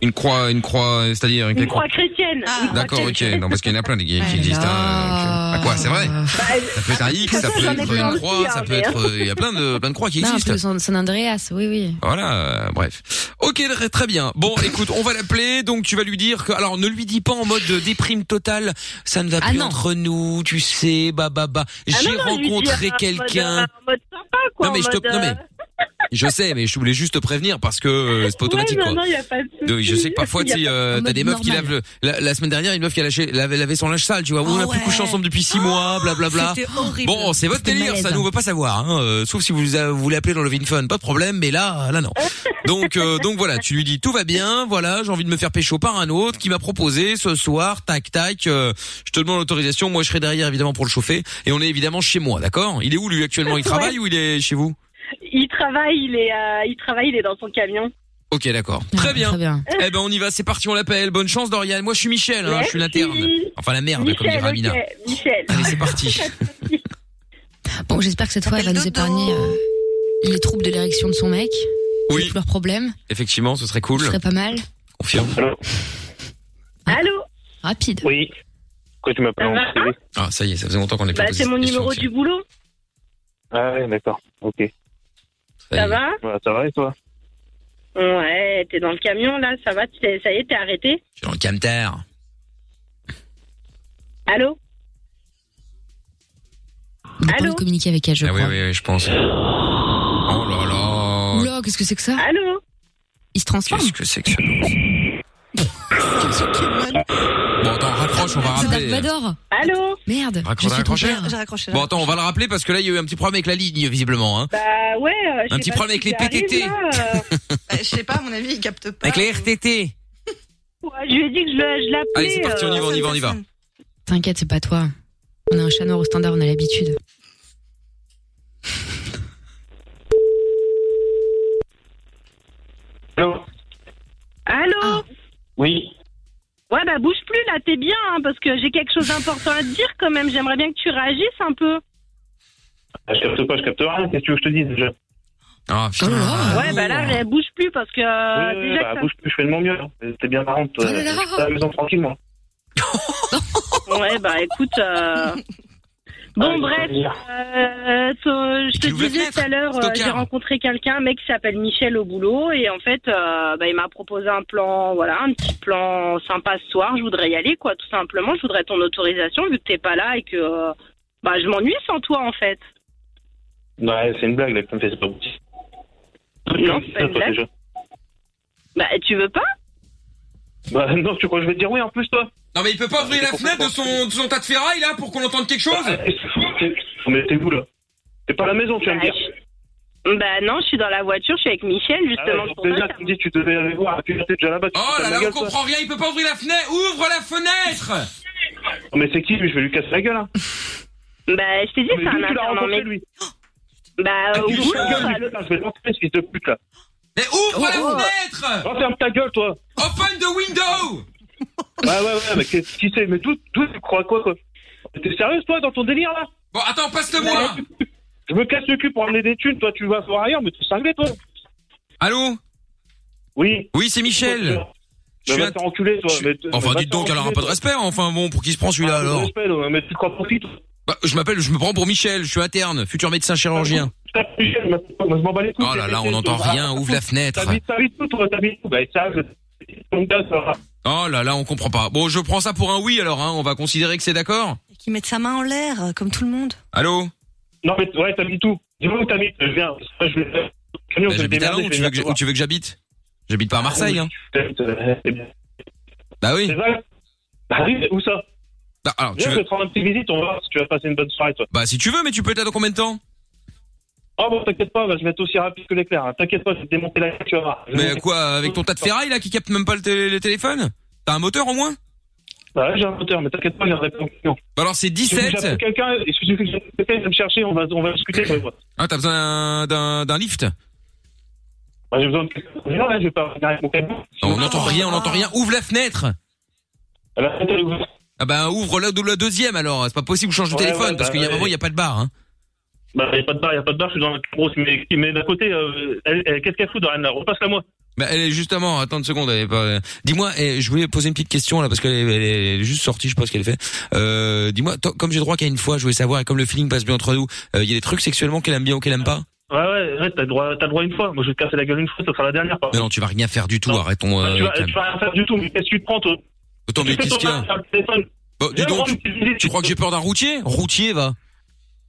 B: Une croix, une croix, c'est-à-dire avec
O: une
B: les
O: croix
B: croix.
O: chrétienne.
D: Ah.
O: Une croix
B: D'accord, ok. Non, parce qu'il y en a plein des gars qui
O: Alors.
B: existent. Hein, donc, euh, bah quoi, c'est vrai Ça peut être un X, ça peut
D: j'en ai
B: être
D: plein
B: une
D: aussi,
B: croix,
D: hein,
B: ça peut
D: mais-
B: être. euh, Il y a plein de, plein de croix qui
D: Non, un
B: existent.
D: peu San, San Andreas, oui, oui.
B: Voilà, euh, bref. Ok, très- très bien. Bon, écoute, on va l'appeler, donc tu vas lui dire que... Alors, ne lui dis pas en mode de déprime totale, ça ne va
O: Ah
B: plus
O: non.
B: entre nous, tu sais, bah bah bah.
O: Ah non,
B: J'ai
O: non, je lui dis,
B: rencontré
O: euh, en
B: quelqu'un...
O: mode, euh, En mode sympa, quoi.
B: Non, mais
O: en
B: je te-
O: mode,
B: non, mais-
O: euh,
B: Je sais, mais je voulais juste te prévenir parce que euh, c'est pas automatique,
O: ouais,
B: quoi.
O: Non, non, y a pas de
B: Donc, je
O: souci.
B: sais que parfois,
O: Y a
B: tu
O: pas-
B: euh,
O: en
B: t'as
O: mode
B: des meufs qui
O: normal.
B: lavent le, la, la semaine dernière, une meuf qui a lâché, lavait, lavait son linge sale, tu vois. Oui, on a plus couché ensemble depuis six mois, blablabla.
R: c'était horrible.
B: Bon, c'est votre
R: C'était
B: délire,
R: malaise.
B: ça nous veut pas savoir, hein, euh, sauf si vous euh, vous voulez appeler dans le Vin Fun, pas de problème, mais là, là non. Donc, euh, donc voilà, tu lui dis tout va bien, voilà, j'ai envie de me faire pécho par un autre qui m'a proposé ce soir, tac tac, euh, je te demande l'autorisation, moi je serai derrière évidemment pour le chauffer, et on est évidemment chez moi, d'accord Il est où lui actuellement Il travaille ou il est chez vous
O: Il travaille, il est, euh, il travaille, il est dans son camion.
B: Ok, d'accord.
D: Ah,
B: Très bien. Eh ben, on y va, c'est parti, on l'appelle. Bonne chance, Dorian. Moi, je suis Michel, hein, je suis l'interne. Enfin, la merde, comme
O: Michel,
B: dira
O: ok,
B: Amina.
O: Michel.
B: Allez, c'est parti.
D: Ah, Bon, j'espère que cette fois, elle va nous épargner euh, les troubles de l'érection de son mec.
B: Oui.
D: Tous leurs problèmes.
B: Effectivement, ce serait cool.
D: Ce serait pas mal.
B: Confirme.
O: Allô
D: Rapide.
L: Oui. Pourquoi tu m'appelles
O: Ça va
L: en privé
B: Ah, ça y est, ça faisait longtemps qu'on est
O: Bah, c'est mon numéro du boulot.
L: Ah ouais, d'accord. Ok.
O: Ça va
L: Bah, ça va et toi
O: Ouais, t'es dans le camion là, ça va, tu t'es- ça y est, t'es arrêté.
B: Dans le camter.
O: Allô
D: Il a pas envie de communiquer avec elle, je
B: Ah oui,
D: crois.
B: oui, oui, je pense. Oh là là.
D: Oula, qu'est-ce que c'est que ça
O: Allô
D: Il se transforme.
B: Qu'est-ce que c'est que ce Bon, attends, raccroche, on va
D: C'est Darth
B: rappeler.
D: Vador.
O: Allô
D: Merde.
B: Raccroche,
D: je suis hein. ton
B: raccroche.
D: père.
R: J'ai raccroché.
B: Bon, attends, on va le rappeler parce que là, il y a eu un petit problème avec la ligne, visiblement. Hein.
O: Bah ouais. euh, je
B: Un
O: sais
B: petit
O: pas
B: problème
O: si
B: avec les
O: j'arrive,
B: PTT.
O: là, euh,
R: Bah, je sais pas, à mon avis, il capte pas.
B: Avec les
L: bah,
B: RTT.
O: ouais, je lui ai dit que je, le- je l'appelais. euh,
B: Allez, c'est parti, on y va, on y va, on y va.
D: T'inquiète, c'est pas toi. On a un chat noir au standard, on a l'habitude.
L: Allô
O: Allô
D: Ah.
L: Oui.
O: Ouais, bah bouge plus là, t'es bien, hein, parce que j'ai quelque chose d'important à te dire quand même. J'aimerais bien que tu réagisses un peu.
L: Ah, Je capte pas, je capte rien. Qu'est-ce que tu veux que je te dise déjà
E: Oh,
B: Ah putain.
O: ouais, bah
B: Oh.
O: là, elle bouge plus parce que. euh,
L: Oui, oui,
O: déjà
L: bah,
O: que ça- Oh
L: bouge plus, je fais de mon mieux. T'es bien marrante. toi.
O: là là.
L: T'es à la maison tranquillement.
O: Ouais, bah écoute. euh, Bon,
L: Ah,
O: bref,
L: il va
O: euh, ton- je te
L: ouvre la
O: disais tout à l'heure, euh, j'ai rencontré quelqu'un, un mec qui s'appelle Michel au boulot, et en fait, euh, bah, il m'a proposé un plan, voilà, un petit plan sympa ce soir. Je voudrais y aller, quoi, tout simplement. Je voudrais ton autorisation, vu que t'es pas là et que euh, bah, je m'ennuie sans toi, en fait.
L: Ouais, c'est une blague, là, que tu me fais, c'est pas possible.
O: Non, c'est pas une
L: Toi,
O: blague.
L: déjà.
O: Bah, tu veux pas
L: Bah non, tu crois que je vais te dire oui en plus toi Bah,
B: Non mais il peut pas ouvrir la fenêtre de son, de son tas de ferraille là pour qu'on entende quelque chose
L: Mais t'es où là T'es pas à la maison, tu vas me dire
O: Bah non, je suis dans la voiture, je suis avec Michel justement.
L: Ah ouais, déjà, tu me dis tu devais aller voir, tu étais déjà là-bas. tu
B: Oh
L: te fous de
B: là
L: ma
B: là, on
L: gueule, toi.
B: comprend rien, il peut pas ouvrir la fenêtre Ouvre la fenêtre
L: Non, mais c'est qui lui Je vais lui casser la gueule hein
O: Bah, je t'ai dit,
L: Mais
O: c'est un
L: lui, tu l'as
O: interne en
L: rencontré,
O: mé-
L: lui.
O: Bah,
L: Ah,
O: au
L: tu
O: boulot,
L: la gueule,
O: à
L: lui, putain, Je vais l'enterrer ce fils de pute là
B: Mais ouvre la fenêtre
L: Referme ta gueule toi
B: Open the window
L: Ouais, ouais, ouais, mais qu'est-ce qui c'est Mais d'où d'où tu crois à quoi quoi T'es sérieuse toi dans ton délire là euh,
B: Bon, attends, passe-le-moi là.
L: Je me casse le cul pour emmener des thunes, toi tu vas voir ailleurs, mais t'es cinglé toi
B: Allô
L: Oui
B: Oui, c'est Michel
L: Je suis un... enculé, toi. Ah, mais bah, t-
B: Enfin,
L: mais
B: dites
L: va
B: donc, alors un peu de respect, hein. enfin bon, pour qui se prend celui-là
L: t'enculer,
B: alors
L: respect, toi, Mais tu crois pour qui toi
B: Bah, je m'appelle, je me prends pour Michel, je suis interne, futur médecin chirurgien.
L: Putain, Ah, Michel, mais je m'en bats les couilles.
B: Oh là là, on n'entend rien, ouvre la fenêtre.
L: T'habites t'habites où toi T'habites où Bah, ça, je- ton gars, ça va.
B: Oh là là, on comprend pas. Bon, je prends ça pour un oui alors, hein, on va considérer que c'est d'accord
R: Qui mettent sa main en l'air, comme tout le monde.
B: Allô
L: Non, mais ouais, t'habites où Dis-moi où t'habites, je viens. Ça, je vais- Camion,
B: Bah,
L: je vais
B: J'habite à
L: démerder,
B: Londres,
L: je
B: tu
L: vais
B: veux, que j'-
L: venir
B: tu veux que j'habite J'habite pas à Marseille, hein.
L: te voir. Putain, eh bien,
B: Bah oui.
L: C'est vrai Bah oui, où ça
B: Bah, alors, tu
L: Viens, je
B: veux...
L: vais te rendre une petite visite, on va voir si tu vas passer une bonne soirée, toi.
B: Bah, si tu veux, mais tu peux être là dans combien de temps
L: Oh bon, t'inquiète pas, bah, je vais être aussi rapide que l'éclair. hein. T'inquiète pas, je vais te démonter la hein. tu vas voir. Je vais
B: Mais
L: monter-
B: quoi, avec ton tas de ferraille là qui capte même pas le, tél- le téléphone T'as un moteur au moins
L: Bah ouais, j'ai un moteur, mais t'inquiète pas, il y a un réponse.
B: Bah alors c'est
L: Il suffit que
B: 17
L: j'appelle quelqu'un, il suffit que j'appelle quelqu'un, il va me chercher, on va, on va discuter. ouais, ouais.
B: Ah, t'as besoin d'un- d'un d'un lift
L: Bah, j'ai besoin de quelqu'un. Non, là, je vais pas venir avec mon camion.
B: Non, on n'entend rien, on n'entend rien. Ouvre la fenêtre Ah bah ouvre la, la deuxième alors, c'est pas possible, change de
L: Ouais,
B: téléphone
L: ouais,
B: parce
L: bah,
B: qu'il y a un
L: ouais.
B: moment, il n'y a pas de barre. Hein.
L: Bah, y a pas de bar, y a pas de bar, je suis dans la grosse, mais, mais d'un côté, euh, elle- elle- qu'est-ce qu'elle fout dans la Repasse-la moi.
B: Bah, elle est justement, attends une seconde, elle est pas... dis-moi, eh, je voulais poser une petite question là parce qu'elle est, elle est- elle est juste sortie, je sais pas ce qu'elle fait. Euh, dis-moi, toi, comme j'ai droit qu'à une fois, je voulais savoir, et comme le feeling passe bien entre nous, euh, il y a des trucs sexuellement qu'elle aime bien ou qu'elle aime pas
L: Ouais, ouais, ouais, t'as le droit, t'as le droit une fois. Moi, je vais te casser la gueule une fois, ça sera la dernière. Par
B: Non, non, tu vas rien faire du tout, arrêtons.
L: contre.
B: Euh,
L: Ah, tu, vas,
B: Clem.
L: tu vas rien faire du tout, mais qu'est-ce que tu te prends, toi
B: Attends, mais
L: Tu fais
B: qu'est-ce
L: ton
B: qu'il y a
L: mal sur le téléphone.
B: Bah, dis
L: Viens
B: donc,
L: voir
B: tu, tu crois que j'ai peur d'un routier Routier, va.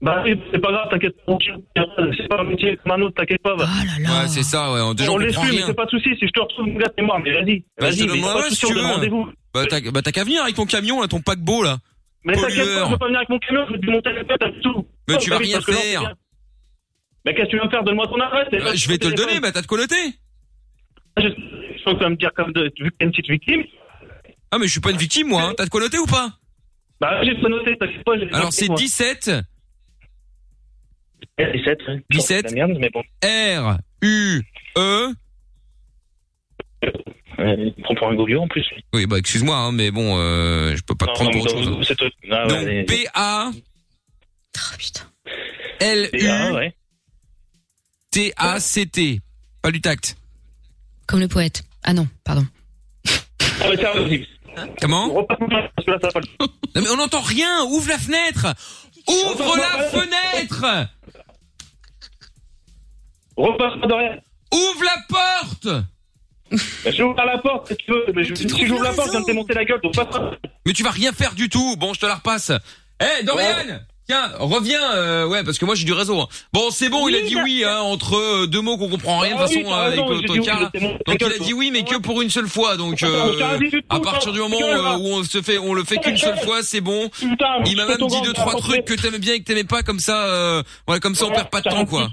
L: Bah oui, c'est pas grave, t'inquiète pas, mon chien, c'est pas un métier comme un autre, t'inquiète pas. va.
B: Ouais, c'est ça, ouais. Déjà, on
L: on laisse
B: comprend
L: lui, mais
B: rien.
L: c'est pas de soucis, si je te retrouve, mon gars, t'es mort, mais vas-y,
B: Bah, je te
L: vas-y, mais
B: demande,
L: pas
B: ouais,
L: de
B: si
L: soucis,
B: tu
L: on
B: veux.
L: donne rendez-vous.
B: Bah, t'as bah, t'as qu'à venir avec ton camion, là, ton paquebot, là.
L: Mais t'inquiète pas,
B: Pollueur.
L: je vais pas venir avec mon camion, je vais te démonter la tête, t'as tout.
B: Mais tu vas
L: Bah oui,
B: rien
L: parce que là, on
B: faire.
L: revient. Mais qu'est-ce que tu vas me faire Donne-moi ton adresse. et
B: Bah, je vais te le
L: téléphone.
B: donner, bah, t'as de quoi noter.
L: Je je pense que tu vas me dire comme de, vu que t'es une petite victime.
B: Ah, mais je suis pas une victime, moi, hein. T'as de quoi noter ou pas
L: Bah, j'ai pas noté, t'inquiète pas. j'ai noté,
B: Alors, c'est
L: moi.
B: 17
L: Eh, 17. hein.
B: 17.
L: C'est de la merde, mais bon.
B: R U E.
L: Ouais, il prend pour un gobio en plus.
B: Oui, bah, excuse-moi, hein, mais bon, euh, je peux pas te
L: Non,
B: prendre
L: non,
B: pour autre
L: mais
B: chose. hein.
L: c'est- c'est- ah, ouais, allez. Ah,
B: Donc, P A. L
L: PA,
B: U T A C T. Pas du tact.
D: Comme le poète. Ah non, pardon.
L: Ah, mais tiens, vas-y.
B: Comment
L: Parce que là, ça va pas le-
B: Non mais on n'entend rien. Ouvre la fenêtre. Ouvre la fenêtre.
L: Repasse pas de rien.
B: Ouvre la porte.
L: Mais Bah, Je ouvre la porte si tu veux, mais je, si j'ouvre la porte, je viens de te démonter la gueule, donc passe pas.
B: Mais tu vas rien faire du tout. Bon, je te la repasse. Eh, Dorian. Tiens, reviens. euh, ouais, parce que moi j'ai du réseau. hein. Bon, c'est bon. il a dit oui hein, entre euh, deux mots qu'on comprend rien de
L: bah, Ah
B: toute
L: oui,
B: façon
L: t'as
B: avec
L: raison,
B: euh,
L: j'ai
B: ton
L: dit oui,
B: cas.
L: je t'ai montré la
B: Donc il
L: gueule,
B: a dit oui, mais que pour une seule fois. Donc
L: Attends,
B: euh,
L: je t'ai dit tout,
B: à
L: hein,
B: partir du
L: ta
B: moment euh,
L: gueule, là.
B: où on se fait, on le fait qu'une seule fois, c'est bon.
L: Putain,
B: Il m'a
L: je
B: même
L: fais ton
B: dit
L: gant,
B: deux
L: t'as
B: trois
L: compris.
B: trucs que t'aimais bien et que t'aimais pas comme ça. euh, voilà, comme ça on perd pas de temps quoi.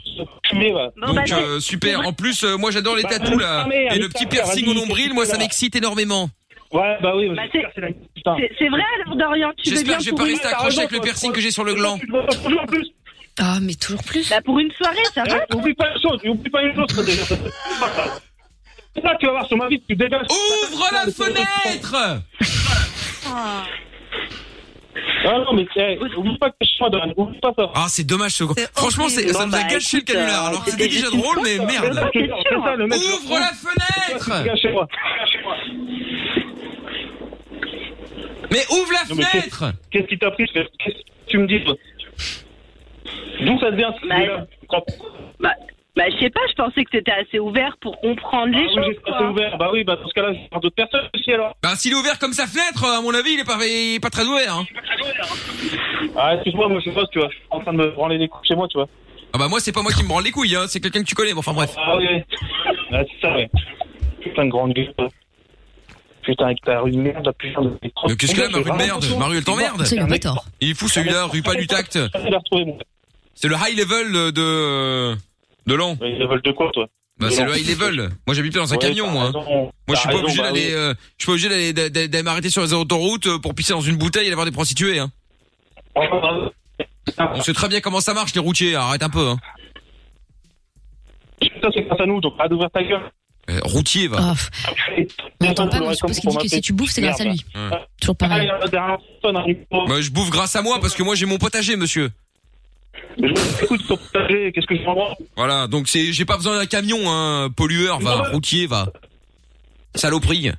L: Fumé, va.
B: Donc euh, super. En plus, euh, moi j'adore les
L: Bah,
B: tatous là
L: allez, fermez,
B: et
L: allez,
B: le petit
L: fermez,
B: piercing au
L: vas-y,
B: nombril. Moi ça
L: là.
B: m'excite énormément.
L: Ouais, bah oui, vas-y,
O: c'est-
L: percez la gueule, putain.
O: C'est- C'est vrai alors, Dorian, tu veux
B: J'espère
O: bien
B: que je vais
O: pour
B: pas
O: une-
B: rester accroché avec le piercing que j'ai sur le gland.
D: Ah, mais toujours plus.
O: Bah, pour une soirée, ça va
L: Eh, Oublie pas une chose, oublie pas une chose, toi, déjà. C'est ça, tu vas voir sur ma vie, tu dégages.
B: Ouvre la fenêtre
O: euh,
L: Ah non, mais eh, oublie pas que je sois dans oublie pas ça.
B: Ah, c'est dommage ce Franchement, c'est- ça nous
O: bah,
B: a gâché le canular.
O: euh,
B: Alors que c'était déjà drôle, mais
O: hein.
B: merde. Ouvre la
L: Ah,
B: fenêtre Mais ouvre la fenêtre
L: Qu'est-ce qui t'a pris Qu'est-ce que tu me dis toi D'où ça devient ce là
O: Bah, bah, je sais pas, je pensais que t'étais assez ouvert pour comprendre les
L: Oui,
O: choses.
L: j'ai pas ouvert. Bah oui, bah dans ce cas-là, je parle d'autres personnes aussi alors.
B: Bah, s'il est ouvert comme sa fenêtre, à mon avis, il est pas, il est pas très ouvert. Hein.
L: Ah, excuse-moi, moi je bosse, tu vois. Je suis en train de me branler les coups chez moi, tu vois.
B: Ah bah moi, c'est pas moi qui me branle les couilles, hein. c'est quelqu'un que tu connais. Bon, enfin bref.
L: Ah oui, oui. Ah, c'est ça, ouais. plein de grandes gueules. Putain, avec ta rue de merde, la plus chère de
B: Mais qu'est-ce que là, ma rue de merde Mario, elle t'emmerde
L: C'est un mec-
B: Il est fou celui-là, rue pas du tact. C'est le high level de. de l'an.
L: High level de quoi, toi
B: Bah,
L: De
B: c'est
L: l'an.
B: le high level. Moi, j'habite dans un
L: Ouais,
B: camion,
L: t'as
B: moi.
L: raison.
B: Moi, je suis
L: T'as
B: pas
L: raison,
B: obligé
L: bah
B: d'aller,
L: oui.
B: euh, je suis pas obligé d'aller, d'aller d'aller m'arrêter sur les autoroutes euh, pour pisser dans une bouteille et d'avoir des prostituées, hein. On sait très bien comment ça marche, les routiers. Arrête un peu, hein.
L: Putain, c'est grâce à nous, donc arrête d'ouvrir ta gueule.
B: Euh, routier, va.
L: On
D: entend pas, mais je suppose qu'il dit que si tu bouffes, Oh, c'est grâce à lui. Toujours
L: Ah,
D: pareil.
B: Bah, je bouffe grâce à moi parce que moi, j'ai mon potager, monsieur.
L: Écoute, ton potager, qu'est-ce que je prends
B: Voilà, donc c'est, j'ai pas besoin d'un camion, hein. Pollueur, va. Routier, va. Saloperie.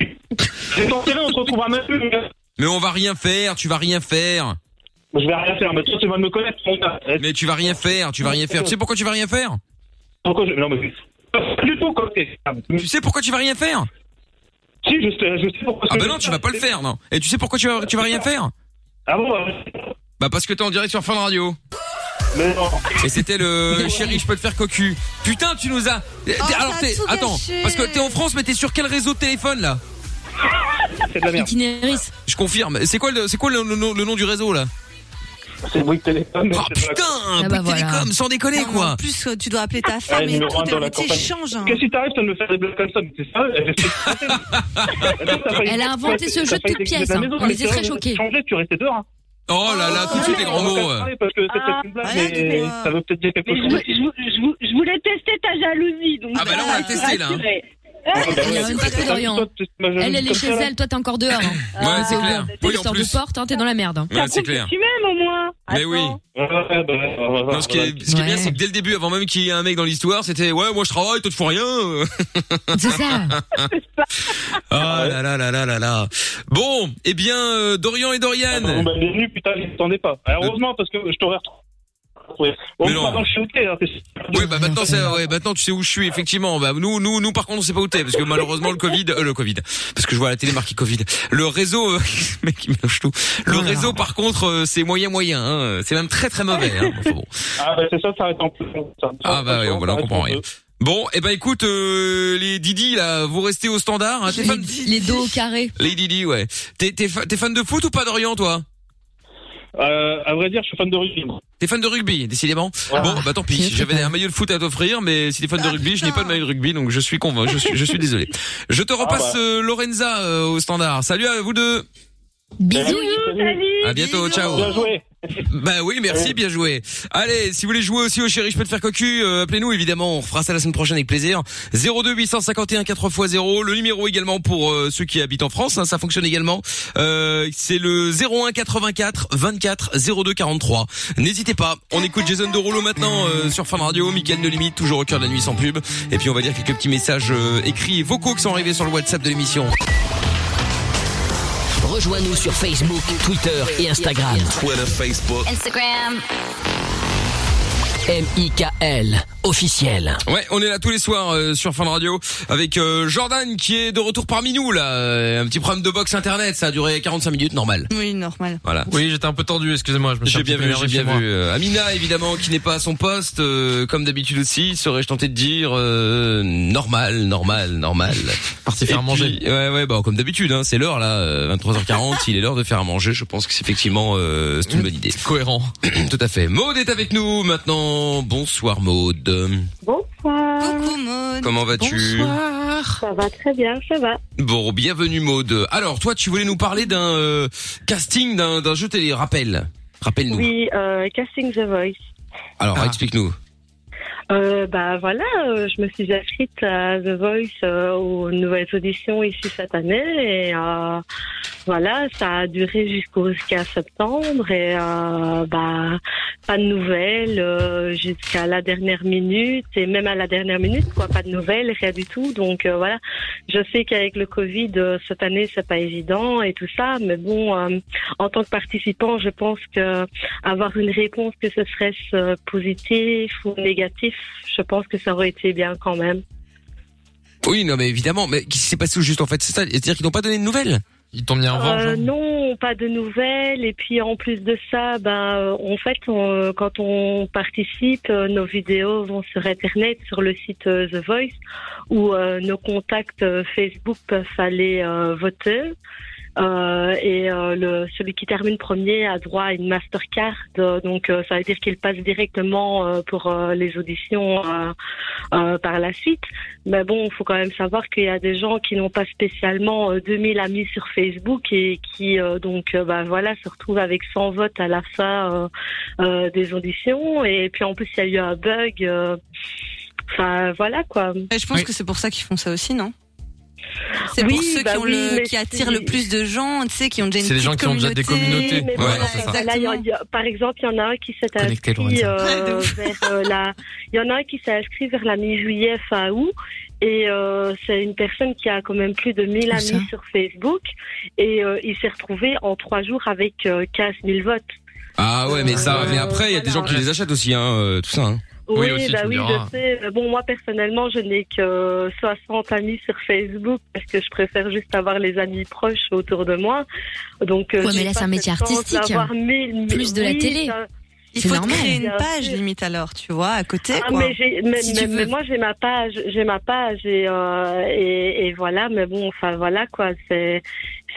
L: J'ai tenté là, on se retrouvera même plus, mon gars.
B: Mais on va rien faire, tu vas rien faire.
L: Je vais rien faire, mais toi, tu vas me connaître, mon gars.
B: Mais tu vas rien faire, tu vas rien faire. Tu sais pourquoi tu vas rien faire
L: Pourquoi je... Non, mais... Pas du tout, quoi. Tu
B: sais pourquoi tu vas rien faire
L: Si, je sais, je sais pourquoi...
B: Ah bah non, tu vas pas le faire, non. Et tu sais pourquoi tu vas, tu vas rien faire
L: Ah bon
B: Bah parce que t'es en direct sur Fun Radio.
L: Mais non.
B: Et c'était le chéri, je peux te faire cocu. Putain, tu nous as. t'es-
L: Oh,
B: alors
L: t'as
B: t'es,
L: tout
B: attends,
L: gâché.
B: parce que t'es en France, mais t'es sur quel réseau de téléphone là
L: C'est de la merde.
B: Je confirme. C'est quoi le, c'est quoi le, le nom- le nom du réseau là
L: C'est Bouygues Télécom.
B: Oh putain,
S: Ah bah
B: Bouygues
S: voilà.
B: Télécom, sans déconner
S: Non, mais
B: quoi.
S: En plus, euh, tu dois appeler ta
D: Ah,
S: femme et tout, tes routiers changent. hein.
L: Qu'est-ce qui t'arrive de me faire des blagues comme ça Mais c'est ça
D: Elle a inventé ce jeu de toutes pièces. hein. On était très choqués.
L: Tu restais dehors. hein. Ah,
B: Oh là là, tout de suite les grands mots. euh.
L: Parce que c'est peut-être une blague,
D: Ah,
L: mais ça veut peut-être dire quelque
T: Je,
L: chose.
T: vou- je vou- je voulais tester ta jalousie. Donc
B: Ah bah là, on l'a testé, là, hein.
D: Elle a même pas fait d'Orient.
T: bah,
D: Elle, elle est chez elle, toi t'es encore dehors. hein.
B: Ouais, c'est
D: Ah,
B: clair.
D: t'es
B: Oui,
D: le
B: en
D: sort de
B: plus.
D: porte, hein, t'es dans la merde. hein.
B: Ouais, c'est clair.
T: Tu m'aimes au moins.
B: Mais oui.
O: oh.
B: Non, ce qui est, ce qui est bien,
D: Ouais.
B: c'est que dès le début, avant même qu'il y ait un mec dans l'histoire, c'était ouais, moi je travaille, toi tu fais rien.
D: C'est ça.
B: Oh là là là là là là. Bon, eh bien, euh, Dorian et Doriane.
L: Bon, bah, bienvenue, putain, je t'en ai pas. Alors, heureusement, parce que je t'aurais retrouvé. On
B: Mais
L: est
B: non.
L: pas dans le shooté, hein, t'es-
B: Oui, bah maintenant, c'est, ouais, maintenant tu sais où je suis, effectivement. Bah, nous, nous, nous, par contre, on sait pas où t'es, parce que malheureusement, le Covid, euh, le Covid, parce que je vois à la télé marqué Covid. Le réseau, euh, le mec, il mélange tout. Le
D: Oh
B: réseau, par contre, euh, c'est moyen, moyen, hein. C'est même très, très mauvais, hein. Enfin, bon.
L: Ah, bah, c'est ça, ça arrête en plus. Ça.
B: Ah, bah, ouais, voilà, on comprend rien. Bon, eh ben, écoute, euh, les Didi, là, vous restez au standard, hein. T'es fan,
D: Les dos au carré.
B: les Didi, ouais. T'es, t'es, fa- t'es fan de foot ou pas d'Orient, toi?
L: Euh, à vrai dire, je suis fan de rugby.
B: T'es fan de rugby, décidément. Bon, bah tant pis. J'avais un maillot de foot à t'offrir, mais si t'es fan de rugby, je n'ai pas de maillot de rugby, donc je suis convaincu. Je suis, je suis désolé. Je te repasse
L: bah.
B: euh, Lorenza euh, au standard. Salut à vous deux.
D: Bisous.
B: À bientôt. Ciao.
L: bah. Bien joué.
B: Bah oui, merci, bien joué. Allez, si vous voulez jouer aussi au chéri, je peux te faire cocu, euh, appelez-nous évidemment, on fera ça la semaine prochaine avec plaisir. 02 851 4x0, le numéro également pour euh, ceux qui habitent en France, hein, ça fonctionne également. Euh, c'est le 01 84 24 02 43. N'hésitez pas, on écoute Jason Derulo maintenant euh, sur Fun Radio, Mickaël de Limite, toujours au cœur de la nuit sans pub. Et puis on va dire quelques petits messages euh, écrits et vocaux qui sont arrivés sur le WhatsApp de l'émission.
O: Rejoins-nous sur Facebook, Twitter et Instagram.
U: Twitter, Facebook.
O: Instagram. M-I-K-L, officiel.
B: Ouais, on est là tous les soirs euh, sur Fun Radio avec euh, Jordan qui est de retour parmi nous là. Euh, Un petit problème de box internet, ça a duré 45 minutes normal.
S: Oui, normal.
B: Voilà.
E: Oui, j'étais un peu tendu, excusez-moi, je me suis
B: J'ai
E: un
B: bien
E: petit
B: vu,
E: peu énervé
B: j'ai bien
E: chez moi.
B: vu. Euh, Amina évidemment qui n'est pas à son poste, euh, comme d'habitude aussi, serais-je tenté de dire euh, normal, normal, normal.
E: Parti faire
B: Et
E: à manger.
B: puis, ouais ouais, bah comme d'habitude hein, c'est l'heure là, euh, 23h40, il est l'heure de faire à manger, je pense que c'est effectivement euh, c'est une bonne idée.
E: Cohérent.
B: Tout à fait. Maud est avec nous maintenant. Bonsoir Maud.
T: Bonsoir.
S: Coucou Maud.
B: Comment vas-tu
T: Ça va très bien, ça va.
B: Bon, bienvenue Maude. Alors, toi, tu voulais nous parler d'un euh, casting d'un d'un jeu télé. Rappelle, rappelle-nous.
T: Oui, euh, Casting The Voice.
B: Alors, explique-nous.
T: Euh, bah voilà, euh, je me suis inscrite à The Voice euh, aux nouvelles auditions ici cette année et euh, voilà, ça a duré jusqu'au 15 septembre et euh, bah pas de nouvelles euh, jusqu'à la dernière minute et même à la dernière minute quoi, pas de nouvelles, rien du tout. Donc euh, voilà, je sais qu'avec le Covid euh, cette année c'est pas évident et tout ça, mais bon, euh, en tant que participant, je pense que avoir une réponse que ce serait euh, positif ou négatif, je pense que ça aurait été bien quand même.
B: Oui, non, mais évidemment. Mais qu'est-ce qui s'est passé au juste en hein. fait C'est ça. C'est-à-dire qu'ils n'ont pas donné de nouvelles.
E: Ils t'ont mis en
T: Euh, non, non, pas de nouvelles. Et puis en plus de ça, ben, euh, en fait, on, euh, quand on participe, euh, nos vidéos vont sur Internet, sur le site euh, The Voice, où euh, nos contacts euh, Facebook peuvent aller euh, voter. Euh, et euh, le, celui qui termine premier a droit à une Mastercard. Euh, donc euh, ça veut dire qu'il passe directement euh, pour euh, les auditions euh, euh, par la suite. Mais bon, il faut quand même savoir qu'il y a des gens qui n'ont pas spécialement euh, 2000 amis sur Facebook et qui euh, donc euh, bah, voilà se retrouvent avec 100 votes à la fin euh, euh, des auditions. Et puis en plus il y a eu un bug. euh, Enfin voilà quoi.
R: Et je pense que c'est pour ça qu'ils font ça aussi, non C'est
T: Oui,
R: pour ceux
T: bah
R: qui, ont
T: oui,
R: le,
T: mais
R: qui attirent
T: c'est-
R: le plus de gens, tu sais, qui ont déjà une
M: C'est les gens
R: petite
M: qui ont déjà des communautés.
R: mais
M: Ouais,
R: voilà,
M: c'est ça.
T: bah Là, il y a- il y a- par exemple, il y en a un qui s'est
M: Connecté,
T: inscrit
M: Lorenza.
T: euh,
R: Ouais, de ouf.
T: vers euh, la. Il y en a un qui s'est inscrit vers la mi-juillet, fin août, et euh, c'est une personne qui a quand même plus de 1000 amis sur Facebook, et euh, il s'est retrouvé en trois jours avec euh, 15 000 votes.
B: Ah ouais, mais ça. Mais après, il y a des gens qui les achètent aussi, hein, euh, tout ça. Hein.
T: Oui, bah oui, je sais. Euh, Bon, moi personnellement, je n'ai que 60 amis sur Facebook parce que je préfère juste avoir les amis proches autour de moi. Donc, euh,
D: Ouais, mais
T: j'ai
D: là,
T: pas
D: c'est un métier
T: cette chance
D: artistique. hein.
T: d'avoir mille-
D: Plus de la
T: oui,
D: télé.
T: ça-
R: Il
T: C'est
R: faut
T: normal.
R: créer une
T: Bien
R: page
T: sûr.
R: limite alors, tu vois, à côté.
T: Ah,
R: quoi.
T: mais, j'ai- mais-
R: Si
T: mais-
R: tu
T: mais
R: veux.
T: moi j'ai ma page, j'ai ma page et, euh, et, et voilà, mais bon, enfin voilà quoi, c'est.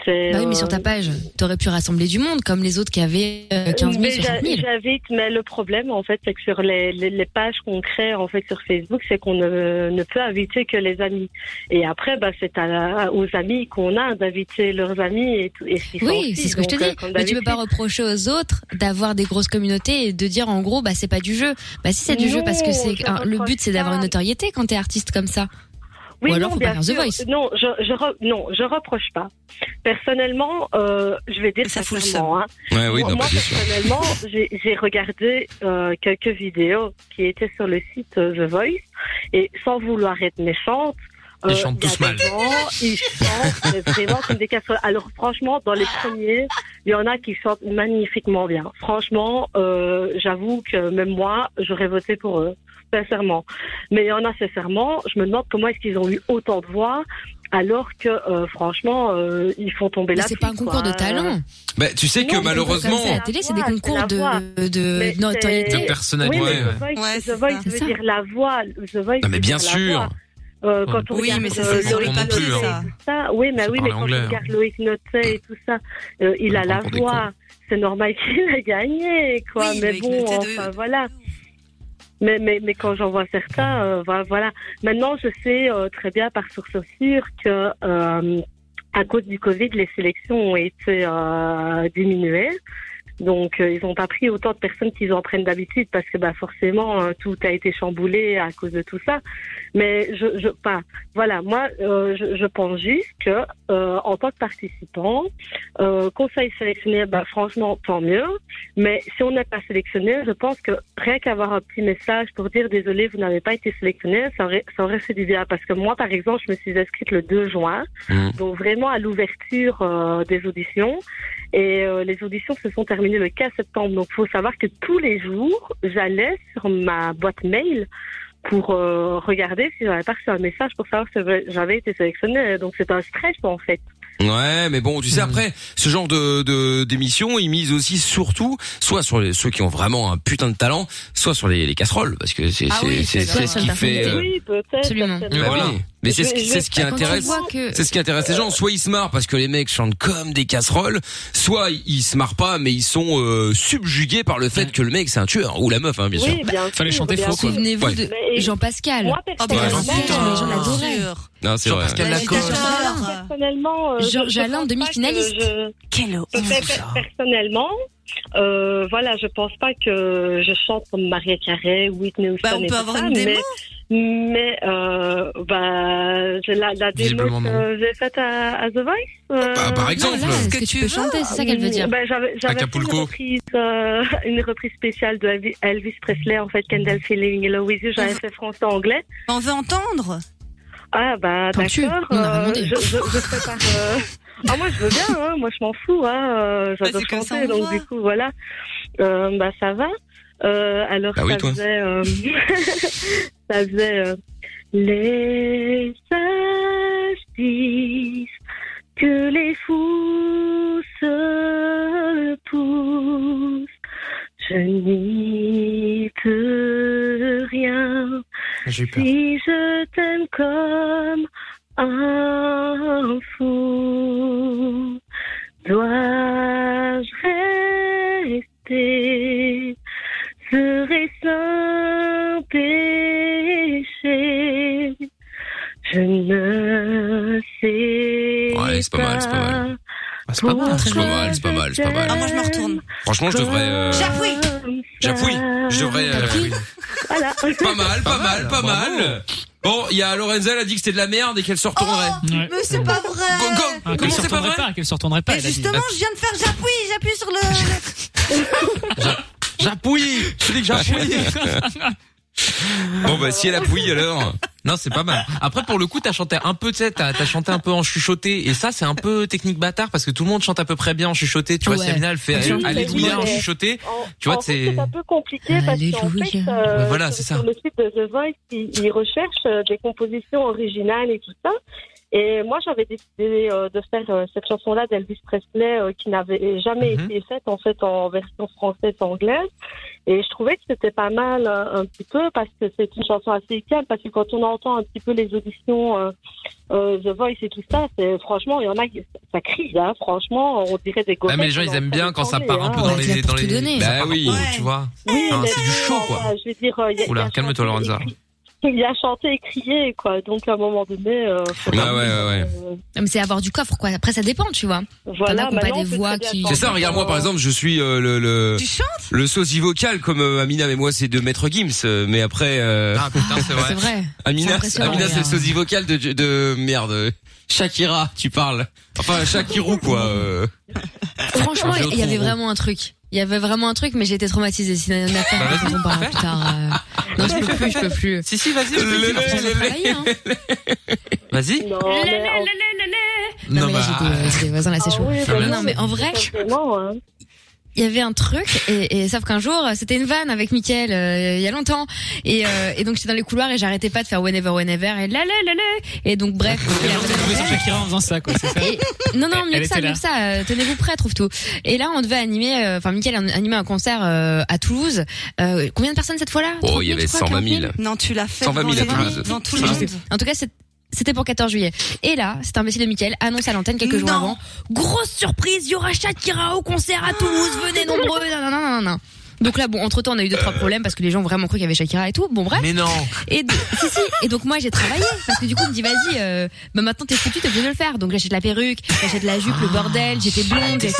T: c'est,
D: Bah oui, mais
T: euh,
D: sur ta page, t'aurais pu rassembler du monde comme les autres qui avaient euh, 15 000,
T: mais
D: 60
T: j'a-
D: 000.
T: j'invite, mais le problème en fait, c'est que sur les, les, les pages qu'on crée en fait sur Facebook, c'est qu'on ne, ne peut inviter que les amis. Et après, bah, c'est à- aux amis qu'on a d'inviter leurs amis et, tout- et ce qu'ils
D: Oui,
T: sont
D: c'est
T: aussi.
D: ce que je te
T: Donc, euh,
D: dis.
T: comme
D: Mais tu peux
T: d'habitude.
D: pas reprocher aux autres d'avoir des grosses communautés et de dire en gros, bah c'est pas du jeu. Bah si c'est du jeu parce que
T: Non,
D: c'est
T: je
D: hein, le but c'est d'avoir une notoriété quand t'es artiste comme ça.
T: Oui,
D: Ou alors
T: non,
D: faut pas
T: bien
D: faire The
T: sûr.
D: Voice.
T: Non, je, je re- non, je reproche pas. Personnellement, euh, je vais dire ça Hein.
B: Ouais, oui,
T: moi,
B: non, bah,
T: moi,
B: bien sûr.
T: personnellement, j'ai j'ai regardé euh, quelques vidéos qui étaient sur le site euh, The Voice et sans vouloir être méchante.
C: Ils
T: euh,
C: chantent
T: il y a
C: tous
T: des
C: mal.
T: gens, ils chantent mais vraiment comme des casseroles. Alors franchement, dans les premiers, il y en a qui chantent magnifiquement bien. Franchement, euh, j'avoue que même moi, j'aurais voté pour eux, sincèrement. Mais il y en a sincèrement, je me demande comment est-ce qu'ils ont eu autant de voix alors que euh, franchement, euh, ils font tomber
D: Mais
T: la
D: c'est pas un
T: suite,
D: concours
T: quoi.
D: de talent.
B: Bah, tu sais que
T: Non, mais
B: malheureusement.
D: C'est la télé, c'est des concours de, de
T: Mais
D: notoriété.
T: c'est-
B: De personnalité.
T: Oui, mais
B: Ouais,
T: The Voice, The Voice veut dire la voix. The Voice
B: Non, mais
T: veut
B: bien
T: dire la
B: sûr.
T: voix. Euh, quand on
R: Oui,
T: regarde,
R: mais ça,
T: euh,
R: c'est sur
T: Loïc
R: les papiers,
T: Notet
R: ça.
T: et tout ça. Oui, mais oui, mais
R: parle
T: quand
R: anglais,
T: on regarde
B: hein.
T: Loïc Notet et tout ça, euh, il a la voix. C'est normal qu'il ait gagné, quoi.
R: Oui,
T: mais
R: Loïc
T: bon,
R: Notet de-
T: enfin, voilà. Mais, mais, mais quand j'en vois certains, euh, voilà, voilà. Maintenant, je sais euh, très bien par source sûre que euh, à cause du Covid, les sélections ont été euh, diminuées. Donc, euh, ils n'ont pas pris autant de personnes qu'ils en prennent d'habitude parce que bah, forcément, euh, tout a été chamboulé à cause de tout ça. Mais je, je pas. Voilà, moi, euh, je, je pense juste que euh, en tant que participant, euh, qu'on soit sélectionné, bah, franchement, tant mieux. Mais si on n'est pas sélectionné, je pense que rien qu'avoir un petit message pour dire désolé, vous n'avez pas été sélectionné, ça aurait, ça aurait fait du bien. Parce que moi, par exemple, je me suis inscrite le 2 juin, donc vraiment à l'ouverture euh, des auditions. Et euh, les auditions se sont terminées le 15 septembre. Donc, il faut savoir que tous les jours, j'allais sur ma boîte mail pour euh, regarder si j'avais pas reçu un message pour savoir si j'avais été sélectionnée. Donc, c'est un stress, en fait.
B: Ouais, mais bon, tu sais après, ce genre de de- d'émission, ils misent aussi surtout soit sur les, ceux qui ont vraiment un putain de talent, soit sur les, les casseroles, parce que c'est
D: Ah
B: c'est-
D: oui,
B: c'est
D: c'est vrai,
B: c'est ce qui
D: ça
B: fait. euh,
T: Oui, peut-être.
D: Absolument.
B: Bah voilà. Mais c'est ce qui, c'est ce qui intéresse, c'est ce qui intéresse les gens. Soit ils se marrent parce que les mecs chantent comme des casseroles, soit ils se marrent pas, mais ils sont euh, subjugués par le fait que le mec c'est un tueur ou la meuf, hein, bien
D: Oui,
B: sûr.
D: bien
B: Fallait
D: sûr,
B: chanter
D: bien
B: faux.
D: sûr.
B: quoi.
D: Souvenez-vous
B: Ouais.
D: de Jean-Pascal. Moi,
B: personnellement,
T: euh,
D: les gens l'adoraient.
B: Non, c'est vrai.
D: Jean-Pascal Lacan.
T: Personnellement, euh,
D: Jean-
T: je- je
D: Jalin,
T: pense
D: demi-finaliste.
T: pas que je-
R: Quelle
T: Pe- Personnellement, euh, voilà, je pense pas que je chante comme Maria Carey, Whitney Houston.
R: Bah, on
T: et
R: peut
T: tout
R: avoir
T: ça,
R: une démo.
T: mais- Mais euh, bah, j'ai la, la démo
B: Visiblement, non.
T: que j'ai faite à, à The Voice. euh,
B: Bah, par exemple. Non, là, est-ce que
D: tu peux chanter, c'est ça qu'elle veut dire.
T: Bah, J'avais j'avais fait une
B: Acapulco.
T: reprise, euh, une reprise spéciale de Elvis- Elvis Presley, en fait, Kendall Feeling, Hello With You. J'avais fait français-anglais.
R: On veut entendre.
T: Ah bah
R: Tant tu,
T: d'accord,
R: on a
T: euh,
R: demandé.
T: je, je, je prépare. euh, Ah moi je veux bien, hein, moi je m'en fous, hein, euh,
R: Bah,
T: j'adore
R: c'est comme ça,
T: chanter,
R: on
T: donc
R: voit.
T: du coup voilà, euh, bah ça va. Euh, alors
C: Bah oui,
T: ça,
C: toi.
T: faisait, euh, ça faisait euh, les sages disent que les fous se
P: j'ai eu peur.
T: Si je t'aime comme un fou, dois-je rester Serait-ce un péché Je ne sais
B: Ouais, c'est pas mal, c'est pas mal.
T: Ah,
B: Ah,
T: c'est pas mal,
B: C'est pas mal, c'est pas mal, c'est pas mal.
T: Ah, moi je me retourne.
B: Franchement, je devrais. euh, J'appuie. Je devrais. euh,
T: Voilà.
B: Pas mal, pas mal, pas mal. Bon, il y a Lorenza, elle a dit que c'était de la merde et qu'elle se retournerait.
R: Mais c'est pas vrai.
E: Ah, qu'elle
B: Comment
E: se
B: c'est pas
E: retournerait
B: vrai
E: pas, Qu'elle se retournerait pas.
R: Et
E: elle a dit.
R: justement, je viens de faire j'appuie, j'appuie sur le.
B: J'appuie Je dis que j'appuie Bon bah si elle appuie alors.
M: Non, c'est pas mal. Après, pour le coup, t'as chanté un peu, tu sais, t'as t'as chanté un peu en chuchoté, et ça, c'est un peu technique bâtard parce que tout le monde chante à peu près bien en chuchoté. Tu vois,
T: Ouais.
M: Samina, elle fait
T: Ils chantent
M: Alléluia en
T: très bien.
M: chuchoté.
T: En-
M: Tu vois,
T: en fait,
M: c'est.
T: un peu compliqué parce qu'en fait, euh,
M: Ouais, voilà, c'est
T: sur,
M: ça.
T: sur le site de The Voice, ils, ils recherchent euh, des compositions originales et tout ça. Et moi, j'avais décidé euh, de faire euh, cette chanson-là d'Elvis Presley euh, qui n'avait jamais
M: Mhm.
T: été faite en fait en version française anglaise. Et je trouvais que c'était pas mal euh, un petit peu parce que c'est une chanson assez calme parce que quand on entend un petit peu les auditions euh, euh, The Voice et tout ça, c'est franchement il y en a qui ça crie hein, franchement on dirait des
M: Ah, mais les gens, ils aiment bien quand ça part un
T: hein.
M: peu dans les. dans les- Bah oui, tu vois.
T: oui,
M: Enfin,
T: mais
M: C'est du chaud, quoi.
T: euh, Je veux dire, euh, il y a-
M: Oula, calme-toi, Lorenza.
T: il y a chanté et crié, quoi. Donc, à un moment donné. euh, faut-
M: Ah ouais, ouais, ouais.
D: Non, mais c'est avoir du coffre, quoi. Après, ça dépend, tu vois.
T: Voilà,
D: T'en as qui ont pas
T: maintenant,
D: des
T: on peut
D: voix
T: très bien
D: qui.
B: C'est ça, regarde moi par exemple, je suis euh, le le
D: Tu chantes
B: le sosie vocal comme euh, Amina mais moi c'est de Maître Gims euh, mais après euh...
M: Ah putain, c'est
D: vrai. C'est vrai. C'est
B: Amina
D: impressionnant,
B: Amina c'est le
D: regarde.
B: sosie vocal de de merde euh, Shakira, tu parles. Enfin Shakirou quoi. euh.
D: Franchement,
B: Je
D: il y avait
B: trouve.
D: vraiment un truc. Il y avait vraiment un truc, mais j'ai été traumatisée. C'est une affaire
B: Bah,
D: dont on parlera plus tard.
E: Ah,
D: euh. Non, je peux plus, je peux plus.
M: Si, si, vas-y, Vas-y.
T: Non, mais en-
D: Non,
M: Non,
D: mais là,
M: bah,
D: j'étais, euh, c'était voisin, là, c'est chaud.
T: oui, bah
D: non,
T: non,
D: mais en vrai.
T: Il
D: y avait un truc, et, et sauf qu'un jour, c'était une vanne avec Mickaël, euh, il y a longtemps. Et, euh, et donc, j'étais dans les couloirs et j'arrêtais pas de faire whenever, whenever, et la la la la. Et donc, bref. et la-
E: Trouver sur Shakira en faisant ça, quoi. c'est ça
D: Non, non, mieux
E: Elle
D: que ça,
E: était là.
D: mieux que ça. euh, Tenez-vous prêts, trouve tout. Et là, on devait animer, euh, enfin, Mickaël an- animait un concert euh, à Toulouse. Euh, combien de personnes cette fois-là
B: Oh,
D: 30
B: il y avait
D: je crois,
B: 120 000.
D: 40
R: Non, tu l'as fait.
B: 120 000 à
R: dans les-
B: Toulouse.
R: Dans tout le
B: Ça.
R: monde.
D: En tout cas, c'est- c'était pour 14 juillet. Et là, cet imbécile de Mickaël annonce à l'antenne quelques jours avant Grosse surprise, il y aura Shakira au concert à Toulouse, venez nombreux. Nan, nan, nan, nan, nan. Donc là, bon, entre temps, on a eu deux trois problèmes parce que les gens ont vraiment cru qu'il y avait Shakira et tout. Bon, bref.
M: Euh. Mais non.
D: Et do- si, si. Et donc moi, j'ai travaillé parce que du coup, on me dit vas-y, euh, bah maintenant t'es foutu, t'es obligé de le faire. Donc j'achète la perruque, j'achète la jupe, le
M: Ah.
D: bordel. J'étais blonde, j'étais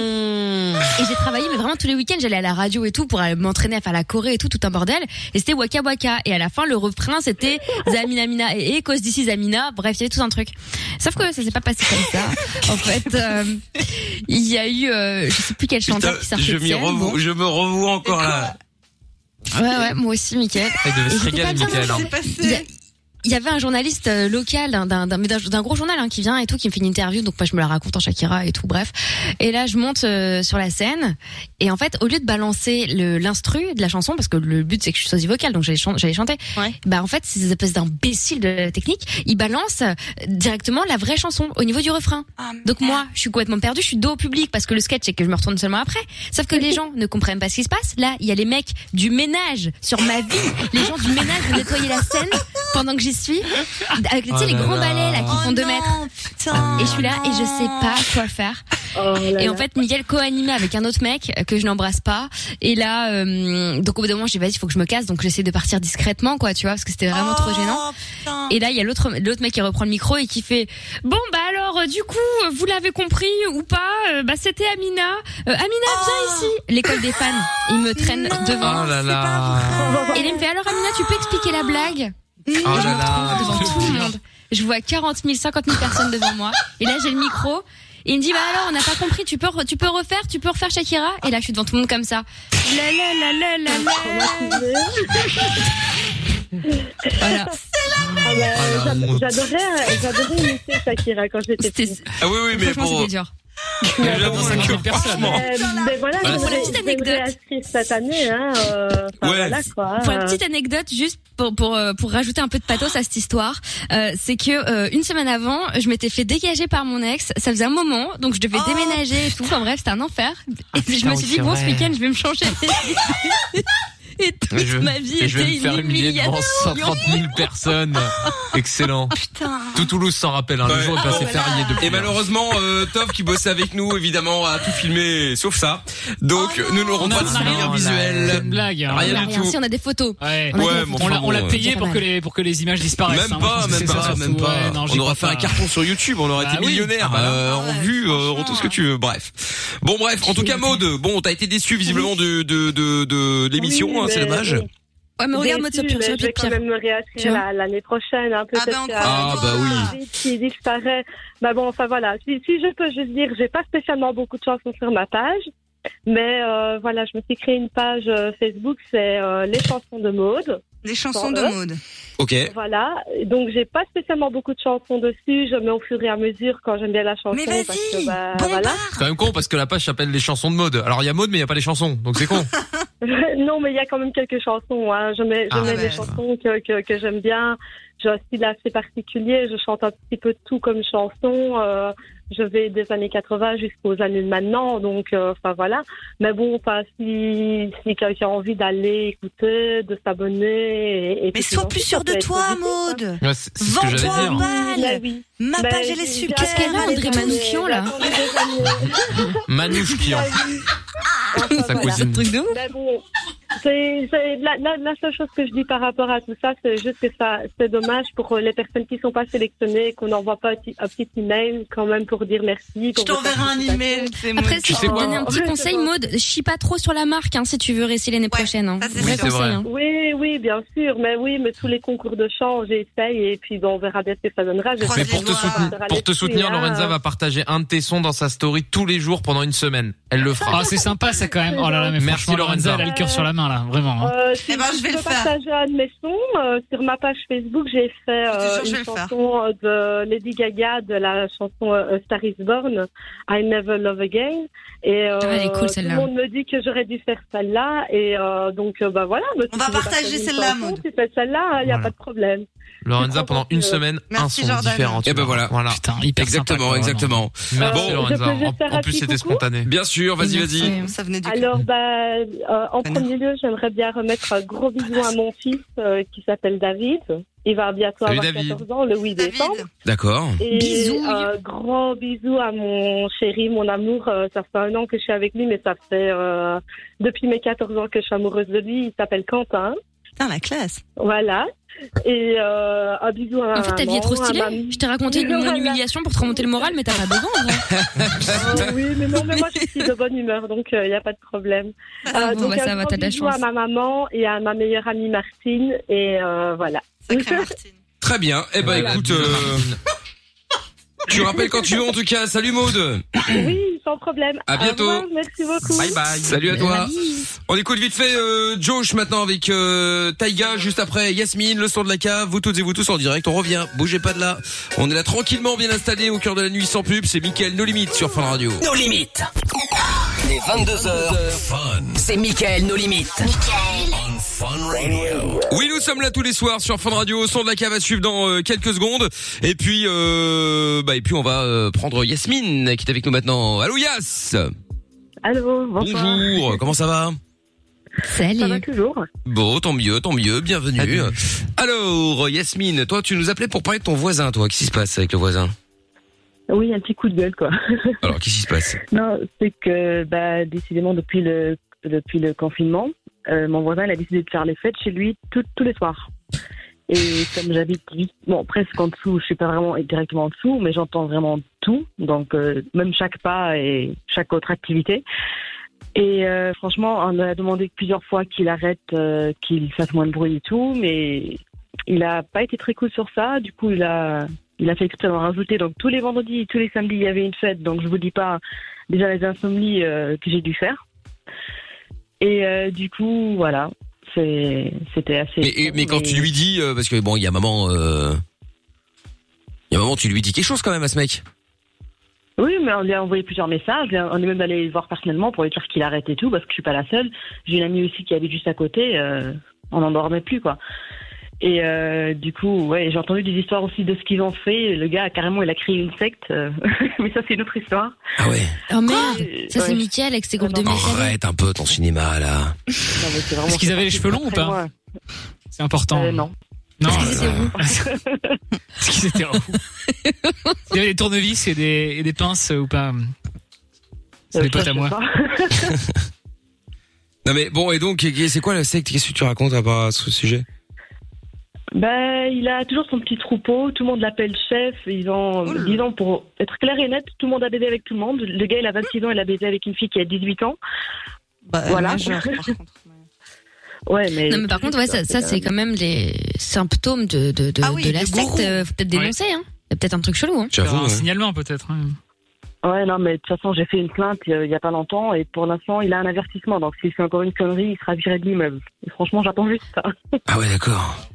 D: et j'ai travaillé, mais vraiment tous les week-ends, j'allais à la radio et tout pour aller m'entraîner à faire la choré et tout, tout un bordel. Et c'était Waka Waka. Et à la fin, le refrain, c'était Zamina Mina et, et cause d'ici Zamina. Bref, il y avait tout un truc. Sauf que ça s'est pas passé comme ça. En fait, euh, il y a eu, euh, je sais plus quel chanteur qui sortait
B: je
D: de
B: m'y
D: scène,
B: revois,
D: bon.
B: je me revois encore là.
D: Ouais, ouais, moi aussi, Mickaël.
M: Il devait
D: Et
M: se
D: j'étais
M: régaler,
D: pas bien,
M: Mickaël,
D: non.
M: hein.
D: Il y a- Il y avait un journaliste euh, local d'un- d'un d'un- mais d'un- d'un gros journal hein, qui vient et tout, qui me fait une interview, donc moi je me la raconte en Shakira et tout, bref. Et là je monte euh, sur la scène et en fait au lieu de balancer le- l'instru de la chanson parce que le but c'est que je sois vocal donc j'allais chan- j'allais chanter, bah en fait ces espèces d'imbéciles de la euh, technique, ils balancent euh, directement la vraie chanson au niveau du refrain.
T: Ah,
D: donc moi je suis complètement perdue, je suis dos au public parce que le sketch c'est que je me retourne seulement après. Sauf que les gens ne comprennent pas ce qui se passe. Là il y a les mecs du ménage sur ma vie, les gens du ménage de nettoyer la scène pendant que j'y suis avec tu sais,
T: Oh
D: les
T: là
D: grands
T: là.
D: balais là qui
T: Oh
D: font 2
T: non,
D: mètres. et je suis là et je sais pas quoi faire. et en
T: Oh là.
D: fait, Miguel co-animait avec un autre mec euh, que je n'embrasse pas. Et là, euh, donc au bout d'un moment, j'ai dit, vas-y, il faut que je me casse. Donc j'essaie de partir discrètement, quoi, tu vois, parce que c'était vraiment trop
T: Oh,
D: gênant. Et là, il y a l'autre l'autre mec qui reprend le micro et qui fait, bon bah alors, euh, du coup, euh, vous l'avez compris ou pas euh, Bah c'était Amina. Euh, Amina, viens ici. L'école des fans. Il me traîne devant.
M: Oh là
B: Ah.
M: là.
D: Et il me fait alors Amina, tu peux expliquer la blague
M: Oh là là.
D: devant tout le monde. Je vois 40 000, 50 000 personnes devant moi. Et là, j'ai le micro. Et il me dit, bah alors, on n'a pas compris, tu peux, re- tu peux refaire, tu peux refaire Shakira. Et là, je suis devant tout le monde comme ça. La la la la la la. Voilà.
T: Ah bah, j'a- J'adorais, euh, j'adorais imiter Shakira quand j'étais petite.
B: Ah oui oui mais
T: Franchement,
B: bon.
T: c'était dur.
B: Mais j'avoue que franchement.
T: Euh, mais voilà,
B: Voilà.
D: Pour la petite
T: anecdote. cette année, hein, euh, enfin,
B: Ouais.
T: voilà, quoi. euh.
D: Pour la petite anecdote, juste pour pour euh, pour rajouter un peu de pathos à cette histoire, euh, c'est que euh, une semaine avant, je m'étais fait dégager par mon ex. Ça faisait un moment, donc je
T: Oh.
D: devais déménager et tout. Enfin bref, c'était un enfer. Et puis je
T: putain,
D: me
T: Ah oui,
D: suis dit
T: c'est
D: bon, ce
T: vrai.
D: week-end, je vais me changer. Et
M: Et
D: toute
M: je,
D: ma vie
M: et je vais
D: était
M: me faire
D: une
M: humilier devant
D: humiliation.
M: 130 000 personnes. Excellent. Tout Toulouse s'en rappelle, hein, le jour est passé férié depuis.
B: Et malheureusement, euh, Tov qui bossait avec nous, évidemment, a tout filmé, sauf ça. Donc, nous n'aurons
E: On a
B: pas de
E: rien,
B: souvenir
E: là.
B: visuel.
E: C'est une blague,
B: Rien
E: hein. On a
B: du
D: Rien,
B: tout.
D: si on a des photos.
B: On a Ouais,
E: on,
B: mais
E: l'a-
B: enfin
E: on l'a
B: bon,
E: payé
B: ouais.
E: pour que les pour que les images disparaissent.
B: Même
E: hein.
B: pas, même
E: C'est
B: pas,
E: ça, surtout.
B: même pas.
E: Ouais, non, j'y
B: on aurait fait
E: crois
B: un
E: pas.
B: carton sur YouTube, on aurait
E: Bah
B: été
E: oui.
B: millionnaire Euh,
E: Ah bah
B: en vue, en tout ce que tu veux. Bref. Bon, bref. En tout cas, Maud, bon, t'as été déçu visiblement de de de, de l'émission,
T: Oui,
B: hein, c'est
T: mais-
B: dommage.
D: Ouais, mais regarde, moi,
T: Déçue,
D: ça pire,
T: mais
D: ça
T: Je vais
D: pire,
T: quand
D: pire.
T: même me
D: Tu
T: réinscrire
D: vois
T: la- l'année prochaine. Hein,
R: ben,
T: peut-être qu'il y a
B: Ah, bah
T: un site qui disparaît. Bah bon, enfin voilà. Si, si je peux juste dire, j'ai pas spécialement beaucoup de chansons sur ma page. Mais euh, voilà, je me suis créé une page euh, Facebook, c'est euh, les chansons de mode.
R: Les chansons de mode.
B: Ok.
T: Voilà, donc j'ai pas spécialement beaucoup de chansons dessus, je mets au fur et à mesure quand j'aime bien la chanson.
R: Mais vas-y,
T: parce que, bah, voilà.
M: C'est quand même con parce que la page s'appelle les chansons de mode. Alors il y a mode mais il y a pas les chansons, donc c'est con.
T: non, mais il y a quand même quelques chansons. Hein. Je mets, je
M: Ah,
T: mets
M: ouais.
T: des chansons que, que, que j'aime bien. J'ai un style assez particulier. Je chante un petit peu de tout comme chanson. Euh, je vais des années 80 jusqu'aux années de maintenant. Donc, euh, enfin voilà. Mais bon, enfin, si, si quelqu'un a envie d'aller écouter, de s'abonner. Et, mais sois
R: plus sûre de toi,
T: hein.
R: Maude.
M: Ouais, c'est- c'est ce que j'allais dire.
R: Ma page, elle est super.
D: Qu'est-ce qu'elle a, Audrey Manoukian, là
M: Manouchkian. Sa hein. cousine.
T: Mais bon, c'est- c'est- la, la- la seule chose que je dis par rapport à tout ça, c'est juste que ça, c'est dommage pour euh, les personnes qui sont pas sélectionnées, qu'on n'envoie pas un petit, un petit email quand même pour dire merci. Je
R: t'enverrai un email, c'est mon-
T: Après,
D: Après, si je peux te donner un petit conseil, Maud, chie pas trop sur la marque hein, si tu veux rester l'année prochaine. Hein. Vrai conseil, hein.
T: Oui, oui, bien sûr, mais oui, mais tous les concours de chant, j'essaye et puis bon, on verra bien ce que ça donnera.
M: Mais pour te, soutenir, pour te soutenir, Lorenza va partager un de tes sons dans sa story tous les jours pendant une semaine. Elle le fera.
E: Ah, c'est sympa, ça quand même. Oh là là, mais
M: Merci
E: franchement, Lorenza,
M: Lorenza.
E: elle a le cœur sur la main là, vraiment. hein.
T: Euh, si
R: ben, je vais
T: peux
R: le faire.
T: partager un de mes sons euh, sur ma page Facebook. J'ai fait
R: jure,
T: euh,
R: je vais
T: une
R: le faire.
T: chanson euh, de Lady Gaga de la chanson euh, A Star Is Born, I Never Love Again. Et euh,
R: Ah, elle est cool,
T: tout
R: celle-là.
T: le monde me dit que j'aurais dû faire celle-là. Et euh, donc euh, bah voilà.
R: On va partager celle-là, Maud.
T: Tu fais celle-là, il n'y a pas de problème.
M: Lorenza pendant une semaine, un son différent.
B: Et ben voilà.
E: Putain,
B: exactement, exactement.
M: Merci
B: bon,
M: Lorenza.
T: peux juste
M: En,
T: faire
M: en
T: un
M: plus
T: petit
M: c'était
T: coucou
M: spontané.
B: Bien sûr, vas-y, vas-y.
T: Alors, bah, euh, en premier lieu, j'aimerais bien remettre un gros bisou à mon fils euh, qui s'appelle David. Il va bientôt
B: Salut,
T: avoir
B: David.
T: 14 ans le 8 décembre.
B: D'accord.
T: Et un gros bisou à mon chéri, mon amour. Euh, ça fait un an que je suis avec lui, mais ça fait euh, depuis mes 14 ans que je suis amoureuse de lui. Il s'appelle Quentin.
R: Putain, la classe.
T: Voilà. Et euh, un bisou à
D: En fait, ta vie est trop
T: maman, à
D: stylée.
T: mamie.
D: Je t'ai raconté une,
T: bah, Voilà.
D: une humiliation pour te remonter le moral, mais t'as pas besoin. en vrai.
T: Ah oui, mais non, mais moi je suis de bonne humeur, donc il n'y a pas de problème. Euh,
D: Ah, bon,
T: donc,
D: bah,
T: un
D: ça va,
T: grand
D: t'as de la
T: bisou
D: chance.
T: à ma maman et à ma meilleure amie Martine, et euh, voilà.
B: Très bien. Eh ben, écoute, euh, tu rappelles quand tu veux, en tout cas. Salut, Maud.
T: oui, sans problème.
B: À
T: Au
B: bientôt.
T: revoir, merci beaucoup.
B: Salut à toi. On écoute vite fait euh, Josh maintenant avec euh, Taïga, juste après Yasmine, le son de la cave, vous toutes et vous tous en direct, on revient, bougez pas de là. On est là tranquillement bien installé au cœur de la nuit sans pub, c'est Mickaël No Limite sur Fun Radio.
A: Nos limites. Les 22h, c'est Michael, nos limites.
B: Oui, nous sommes là tous les soirs sur Fun Radio, au son de la cave à suivre dans euh, quelques secondes. Et puis, euh, bah, et puis on va euh, prendre Yasmine qui est avec nous maintenant. Allô Yas
T: Allô,
B: bonsoir. Bonjour, comment ça va
D: Salut.
T: Ça va toujours
B: Bon, tant mieux, tant mieux, bienvenue. Alors Yasmine, toi tu nous appelais pour parler de ton voisin, toi, qu'est-ce qui se passe avec le voisin
P: Oui, un petit coup de gueule, quoi.
B: Alors qu'est-ce qui se passe
P: non, c'est que, bah, décidément, depuis le, depuis le confinement, euh, mon voisin, il a décidé de faire les fêtes chez lui tout- tous les soirs. Et comme j'habite juste- bon, presque en dessous, je suis pas vraiment directement en dessous, mais j'entends vraiment tout, donc euh, même chaque pas et chaque autre activité. Et euh, franchement, on a demandé plusieurs fois qu'il arrête, euh, qu'il fasse moins de bruit et tout, mais il a pas été très cool sur ça. Du coup, il a, il a fait exprès d'en rajouter. Donc tous les vendredis, tous les samedis, il y avait une fête. Donc je vous dis pas déjà les insomnies euh, que j'ai dû faire. Et euh, du coup, voilà, c'est, c'était assez.
B: Mais, et- mais quand tu lui dis, euh, parce que bon, il y a maman, euh, il y a maman, tu lui dis quelque chose quand même à ce mec.
P: Oui, mais on lui a envoyé plusieurs messages. On est même allé le voir personnellement pour lui dire qu'il arrête et tout, parce que je suis pas la seule. J'ai une amie aussi qui habite juste à côté. euh, on n'en dormait plus, quoi. Et euh, du coup, ouais, j'ai entendu des histoires aussi de ce qu'ils ont fait. Le gars, carrément, il a créé une secte. euh, Mais ça, c'est une autre histoire.
D: Oh merde, ça c'est
P: Ouais.
D: Mickaël avec ses groupes
T: Bah,
D: de métal.
B: Arrête un peu ton cinéma là.
E: Est-ce qu'ils avaient les cheveux longs ou pas C'est important.
B: Euh,
E: non. Non. euh, Est-ce qu'ils étaient roux Il y avait des tournevis et des, et des pinces euh, ou pas C'est
B: Euh,
E: des
B: ça,
E: potes
B: je
E: à
B: sais
E: moi.
B: pas. Non mais bon et donc c'est quoi la secte Qu'est-ce que tu racontes à part à ce sujet
P: Bah, il a toujours son petit troupeau. Tout le monde l'appelle chef. Ils ont, disons, pour être clair et net, tout le monde a baisé avec tout le monde. Le gars, il a 26 ans, il a baisé avec une fille qui a 18 ans. voilà.
R: Bah,
T: Bah,
R: majeure, par
P: ouais, mais.
D: Non mais par contre ouais ça, ça, c'est quand même les symptômes de de de, de la
P: de gourou.
D: secte. euh, Faut peut-être
P: Ouais.
D: dénoncer hein. Il y a peut-être un truc chelou hein.
E: Faire un signalement peut-être. hein.
P: Ouais, non, mais de toute façon, j'ai fait une plainte euh, il y a pas longtemps et pour l'instant, il a un avertissement. Donc, s'il fait encore une connerie, il sera viré de l'immeuble. Et franchement, j'attends juste ça.
B: Ah ouais d'accord.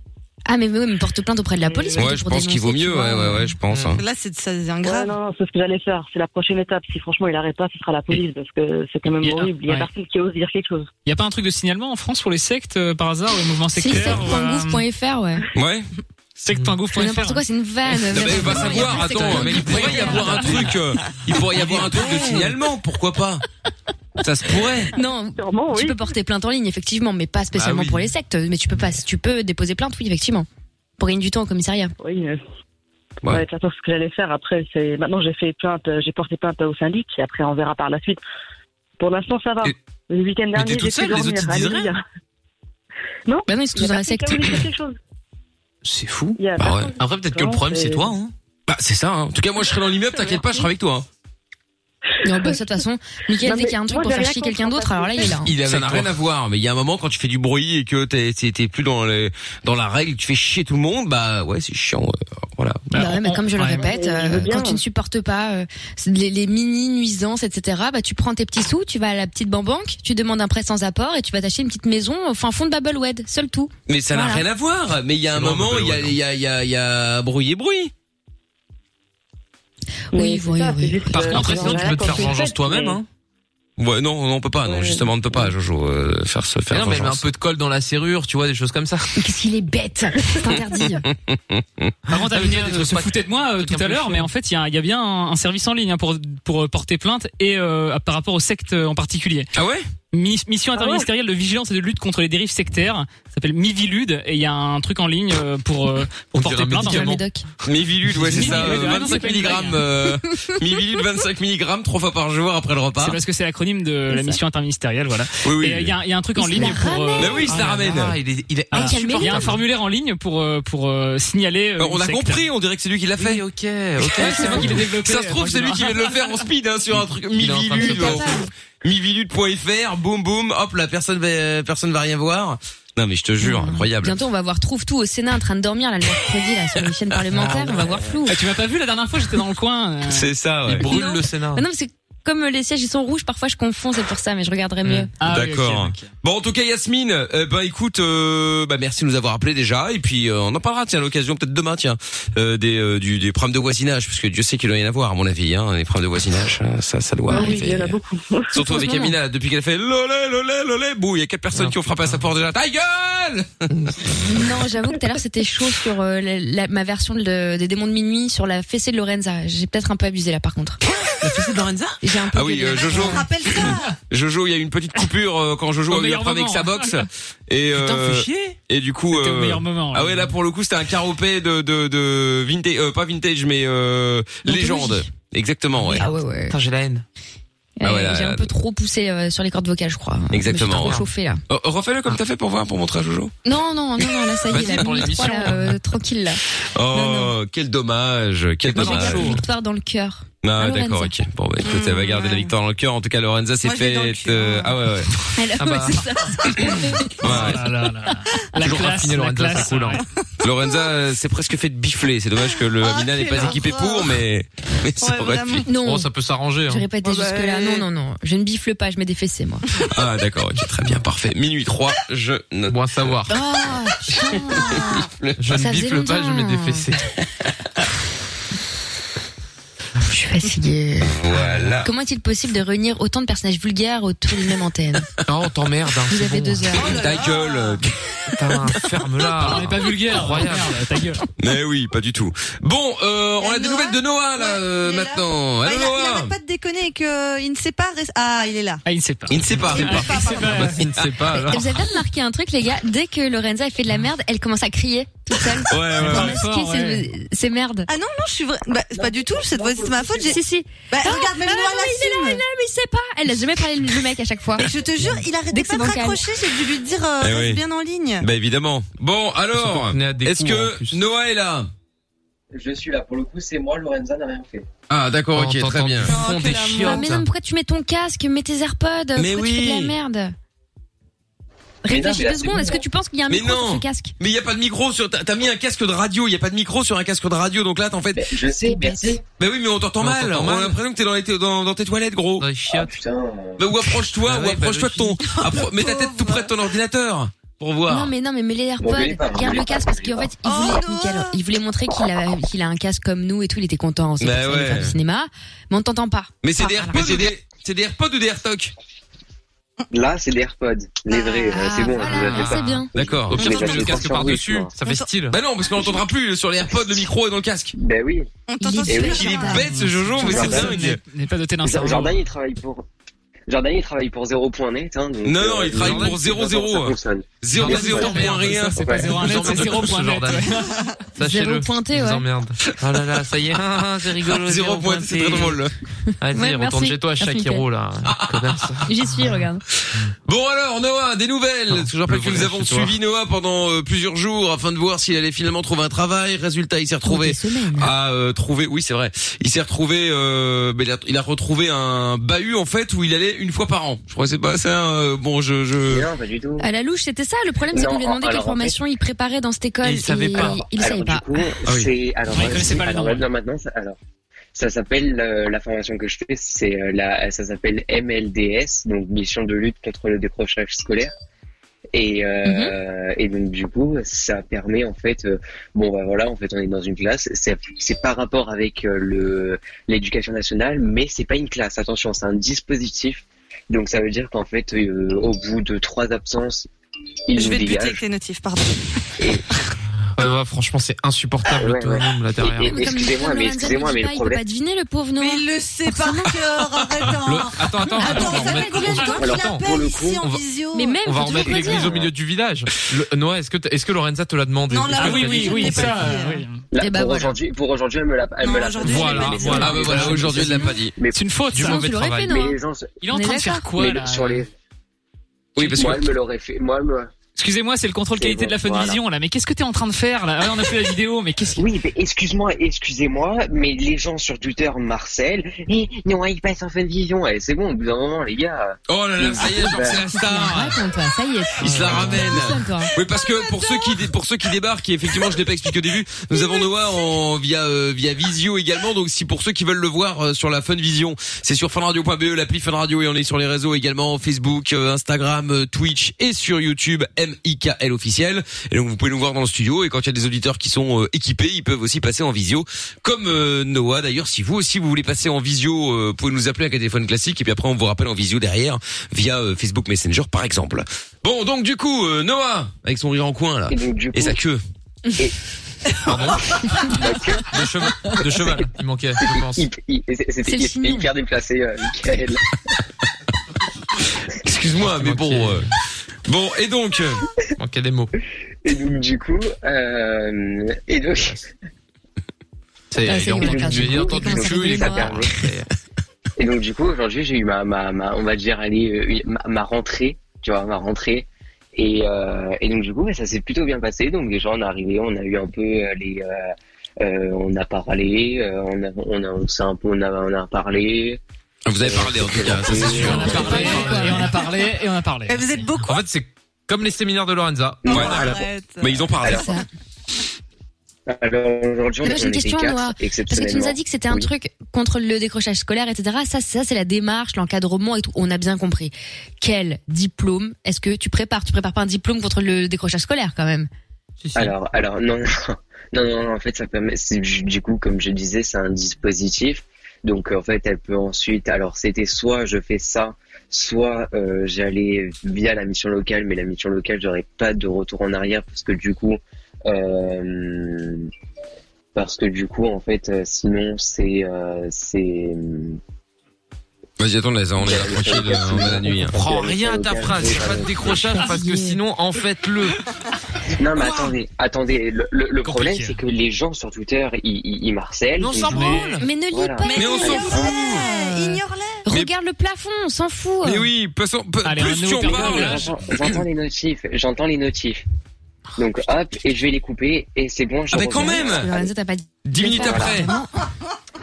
D: Ah mais oui, mais porte plainte auprès de la
E: Euh,
D: police.
B: Ouais
D: peut-être,
B: je
D: pour
B: pense qu'il
D: dénoncer,
B: vaut
D: tu
B: mieux
D: vois.
B: ouais ouais ouais je pense. hein.
P: Là, c'est ça devient grave. non, non, c'est ce que j'allais faire. C'est la prochaine étape. Si franchement, il arrête pas, ce sera la police parce que c'est quand même
E: Et-
P: horrible. Il y a
E: ouais.
P: personne qui ose dire quelque chose.
E: Il n'y a pas un truc de signalement en France pour les sectes euh, par hasard ou les mouvements
D: Si
E: sectaires ou, euh,
D: secte.gouv.fr ouais.
B: euh, Ouais.
D: Mais
E: Secte.gouv.fr.
D: N'importe quoi, c'est une vanne.
B: Non, Ah, mais
D: vraiment.
B: va savoir, attends, mais il pourrait y avoir un truc, euh, il pourrait y avoir un truc de signalement, pourquoi pas Ça se pourrait.
D: Non, tu peux porter plainte en ligne, effectivement, mais pas spécialement
B: Bah oui.
D: pour les sectes. Mais tu peux pas, si tu peux déposer plainte, oui, effectivement. Pour gagner du temps au commissariat.
P: Oui, mais- Ouais. de toute façon, ce que j'allais faire après, c'est maintenant j'ai fait plainte, euh, j'ai porté plainte au syndic et après on verra par la suite. Pour l'instant, ça va. Le week-end
D: t'es
P: dernier,
D: toute
P: j'ai
D: seule,
P: fait
D: les autres,
P: dormir.
D: ils te disent rien
P: Alléluia. Non,
D: bah non, ils sont tous dans la secte.
B: C'est fou.
P: Il y a
B: Bah ouais.
P: personne
B: Après, peut-être que le
P: Non,
B: problème,
P: c'est-
B: c'est toi, hein. Bah, c'est ça, hein. En tout cas, moi, je serai dans l'immeuble, t'inquiète pas, je serai avec toi, hein.
D: Non, bah, ça, de toute façon, Mickaël,
P: Non,
D: dès qu'il y a
P: mais
D: un truc
P: moi,
D: pour
P: j'ai
D: faire
P: rien
D: chier
P: compris,
D: quelqu'un
P: en
D: d'autre,
P: fait.
D: alors là, il est là. hein.
B: ça n'a rien à voir, mais il y a un moment quand tu fais du bruit et que t'es t'es- t'es plus dans les dans la règle, tu fais chier tout le monde, bah ouais c'est chiant, euh, voilà.
D: Bah ouais, mais comme je le
B: Ouais.
D: répète, euh, quand tu ne supportes pas euh, les, les mini nuisances, etc., bah tu prends tes petits sous, tu vas à la petite banque, tu demandes un prêt sans apport et tu vas t'acheter une petite maison au fin fond de Babelwed, seul tout.
B: Mais ça n'a
D: Voilà.
B: rien à voir. Mais il y a un
M: loin,
B: moment, il y a il y a il y a, il y a bruit et bruit.
D: Oui, oui, oui.
M: Par
B: euh,
M: contre,
B: c'est
M: sinon, tu
B: vrai,
M: peux te
B: quand
M: faire
B: tu le
M: vengeance
B: fais,
M: toi-même,
B: mais-
M: hein.
B: Ouais non, non, on peut pas, non justement on ne peut pas, Jojo, euh, faire se
M: Mais
B: faire.
M: non, mais elle met un
B: vengeance.
M: peu de colle dans la serrure, tu vois, des choses comme ça.
D: Qu'est-ce qu'il est bête, c'est interdit.
E: Par contre,
M: Ah, mais
E: Amina
M: tiens,
E: euh, se foutait de moi euh, tout à l'heure, mais en fait, il y a, il y a bien un, un service en ligne hein, pour pour euh, porter plainte et euh, par rapport aux sectes euh, en particulier.
B: Ah ouais
E: Mission interministérielle de vigilance et de lutte contre les dérives sectaires. Ça s'appelle Mivilude et il y a un truc en ligne euh, pour euh, pour porter plainte.
B: Mivilude, ouais, c'est ça.
E: Mivilude,
B: euh,
E: ah non, c'est
B: 25
E: pas une
B: mg.
E: blague.
B: Euh, Mivilude, 25 mg, trois fois par jour après le repas.
E: C'est parce que c'est l'acronyme de la mission interministérielle, voilà.
B: Oui, oui.
E: Et, euh, il y, a un- il y a un truc en
B: Il
E: ligne
B: se la
E: pour.
B: ramène. Bah oui, il se la
E: Ah là là,
B: ramène.
E: Il est, il est
B: Ah,
E: insupportable.
B: calmez-le.
E: Il y a un formulaire en ligne pour euh, pour euh, signaler. euh,
B: on
E: une
B: a
E: secte.
B: compris, on dirait que c'est lui qui l'a fait. Eh, ok,
E: ok. C'est moi qui l'ai développé,
B: Ça se trouve,
E: euh,
B: c'est lui qui vient de le faire en speed hein, sur un truc
M: Il est en train de se
B: Mivilude.
M: faire.
B: euh, Mivilude.fr, boum boum, hop, la personne va, personne va rien voir. Non mais je te jure, incroyable.
D: Bientôt, on va voir Trouve tout au Sénat en train de dormir là le mercredi là sur les chaînes parlementaires, on va voir flou.
E: Ah, tu m'as pas vu la dernière fois, j'étais dans le coin. euh.
B: C'est ça, ouais.
M: Il brûle le Sénat.
D: Ah non, mais c'est comme les sièges ils sont rouges, parfois je confonds, c'est pour ça, mais je regarderai mieux.
E: Ah,
M: Ah,
B: D'accord. Bon, en tout cas, Yasmine, euh, ben écoute, euh, bah, merci de nous avoir appelé déjà, et puis euh, on en parlera, tiens, à l'occasion peut-être demain, tiens, euh, des euh, du, des problèmes de voisinage, parce que Dieu sait qu'il doit y en avoir, à mon avis, hein, les problèmes de voisinage, euh, ça, ça doit
P: Ah oui,
B: arriver.
P: il y en a beaucoup.
B: Surtout avec Amina, depuis qu'elle fait lolé, lolé, lolé, bouh, il y a quatre personnes qui ont frappé à sa porte déjà. Ta gueule!
D: Non, j'avoue que tout à l'heure c'était chaud sur euh, la- la- ma version de- des démons de minuit sur la fessée de Lorenza. J'ai peut-être un peu abusé là par contre.
M: La fessée de Lorenza
D: J'ai un peu
B: Ah oui, euh, Jojo. Jojo, il y a eu une petite coupure euh, quand
M: Au
B: Jojo a eu un
M: meilleur
B: problème avec
M: moment.
B: sa box. Et,
M: Putain,
B: euh,
M: fais chier.
B: et du coup,
M: C'était au
B: euh,
M: meilleur moment, là.
B: ah ouais, là pour le coup, c'était un caropé de de, de vintage, euh, pas vintage, mais euh, légende. Exactement, ouais.
D: Ah ouais, ouais.
M: Putain, j'ai la haine.
B: Ah ouais,
D: Euh,
B: là,
D: J'ai un
B: là,
D: peu trop poussé euh, sur les cordes vocales, je crois.
B: Exactement,
D: Je me suis
B: ouais.
D: trop chauffé là. Ah.
B: Oh, Refais-le comme t'as fait pour voir, pour montrer à Jojo.
D: Non, non, non, non, là ça y est,
B: Vas-y,
D: là,
B: pour
D: minute
B: l'émission.
D: trois, là, euh, tranquille là.
B: Oh, quel dommage, quel
D: Moi, j'ai
B: dommage.
M: Oh.
D: gardé victoire dans le cœur.
B: Ah,
D: Lorenza. Ah.
B: d'accord, ok. Bon, bah, écoute, elle va garder la victoire dans le cœur. En tout cas, Lorenza s'est
D: Moi, je l'ai dans le hein.
B: faite. euh, Ah ouais, ouais.
D: Elle a-
B: Ah bah.
D: ouais, c'est ça.
M: Ah,
B: Ouais.
E: Oh La
M: Toujours
E: classe,
M: raffiné,
E: la
M: Lorenza,
E: classe,
M: c'est cool, hein.
E: ouais.
B: Lorenza euh, s'est presque fait bifler. C'est dommage que
D: Ah,
B: le Amina n'est pas équipé pour, mais, mais ça aurait pu.
D: Non.
M: Oh, ça peut s'arranger.
D: Je
M: hein.
D: vais pas été jusque là. Non, non, non. Je ne bifle pas, je mets des fessées moi.
B: Ah, d'accord, ok, très bien, parfait. Minuit 3, je note. Bon, savoir.
D: Ah, putain.
M: Je
D: Ah, Ça
M: ne
D: faisait
M: bifle pas, je mets des
D: longtemps.
M: fessées.
D: Je suis fatiguée.
M: Voilà.
D: Comment est-il possible de réunir autant de personnages vulgaires autour d'une même antenne
M: Oh, on t'emmerde. Hein,
D: Vous
M: c'est
D: avez
M: bon.
D: deux heures.
B: Ta gueule.
M: putain, ferme-la.
E: On n'est pas vulgaire.
M: Incroyable.
E: Merde, ta gueule.
B: Mais oui, pas du tout. Bon, euh, on a des nouvelles de Noah là euh,
O: Bah,
B: maintenant. Allô
R: Ah, il, a- il
B: Noah.
R: arrête pas de déconner et qu'il ne sait pas. rest- Ah, il est là.
E: Ah, il ne sait pas.
B: Il ne sait pas.
E: Il ne sait pas,
B: Ah bah, Il ne sait pas. alors.
D: Vous avez bien remarqué un truc, les gars. Dès que Lorenza elle fait de la merde, elle commence à crier toute seule.
B: Ouais, ouais, ouais.
D: Masquer
B: Fort,
D: ses-
B: ouais.
D: ses merdes.
R: Ah non, non, je suis vrai. Bah, c'est pas du tout. Cette fois, c'est ma faute. j'ai-
D: Si, si.
R: Bah,
D: Ah,
R: regarde, même moi,
D: ah, non, il est là,
R: la
D: il est là, mais il sait pas. Elle a jamais parlé du mec à chaque fois.
R: Mais je te jure, il arrêtait
D: Dès que
R: pas
D: c'est
R: de
D: bancal.
R: raccrocher. J'ai dû lui dire euh,
B: Eh
R: reste
B: oui.
R: bien en ligne.
B: Bah évidemment. Bon alors, est-ce que Noah est là
Q: Je suis là pour le coup, c'est moi, Lorenza n'a rien fait.
B: Ah d'accord,
Q: Oh,
B: ok, très
Q: t'entends
B: bien.
Q: du fond
B: Fond
Q: des
B: des
Q: chiens.
D: Ah,
B: chiottes.
D: mais non, mais pourquoi tu mets ton casque, mets tes AirPods,
B: hein. Mais
D: pourquoi tu fais de la
B: oui.
D: merde
B: Mais non,
D: Réfléchis
B: mais là,
D: deux
B: c'est
D: secondes, est-ce que
B: bon.
D: tu penses qu'il y a un
B: mais
D: micro
B: non.
D: sur ce casque
B: Mais il y a pas de micro sur t'as t'as mis un casque de radio, il y a pas de micro sur un casque de radio donc là t'en fait
Q: Je sais, merci.
B: Mais oui, mais on t'entend
Q: Mais on
B: mal.
Q: t'entend
B: On a
Q: mal.
B: l'impression que t'es dans, les- dans, dans tes toilettes, gros. Dans les
Q: Ah,
B: chiottes. Bah, ou approche-toi, ou approche-toi de ton. appro- mets ta tête tout près de ton ordinateur pour voir.
D: Non, mais non, mais mets les AirPods,
B: Bon, mais il est pas,
D: garde
B: il est
D: le
B: pas,
D: casque, parce qu'en fait, il voulait,
B: Oh
D: Mickaël, il voulait montrer qu'il a, qu'il a un casque comme nous et tout, il était content, hein, c'est
B: Bah
D: pour ça qu'il
B: ouais.
D: fait du cinéma, mais on t'entend pas. Ah,
B: Mais c'est des AirPods ou des, c'est des AirPods ou des AirToc
Q: Là, c'est des AirPods, les vrais,
B: Ah,
Q: euh, c'est bon,
D: Ah,
Q: je vous avais pas.
B: D'accord. Au pire,
Q: Je les
B: tu mets le
Q: achète
B: casque
Q: sur
B: par-dessus.
Q: Wish, moi.
B: Ça fait style. Bah non, parce qu'on l'entendra plus sur les AirPods, le micro est dans le casque.
Q: Bah oui.
R: On
B: t'entend Il est- sur il est Jordan. bête, ce Jojo, mais c'est dingue.
E: N'est pas doté d'un
Q: Jordan,
E: cerveau.
Q: Jordan, il travaille pour. Jordan, il travaille pour 0.net. Hein, donc,
B: Non, non,
Q: euh,
B: il travaille
Q: Jordan,
B: pour
Q: c'est vraiment
B: 0.0,
Q: ça
B: hein.
Q: fonctionne.
B: 0.0, point rien.
Q: Ouais.
B: C'est pas 0.1,
M: Vous emmerde
B: c'est
M: tous,
B: 0.1,
M: Jordan. Sachez-le,
D: Zéro pointé,
M: je vous
D: ouais.
M: emmerde. Ah là là, ça y est, ah, ah, c'est rigolo.
B: Zéro pointé, c'est très drôle. Ah.
M: Vas-y,
D: Ouais,
M: retourne
D: merci.
M: chez toi,
D: Merci,
M: Shakiro, là. Connasse.
D: J'y suis, regarde.
B: Bon alors Noah, des nouvelles.
M: Ah.
B: Parce que je rappelle que nous avons suivi Noah pendant euh, plusieurs jours afin de voir s'il allait finalement trouver un travail. Résultat, il s'est retrouvé à euh, trouver. Oui, c'est vrai. Il s'est retrouvé. euh, ben, il, a, il a retrouvé un bahut en fait où il allait une fois par an. Je crois que c'est pas ça. euh, bon, je. je...
Q: Non, pas du tout.
D: À la louche, c'était ça, le problème, c'est
B: Non,
D: qu'on lui a demandé
B: alors,
D: quelle
B: en fait-
D: formation il préparait dans cette école.
Q: Et il savait
D: et
Q: pas.
D: Il
Q: alors,
D: savait
Q: du
D: pas.
Q: coup, c'est alors,
E: il connaissait
Q: c'est-
E: pas la
Q: alors,
E: norme.
Q: là, maintenant ça, alors ça s'appelle euh, la formation que je fais, c'est euh, la ça s'appelle MLDS, donc mission de lutte contre le décrochage scolaire. Et,
D: Mhm.
Q: euh, et donc du coup, ça permet en fait, euh, bon bah voilà, en fait on est dans une classe, c'est c'est par rapport avec euh, le l'éducation nationale, mais c'est pas une classe, attention, c'est un dispositif. Donc ça veut dire qu'en fait, euh, au bout de trois absences, ils
R: Je
Q: nous
R: vais te buter
Q: dégagent.
R: avec les notifs, pardon.
M: Ouais, ouais, franchement, c'est insupportable,
Q: Ah Ouais,
M: le tonome, là, derrière.
Q: Et- et- Excusez-moi, mais excusez-moi, mais le
D: Il peut
Q: problème.
D: pas deviner, le pauvre Noah.
R: il le sait par cœur, arrête.
M: Attends, attends, attends. on va
R: fait
M: mettre-
R: combien de temps
M: Alors,
R: qu'il
M: attends,
R: appelle
M: pour le
R: ici
M: coup,
R: en
M: on va-
R: visio
D: Mais même,
M: On va
D: faut toujours
M: remettre
D: le
M: l'église
D: dire.
M: au milieu du village. Le- Noah, est-ce que, t- est-ce que Lorenza te l'a demandé
R: Non, là,
M: Est-ce que
R: oui,
M: t'as
R: oui,
M: dit-
R: oui, ça,
B: Ah
Q: Là,
M: Eh ben
Q: pour
M: voilà.
Q: aujourd'hui, pour aujourd'hui, elle me l'a, elle me l'a.
M: Voilà, voilà.
B: Ah bah voilà, aujourd'hui, il l'a pas dit.
Q: Mais
M: c'est une faute,
Q: Du
M: ça.
Q: mauvais travail.
M: Mais
Q: Mais les gens se-
E: Il est en
Q: Mais
E: train de faire
Q: d'accord.
E: quoi,
Q: Mais
E: là
Q: sur les-
B: Oui, parce
Q: moi,
B: que-
Q: elle me l'aurait fait. Moi, elle me-
E: Excusez-moi, c'est le contrôle
Q: Et
E: qualité
Q: bon,
E: de la Funvision là. Mais qu'est-ce que t'es en train de faire là Ah ouais, On a fait la vidéo, mais qu'est-ce que
Q: Oui, mais excuse-moi, excusez-moi, mais les gens sur Twitter Marcel, eh, non, ils passent en fin de vision. Eh, c'est bon, au bout d'un moment, les gars.
B: Oh là là, ça y est, genre, c'est la star.
D: Raconte,
Q: Bah,
D: toi, ça y est.
B: Il se la
D: Personne,
B: ramène.
D: toi.
B: Oui, parce que pour ceux qui dé- pour ceux qui débarquent, et effectivement, je l'ai pas expliqué au début. Nous avons Noah en via euh, via visio également. Donc si pour ceux qui veulent le voir euh, sur la Fun Vision, c'est sur funradio.be, E, l'appli Fun Radio et on est sur les réseaux également Facebook, euh, Instagram, euh, Twitch et sur YouTube MIKL officiel. Et donc vous pouvez nous voir dans le studio et quand il y a des auditeurs qui sont euh, équipés, ils peuvent aussi passer en visio comme euh, Noah d'ailleurs si vous aussi vous voulez passer en visio, euh, vous pouvez nous appeler avec un téléphone classique et puis après on vous rappelle en visio derrière via euh, Facebook Messenger par exemple. Bon, donc du coup, euh, Noah, avec son rire en coin là, et,
Q: Et donc, du coup-
B: sa queue. Pardon
M: De cheval. De cheval, il manquait, je pense.
Q: Il- il- C'était c'était hyper déplacé, euh, Michael.
B: Excuse-moi, mais bon. euh, Bon, et donc euh,
M: Manquait des mots.
Q: Et donc, du coup, euh, et donc.
M: Ça y est, Ah, ça y est, il est on a entendu- perdu. il est entendu
Q: Et donc,
M: Chou, il est
Q: ça
M: content.
Q: perd. Et donc, du coup, aujourd'hui, j'ai eu ma, ma, ma- on va dire, allez, euh, une- ma, ma rentrée, tu vois, ma rentrée. Et, euh, et donc, du coup, ouais, ça s'est plutôt bien passé. Donc, déjà, on est arrivé, on a eu un peu euh, les, euh, euh, on a parlé, euh, on a, on a, on s'est un peu, on a, on a parlé.
B: Vous avez parlé en tout cas, ça c'est sûr.
E: Et on a parlé, et on a parlé.
R: Vous êtes beaucoup.
M: En fait, c'est comme les séminaires de Lorenza.
Q: Ouais,
M: Voilà.
Q: arrête.
B: Mais ils ont parlé. hein.
Q: Alors, alors, aujourd'hui, on,
D: Mais moi,
Q: on
D: j'ai une
Q: était
D: question,
Q: quatre,
D: Noah. Parce que tu nous
Q: exceptionnellement.
D: as dit que c'était un
Q: Oui.
D: truc contre le décrochage scolaire, etc. Ça, ça c'est la démarche, l'encadrement et tout. On a bien compris. Quel diplôme est-ce que tu prépares Tu prépares pas un diplôme contre le décrochage scolaire, quand même
Q: Alors, alors non, non, non, non, non, en fait, ça permet, c'est- du coup, comme je disais, c'est un dispositif. Donc en fait, elle peut ensuite. Alors c'était soit je fais ça, soit euh, j'allais via la mission locale, mais la mission locale, j'aurais pas de retour en arrière parce que du coup, euh, parce que du coup, en fait, euh, sinon c'est euh, c'est
B: Vas-y, attends, on est on est là, tranquille, euh, on est à la nuit. hein.
M: Prends rien à ta phrase, il y a pas de décrochage parce que sinon en faites-le.
Q: Non, mais attendez, attendez. Le, le- le problème,
M: Compliqué.
Q: c'est que les gens sur Twitter, ils, ils, ils harcèlent.
M: Mais on
Q: ils-
M: s'en branle.
D: Mais ne lis
Q: Voilà.
D: pas.
Q: Mais on s'en
D: Ignore-les.
Q: Mais-
D: Regarde le plafond, on s'en fout.
B: Mais oui, passons- pe-
Q: Allez,
B: plus
Q: un
B: tu en
Q: nouveau
B: parles.
Q: personnage. J'entends- J'entends les notifs, j'entends les notifs. Donc hop, et je vais les couper, et c'est bon. je
M: Ah, mais quand
Q: reviens.
M: même
D: Lorenzo, t'as pas dit.
M: Dix minutes après.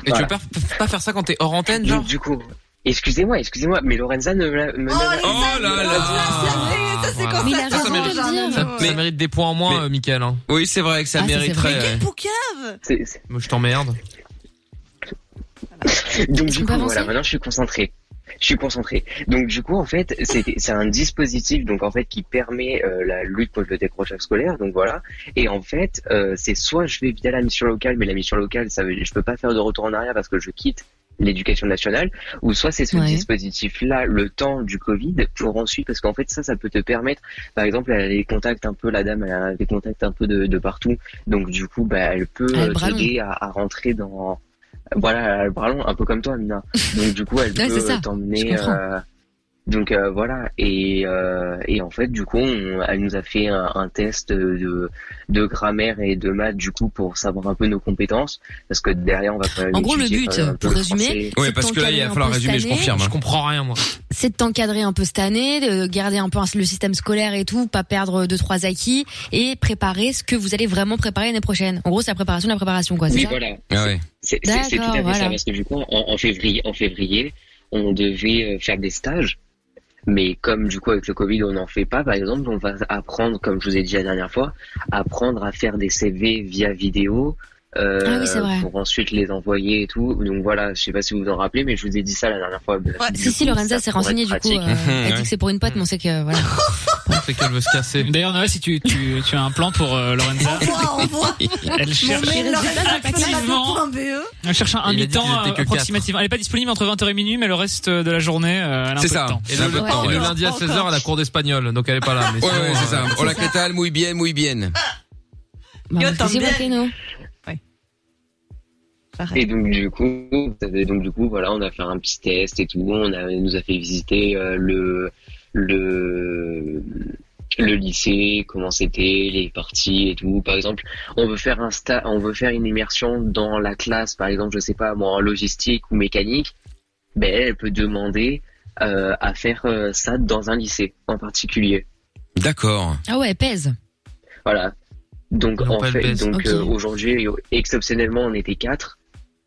M: Et tu veux pas, pas faire ça quand t'es hors antenne, genre
Q: Du coup, excusez-moi, excusez-moi, mais Lorenza ne me. me
M: Oh là là
Q: Mais il a raison de le dire.
M: Ça, ça mérite des points en moins, euh, Mickaël. hein.
B: Oui, c'est vrai que ça
M: Ah, ça, c'est
B: mériterait.
M: vrai.
B: ouais.
R: Poucave
M: Moi, je t'emmerde.
Q: Donc du
M: peut
Q: coup,
M: avancer
Q: voilà, maintenant je suis concentré. Je suis concentré. Donc du coup, en fait, c'est c'est un dispositif donc en fait qui permet euh, la lutte contre le décrochage scolaire. Donc voilà. Et en fait, euh, c'est soit je vais via la mission locale, mais la mission locale, ça veut, je peux pas faire de retour en arrière parce que je quitte l'éducation nationale, ou soit c'est ce
L: Ouais.
Q: dispositif-là, le temps du Covid, pour ensuite, parce qu'en fait ça, ça peut te permettre, par exemple, elle a des contacts un peu, la dame, elle a des contacts un peu de, de partout, donc du coup, bah, elle peut
L: Ah, Elle a le
Q: euh,
L: bras long.
Q: t'aider à, à rentrer dans, voilà, le bras long, un peu comme toi, Amina. Donc du coup, elle
L: Ouais, c'est
Q: peut
L: ça.
Q: euh,
L: Je
Q: t'emmener.
L: comprends.
Q: euh, donc euh, voilà. Et, euh, et en fait, du coup, on- elle nous a fait un, un test de, de grammaire et de maths, du coup, pour savoir un peu nos compétences, parce que derrière, on va. quand même
D: En gros, le
Q: étudier,
D: but,
Q: quand même, un peu
D: pour
Q: le
D: résumer,
Q: français.
D: c'est Ouais, parce de que là, il va t'encadrer falloir un peu résumer, je cette confirme, année. hein.
M: Je comprends rien, moi.
D: C'est de t'encadrer un peu cette année, de garder un peu le système scolaire et tout, pas perdre deux trois acquis et préparer ce que vous allez vraiment préparer l'année prochaine. En gros, c'est la préparation de la préparation, quoi. c'est
Q: Oui,
D: ça
Q: voilà.
B: ouais.
Q: C'est c'est- c'est tout à fait
D: D'accord,
Q: ça,
D: voilà.
Q: parce que du coup, en, en février, en février, on devait euh, faire des stages. Mais comme du coup avec le Covid on n'en fait pas, par exemple, on va apprendre, comme je vous ai dit la dernière fois, apprendre à faire des CV via vidéo euh,
D: Ah oui, c'est vrai.
Q: pour ensuite les envoyer et tout. Donc voilà, je sais pas si vous vous en rappelez, mais je vous ai dit ça la dernière fois. Du
D: Si si,
Q: coup,
D: Lorenza
Q: ça
D: s'est
Q: pourrait
D: renseignée
Q: être
D: du coup.
Q: pratique.
D: euh, elle dit
E: ouais.
D: que c'est pour une pote, mais on sait que voilà.
M: C'est qu'elle veut se casser.
E: D'ailleurs, Noël, si tu, tu, tu as un plan pour euh, Lorenza. Elle cherche.
R: E.
E: Elle cherche un
M: Il a dit qu'ils
E: mi-temps
M: étaient que
E: euh, approximatif. Elle est pas disponible entre 20h et minuit, mais le reste euh, de la journée, euh, elle a un
M: C'est
E: peu
M: ça.
E: de temps.
M: Et le, et le lundi à 16h à la cour d'espagnol, donc elle est pas là. Mais
B: Ouais,
M: sinon,
B: ouais, c'est ça.
M: euh,
B: Hola, que tal? Muy bien, muy bien.
D: Bah, c'est vrai que non.
Q: Et donc du coup, ça fait- donc du coup, voilà, on a fait un petit test et tout. On a, elle nous a fait visiter euh, le le le lycée, comment c'était, les parties et tout. Par exemple, on veut faire un sta, on veut faire une immersion dans la classe, par exemple, je sais pas, moi, en logistique ou mécanique. Ben, elle peut demander euh, à faire euh, ça dans un lycée en particulier.
B: D'accord.
D: Ah ouais, elle pèse.
Q: Voilà. Donc en
B: pas le
Q: fait,
B: best.
Q: donc
D: Ok.
Q: euh, aujourd'hui, exceptionnellement, on était quatre,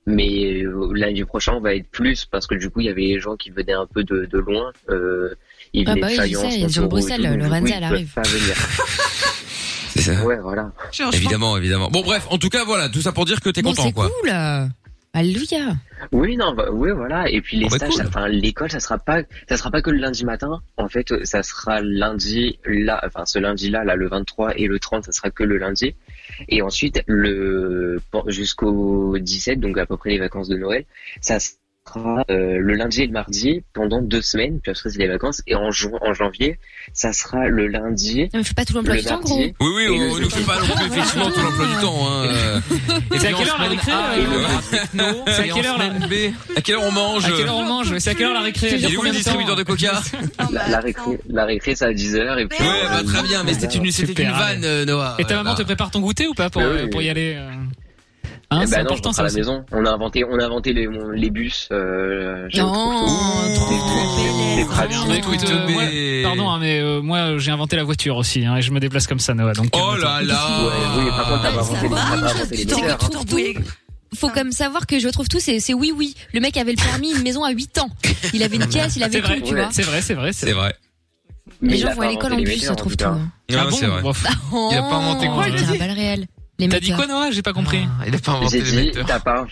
Q: mais euh, lundi prochain, on va être plus parce que du coup, il y avait les gens qui venaient un peu de, de loin. Euh, ils
D: Ah
Q: venaient
D: bah
Q: de
D: oui, je
Q: Fayence,
D: sais, il y a des gens
Q: Montauroux
D: de
Q: et
D: Bruxelles,
Q: tout, donc, du
D: Lorenza,
Q: coup, ils
D: elle
Q: peuvent
D: arrive.
Q: pas venir.
B: C'est ça.
Q: Ouais, voilà.
B: Évidemment, évidemment. Bon, bref, en tout cas, voilà, tout ça pour dire que t'es
D: Bon,
B: content,
D: c'est
B: quoi.
D: cool. euh. Alléluia.
Q: Oui, non, bah, oui, voilà. Et puis les
B: Oh, bah,
Q: stages,
B: cool.
Q: ça- enfin l'école, ça sera pas, ça sera pas que le lundi matin. En fait, euh, ça sera lundi là, enfin ce lundi-là, là le 23 et le 30, ça sera que le lundi. Et ensuite le pen- jusqu'au 17, donc à peu près les vacances de Noël, ça sera euh, le lundi et le mardi pendant deux semaines. Puis après c'est les vacances. Et en, ju- en janvier, ça sera le lundi.
D: Non, mais fais pas tout l'emploi
Q: le
D: du temps, gros.
Q: mardi,
B: Oui, oui,
Q: et
B: on
Q: le
B: ne fait pas non plus, effectivement tout l'emploi du temps. Hein. euh.
E: Et c'est à
B: puis en
E: quelle heure la
B: semaine
E: récré,
B: A et
E: euh,
B: le-
E: la C'est à quelle heure la
B: À quelle heure on mange
E: À quelle heure on mange C'est à quelle heure la récré
B: Il est où le
E: Combien de
B: distributeur
E: temps
B: de coca
Q: La, la récré, la récré, c'est à 10h et puis.
B: Ouais, bah, très bien, mais c'était une, c'était
E: Super,
B: une vanne, euh, Noah.
E: Et ta maman te prépare ton goûter ou pas pour,
Q: Oui,
E: euh,
Q: oui.
E: pour y aller euh Hein,
Q: Eh
E: c'est
Q: ben non, je
E: important
Q: rentre
E: ça.
Q: à la
E: aussi.
Q: maison. On a inventé, on a inventé les, mon- les bus. Euh, j'ai
D: Non,
Q: des trajets.
E: Bah, écoute, euh, moi- pardon, hein, mais euh, moi euh, j'ai inventé la voiture aussi hein, et je me déplace comme ça, Noah. Donc, euh,
B: Oh là
E: calme-toi.
B: là.
Q: Ouais, oui, par contre, t'as pas inventé-
D: va,
Q: t'as
D: une
Q: pas
D: chose,
Q: inventé les
D: tu t'en
Q: moteurs.
D: retrouves tout. Faut quand même savoir que je retrouve tout, c'est c'est oui, oui. Le mec avait le permis, une maison à 8 ans. Il avait une caisse, il avait
E: C'est
D: tout,
E: vrai,
D: tu vois.
E: c'est vrai, c'est vrai,
B: c'est vrai.
D: Les
Q: Mais
D: gens
Q: il a
D: vont
Q: pas
D: à l'école en
Q: inventé les
D: bus, ils
Q: moteurs,
D: retrouvent tout.
Q: tout cas.
D: hein.
E: Ah bon Bon,
D: Oh,
E: Il a pas inventé quoi,
D: il
E: je
D: a
E: dis
D: un bal réel. Les euh,
E: T'as dit
D: metteurs.
E: quoi, Noah J'ai pas compris.
Q: Ah,
M: Il a pas
Q: J'ai dit, t'as pas,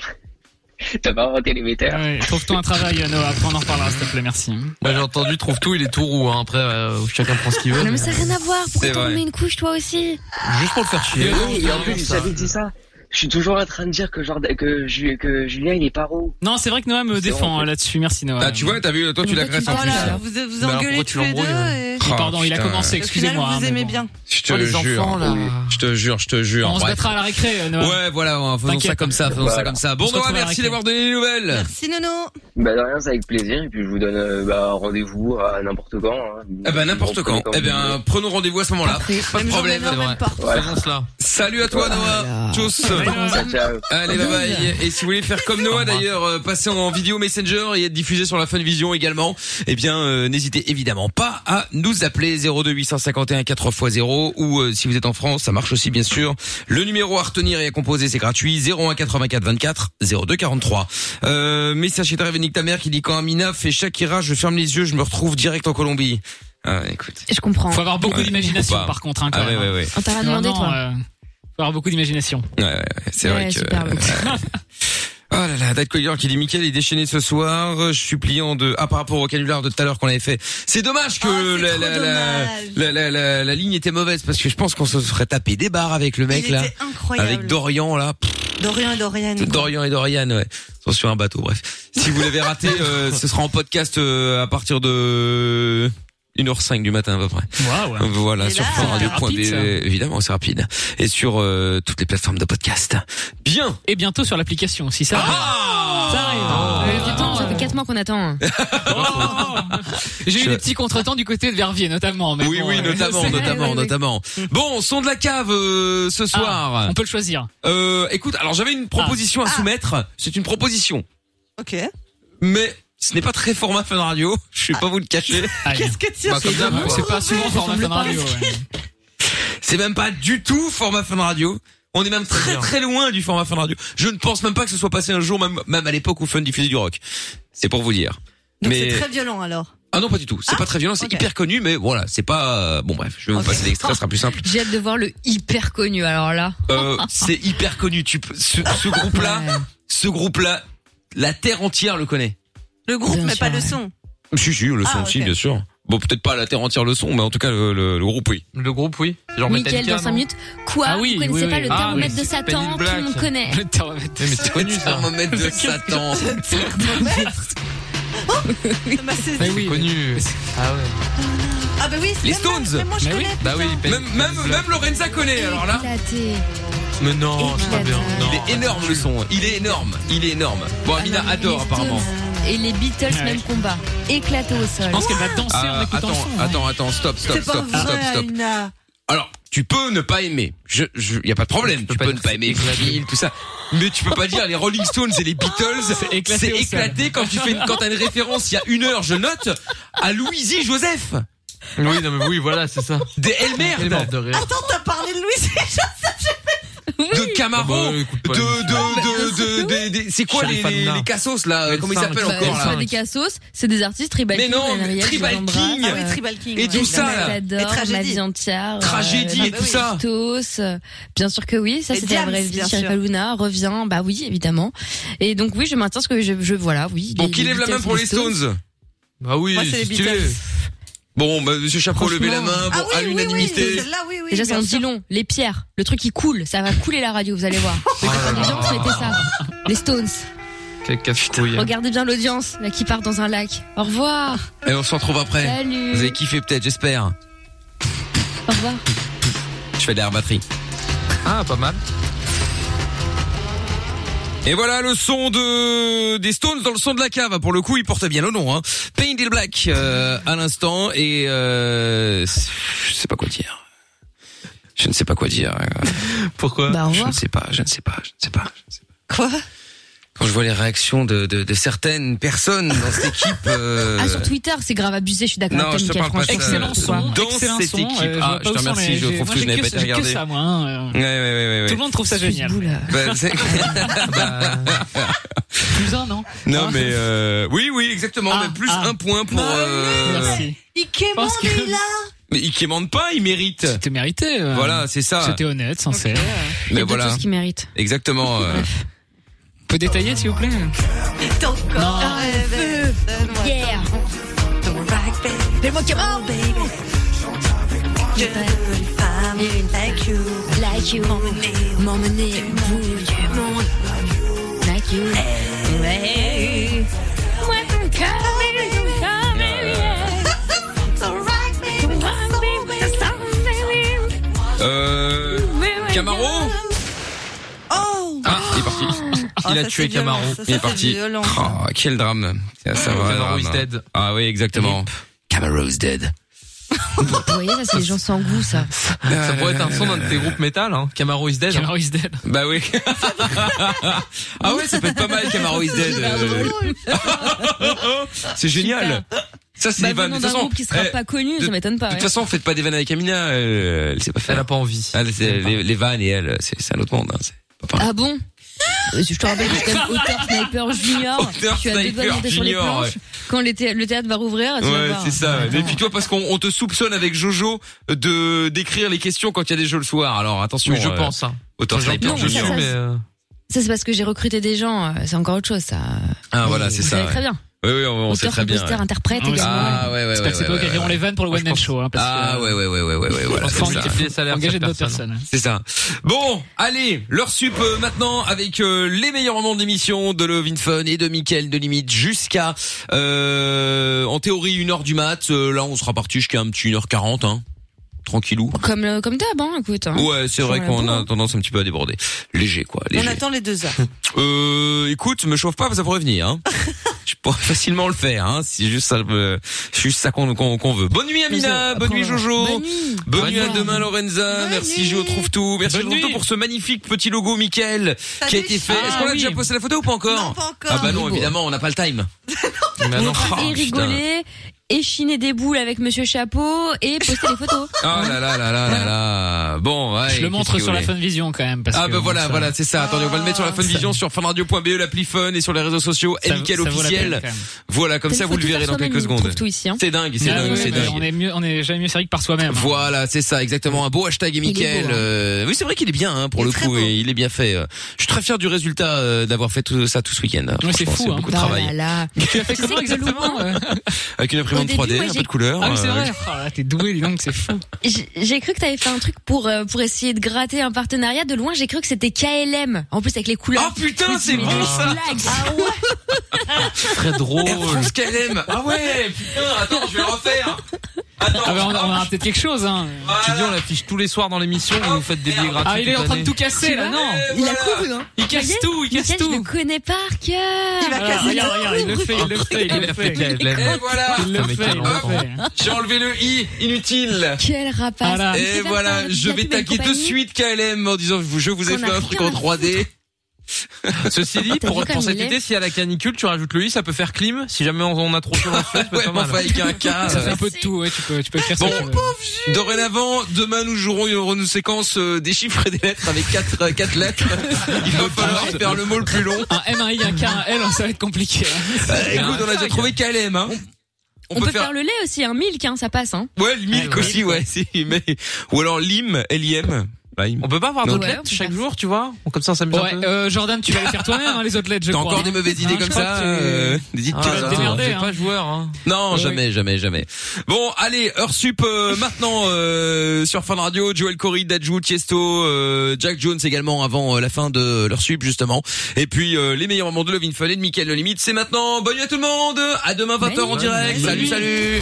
Q: t'as pas inventé les metteurs.
E: Ouais, Trouve-toi un travail, euh, Noah. Après, on en reparlera, s'il te plaît. Merci.
M: Moi, j'ai entendu, trouve tout, il est tout roux. Hein. Après, euh, chacun prend ce qu'il veut. euh,
D: Non, Ah, mais ça n'a rien à voir. Pourquoi
M: C'est
D: t'en
M: vrai.
D: mets une couche, toi aussi
B: Ah,
M: Juste pour le faire chier.
Q: Et en plus, j'avais dit ça. Je suis toujours en train de dire que, Jordan- que, Ju- que Julien, il est paro.
E: Non, c'est vrai que Noah me défend euh, là-dessus. Merci Noah.
B: Ah, tu vois, t'as vu, toi, tu la graisses en plus.
R: Voilà, vous vous
B: Bah alors,
R: engueulez
B: pourquoi
R: tous
B: tu
R: les deux.
B: l'embrouilles,
D: euh
R: et-
B: Oh,
E: Pardon, il a
B: putain.
E: commencé,
R: Au final,
E: excusez-moi. hein,
R: vous
E: mais
R: aimez
E: bon.
R: bien.
B: Je te
E: Oh, les
B: jure.
E: enfants, là.
B: Je te jure, je te jure.
E: On se
B: Bref.
E: battra à la récré, euh, Noah.
B: Ouais, voilà, ouais, faisons
E: T'inquiète.
B: ça comme ça, faisons ça
Q: Voilà.
B: comme ça. Bon,
Q: On se retrouve
B: Noah,
Q: à la
B: merci
Q: récré.
B: d'avoir donné les nouvelles.
R: Merci Nono.
Q: Bah, de rien, c'est avec plaisir. Et puis, je vous donne euh, bah, rendez-vous à n'importe quand. hein.
B: Eh ben, n'importe quand. Eh ben, prenons rendez-vous à ce moment-là. Pas de problème.
Q: journée, même porte.
B: Faisons cela. Salut à toi,
E: Ah.
B: Noah. Tous. Allez, bye bye. Et si vous voulez faire comme Noah d'ailleurs, euh, passer en vidéo Messenger et être diffusé sur la Funvision également, eh bien, euh, n'hésitez évidemment pas à nous appeler 02 851 4x0 ou euh, si vous êtes en France, ça marche aussi bien sûr. Le numéro à retenir et à composer, c'est gratuit 01 84 24 02 43. Euh, message qui est arrivé Nick ta mère qui dit quand Amina fait Shakira, je ferme les yeux, je me retrouve direct en Colombie. Ah, écoute.
D: Je comprends.
E: Faut avoir beaucoup
B: Ouais,
E: d'imagination
B: faut pas.
E: par contre. Hein, quand
B: Ah, ouais,
E: même.
B: ouais, ouais. On t'a
D: rien demandé,
E: Vraiment,
D: toi.
E: euh, Faut avoir beaucoup d'imagination.
B: Ouais, ouais, ouais, c'est vrai
E: Ouais,
B: que. euh,
E: super,
B: ouais. Oh là là, Dad Collier qui dit Mickaël est déchaîné ce soir. euh, Je suis pliant de. Ah, par rapport au canular de tout à l'heure qu'on avait fait. C'est dommage que
R: Ah,
B: la, la, la, la, la, la- la ligne était mauvaise parce que je pense qu'on se serait tapé des barres avec le mec
R: Il
B: là.
R: était incroyable.
B: Avec Dorian là. Pff,
R: Dorian et Dorian.
B: Dorian et Dorian, ouais. Ils sont sur un bateau, bref. Si vous l'avez raté, euh, ce sera en podcast euh, à partir de 1h05 du matin à peu près. Voilà, sur
E: rapide,
B: fanradio.be
E: ça.
B: évidemment, c'est rapide. Et sur euh, toutes les plateformes de podcast. Bien. Ah
E: Et bientôt sur l'application aussi. Ça arrive. Ça arrive. Mais
D: Attends, ça fait 4 mois qu'on attend.
E: J'ai eu des petits contretemps du côté de Verviers notamment. Mais
B: Oui,
E: bon,
B: oui,
E: euh,
B: notamment,
E: c'est-
B: notamment, notamment. Bon, son de la cave euh, ce soir.
E: Ah, On peut le choisir.
B: Euh, écoute, alors j'avais une proposition à soumettre. C'est une proposition,
R: Ok.
B: mais ce n'est pas très format Fun Radio. Je vais pas vous le cacher.
R: Qu'est-ce que tu
B: Bah, comme d'hab, quoi.
E: C'est pas souvent format Fun Radio.
B: C'est même pas du tout format Fun Radio. On est même très très loin du format Fun Radio. Je ne pense même pas que ce soit passé un jour, même, même à l'époque où Fun diffusait du rock. C'est pour vous dire.
R: Donc
B: mais
R: c'est très violent alors.
B: ah non pas du tout. C'est pas très violent, c'est hyper connu, mais voilà, c'est pas euh, bon bref. Je vais vous passer l'extrait, ce sera plus simple.
D: J'ai hâte de voir le hyper connu, alors là.
B: Euh, c'est hyper connu. Tu peux, ce, ce groupe-là, ce groupe-là, la terre entière le connaît.
R: Le groupe, mais pas le son.
B: Si, si, le son
R: Ah,
B: aussi,
R: ok.
B: bien sûr. Bon, peut-être pas la terre entière le son, mais en tout cas le, le- le groupe oui.
M: Le groupe oui. Genre
D: Mickaël dans 5 minutes. Quoi
B: Ah oui,
D: Vous connaissez
B: oui,
D: pas
B: oui.
D: le
B: Ah,
D: thermomètre
B: mais
D: de
B: c'est
D: Satan
B: Penny
D: Tout le monde
B: Black.
D: connaît.
E: Le thermomètre.
M: Mais c'est connu ça.
B: thermomètre de Satan.
M: Mais oui. Bah, Connu. Ah ouais.
R: Ah bah oui, c'est
B: Les
R: même pas-
B: Stones.
R: mais moi, je connais,
M: Bah oui.
B: Même, même, même Lorenza connaît. Alors là.
D: Éclaté.
M: Mais non, c'est pas bien. Non.
B: Il est énorme le son. Il est énorme. Il est énorme. Bon, Amina adore apparemment.
D: Et les Beatles, même combat. Éclaté au sol. Je
E: pense qu'elle va danser
B: Ah, attends,
E: hein.
B: attends, attends, stop, stop, stop, stop, stop. Alors, tu peux ne pas aimer. Je, je, y a pas de problème. Tu peux, ne pas aimer Phil, tout ça. Mais tu peux pas dire les Rolling Stones et les Beatles. C'est
E: éclaté au sol.
B: éclaté quand tu fais une, quand t'as une référence il y a une heure, je note, à Louisie Joseph.
M: Oui, non mais oui, voilà, c'est ça.
B: Des Elmer.
M: Elle est morte de rire.
R: Attends, t'as parlé de Louis et Joseph.
B: De
M: Bah,
B: Camaro. De, de, de, de, de- de- c'est quoi
M: Je suis
B: les,
M: fan
B: les,
M: là.
B: les cassos, là? Comment ils s'appellent encore, là?
D: des cassos, c'est des artistes tribal
B: Mais
D: King,
B: non,
D: Marielle, je
B: Tribal
D: l'embrasse.
B: King. Ah oui,
R: Tribal King,
B: Et ouais. tout ça, là.
D: J'adore,
B: Et
D: Tragédie.
B: Tragédie.
D: Ma vie entière, euh,
B: Tragédie et
D: bah
B: tout
D: oui.
B: ça.
D: Christos, euh, bien sûr que oui, ça
R: Et
D: c'était la
R: Diams,
D: vraie vie.
R: bien
D: Sheriff
R: sûr.
D: Aluna revient, bah oui, évidemment. Et donc oui, je maintiens ce que je, je voilà, oui.
B: Bon,
D: les-
B: qui
D: les
B: lève la
D: Beatles,
B: main pour les Stones? Bah oui,
D: Moi, c'est les
B: stylé.
D: Beatles.
B: Bon, bah, monsieur Chapeau,
D: Franchement.
B: levez la main. Bon,
D: Ah oui,
B: à
D: oui, oui,
B: l'unanimité.
D: Déjà, ça en dit long. Les pierres, le truc qui coule, ça va couler la radio, vous allez voir.
B: Ah.
D: Regardez bien, c'était ça. Les Stones.
M: Quel
B: hein.
M: casse-couille.
D: Regardez bien l'audience, là, qui part dans un lac. Au revoir.
B: Et on se retrouve après.
D: Salut.
B: Vous avez kiffé peut-être, j'espère.
D: Au revoir.
B: Je fais de la batterie.
M: Ah, pas mal.
B: Et voilà le son de des Stones dans le son de la cave. Pour le coup, il porte bien le nom. Hein. Painted Black euh, à l'instant et euh, je sais pas quoi dire. Je ne sais pas quoi dire.
M: Pourquoi
B: Je ne sais pas. Je ne sais pas. Je ne sais pas. je ne sais
R: pas. Quoi
B: Quand je vois les réactions de, de, de certaines personnes dans cette équipe. euh,
D: Ah, sur Twitter, c'est grave abusé, je suis d'accord
B: Non,
D: avec
B: je te
D: toi,
B: parle pas
D: Mickaël,
B: de ça.
D: franchement.
E: Excellent son.
B: Dans
E: excellent
B: cette
E: son,
B: équipe.
E: euh, je vois
B: Ah,
E: pas
B: je
E: où
B: te
E: sont,
B: remercie,
E: mais
B: je trouve
E: moi,
B: que je
E: j'ai
B: n'avais
E: que
B: pas
E: ça-
B: été
E: que
B: regardé.
E: ça, moi, hein, euh.
B: Ouais, ouais, ouais, ouais, ouais.
E: Tout le monde trouve ça génial. Euh,
B: Bah, c'est-
E: Plus un, non Ah,
B: non mais euh, oui, oui, exactement. mais plus un point
E: Bah,
B: pour. euh,
R: Il quémande, il a.
B: Mais il quémande pas, il mérite.
E: C'était mérité. euh,
B: Voilà, c'est ça.
E: C'était honnête, sincère.
B: Mais voilà.
D: mérite.
B: Exactement. euh,
E: Peut détailler, s'il vous plaît
R: Ton corps rêve. Donne-moi
D: Yeah.
R: ton- ton back, baby.
D: Fais-moi
R: Oh, baby.
G: Je veux une femme like you, like you, m'emmener au bout du monde, like you. Hey. Moi, ton cœur, mais ton cœur, mais yeah. Rock me, rock me, something new.
B: Euh, Camaro
R: Oh
B: Ah, il est parti.
R: Ah,
B: Il a
R: ça,
B: tué
R: c'est violent,
B: Camaro.
R: ça, ça,
B: il est
R: c'est
B: parti.
R: violent.
B: Oh, quel drame. Ça, ça va,
M: Camaro
B: drame.
M: is dead.
B: Ah oui, exactement. Camaro is dead.
D: Vous voyez, ça, c'est les gens sans goût, ça.
M: Ça pourrait être un son d'un de tes groupes métal, hein. Camaro is dead. Camaro
E: is dead.
B: Bah oui. ah ouais, ça peut être pas mal, Camaro is dead. Euh, c'est génial. Ça, c'est
D: Bah,
B: des vannes.
D: venant
B: De toute
D: d'un
B: façon,
D: groupe qui sera
B: eh,
D: pas connu,
B: de-
D: ça m'étonne pas.
B: De toute
D: ouais.
B: façon, faites pas des vannes avec Amina. euh, elle sait pas faire. Elle a pas envie. les, les vannes et elle, c'est c'est un autre monde. hein, c'est-
D: Ah bon Je te rappelle que je suis quand même auteur sniper junior.
B: Auteur
D: je suis à deux doigts de
B: sniper
D: monter sur les
B: junior,
D: planches.
B: ouais.
D: Quand les thé- le théâtre va rouvrir, Ah, tu vas
B: Ouais,
D: voir.
B: c'est ça. Et puis toi, parce qu'on on te soupçonne avec Jojo de d'écrire les questions quand il y a des jeux le soir. Alors attention.
M: Oui, je
B: euh,
M: pense, hein.
B: Auteur
M: Non,
B: sniper
M: ça, ça,
B: junior.
M: ça,
B: mais,
M: ça,
B: euh,
D: Ça, c'est parce que j'ai recruté des gens. euh, C'est encore autre chose, ça.
B: Ah voilà, c'est
D: Vous
B: ça.
D: savez
B: ouais.
D: très bien.
B: Oui, oui, on, on sait
D: Auteur,
B: très bien.
D: compositeur,
B: ouais.
D: interprète également.
B: Ah ouais, ouais, ouais.
E: J'espère que c'est
B: ouais,
E: toi
B: ouais,
E: qui riront
B: ouais.
E: les vannes pour le one man show. Hein, parce
B: Ah
E: que,
B: ouais, ouais, ouais, ouais, ouais, ouais. Voilà,
E: Faut
B: c'est ça.
E: multiplier les salaires de Engager cette d'autres personne. personnes.
B: C'est ça. Bon, allez, leur sup euh, maintenant avec euh, les meilleurs moments d'émission de Love in Fun et de Mickaël de Limite jusqu'à, euh, en théorie, 1h du mat. Euh, là, on sera parti jusqu'à un petit 1h40, hein. Tranquillou.
D: Comme, euh, comme d'hab, hein, écoute. hein.
B: Ouais, c'est vrai
D: Sur la
B: qu'on
D: bourre.
B: a tendance un petit peu à déborder. Léger, quoi.
R: On
B: Léger.
R: attend les deux heures.
B: Euh, écoute, me chauffe pas, ça pourrait venir. Hein. Je pourrais facilement le faire. Hein. C'est juste ça, euh, c'est juste ça qu'on qu'on- qu'on veut. Bonne nuit Amina, bonne nuit Jojo, bonne nuit, à demain Lorenza. merci Jo trouve tout, merci
M: Bonne
B: Jo trouve tout
M: nuit.
B: pour ce magnifique petit logo Michael
M: Ça
B: qui a été fait.
M: déchire.
B: Est-ce qu'on a
M: Ah oui.
B: déjà posté la photo ou pas encore
M: Non, pas encore.
B: Ah bah non,
M: Beau.
B: évidemment, on n'a pas le time. Bah non. Oh,
D: et
B: putain.
D: rigoler, et chiner des boules avec Monsieur Chapeau et poster des photos.
B: Ah là là là là là là. Bon, ouais,
E: Je le montre
B: qu'est-ce que
E: sur la
B: vous
E: Fun
B: voulez
E: Vision quand même. Parce
B: ah
E: que
B: bah
E: bon,
B: voilà,
E: ça-
B: voilà, c'est ça. Attendez, on va le mettre sur la Funvision, sur funradio.be, E, l'appli Fun et sur les réseaux sociaux,
E: Ça-
B: et Mickaël
E: ça vaut la
B: officiel.
E: peine, quand même.
B: Voilà, comme
E: Peut-être
B: ça vous
E: faut
B: le
E: tout
B: verrez
E: faire
B: dans
E: soi-même,
B: quelques
E: on trouve
B: seconde.
D: tout ici, hein.
B: C'est dingue, c'est
E: Ah
B: dingue,
E: ouais,
B: c'est
E: mais
B: dingue.
E: On est mieux, on est jamais mieux servi que par soi-même.
B: Voilà, c'est ça, exactement. Un beau hashtag et
E: Il est
B: Mickaël.
E: beau, hein.
B: euh, oui, c'est vrai qu'il est bien, hein, pour le coup, et il est bien fait. euh. Je suis très fier du résultat euh, d'avoir fait tout ça tout ce week-end. hein.
E: Ouais, c'est
B: Franchement,
E: fou, hein.
B: beaucoup de travail.
D: Ah là.
E: Tu as fait comment exactement euh
B: Avec une imprimante
D: Au début,
B: 3D,
D: moi,
B: un peu
D: j'ai-
B: de couleur.
E: Ah oui, c'est
B: euh,
E: vrai. Oh là là, T'es doué, dis donc, c'est fou.
D: J'ai j'ai cru que t'avais fait un truc pour euh, pour essayer de gratter un partenariat. De loin, j'ai cru que c'était KLM. En plus avec les couleurs.
B: Oh putain, c'est
D: bon
B: bon, ça.
D: Ah
E: Très drôle.
B: France qu'elle aime. Ah ouais, putain, attends, je vais le refaire.
E: Ah bah on a, on a peut-être quelque chose hein.
M: Tu dis on l'affiche tous les soirs dans l'émission, vous nous faites des billets gratuits.
E: Ah il est en
M: toute
E: train de
M: l'année.
E: tout casser là, non
D: Il a couru, hein.
E: Il casse
D: Regardez,
E: tout, il casse
D: Mickaël,
E: tout.
D: Je le connais par cœur.
M: Ah,
D: Il
E: Voilà, regarde, regarde, il le fait, il le fait, il le fait.
M: Il l'a fait.
B: Et voilà.
M: Il l'a fait, il l'a
B: Hop,
M: fait.
B: J'ai enlevé le i, inutile.
D: Quel rapace. Voilà. Il
B: Et
D: sait pas faire
B: voilà,
D: de
B: je vais
D: la pub à une
B: taquer de
D: compagnie.
B: suite KLM en disant je vous- je vous ai
D: Qu'on
B: fait
D: a
B: un truc
D: rien
B: en
D: à
B: 3D.
M: Ceci dit,
B: T'as
M: pour,
B: vu comme
M: pour cette
B: il est
M: idée, s'il y a la canicule, tu rajoutes le i, ça peut faire clim. Si jamais on, on a trop chaud dans le feu, c'est
B: Ouais,
M: pas
B: mais
M: mal.
B: enfin, avec un K,
E: Ça fait
B: euh,
E: un peu de tout, ouais, tu peux, tu peux faire
B: Bon,
E: ça.
B: dorénavant, demain nous jouerons une une séquence euh, des chiffres et des lettres avec quatre euh, quatre lettres. Il va falloir faire le mot le plus long.
E: Ah, Un M, un I, un K, un L, ça va être compliqué.
M: Ah,
E: hein.
B: Euh, écoute, on a déjà trouvé KLM. Hein.
D: On, peut, faire... le lait aussi, un milk, hein, ça passe. Hein.
B: Ouais, le milk aussi, ouais. Ah, si, mais... Ou alors lim, L-I-M. On peut pas avoir
M: d'autres lettres chaque jour, tu vois Comme ça, on s'amuse
E: Ouais,
M: un peu.
E: euh, Jordan, tu vas les faire toi-même, hein, les autres lettres, je
B: T'as
E: crois.
B: encore des mauvaises idées
E: Hein,
B: comme
E: je crois
B: ça
E: que tu-
B: euh, dites
E: Ah,
B: pas,
E: ouais,
B: hein.
E: démerdez,
M: T'es
E: hein.
M: pas joueur, hein.
B: Non,
M: Ouais.
B: jamais, jamais, jamais. Bon, allez, heure sup euh, maintenant euh, sur Fun Radio, Joel Corey, Dajou, Tiesto, euh, Jack Jones également avant euh, la fin de leur sup justement. Et puis euh, les meilleurs moments de Love in Fun et de Mickaël Le Limite, c'est maintenant. Bonne nuit à tout le monde. À demain 20h en direct. Salut, salut.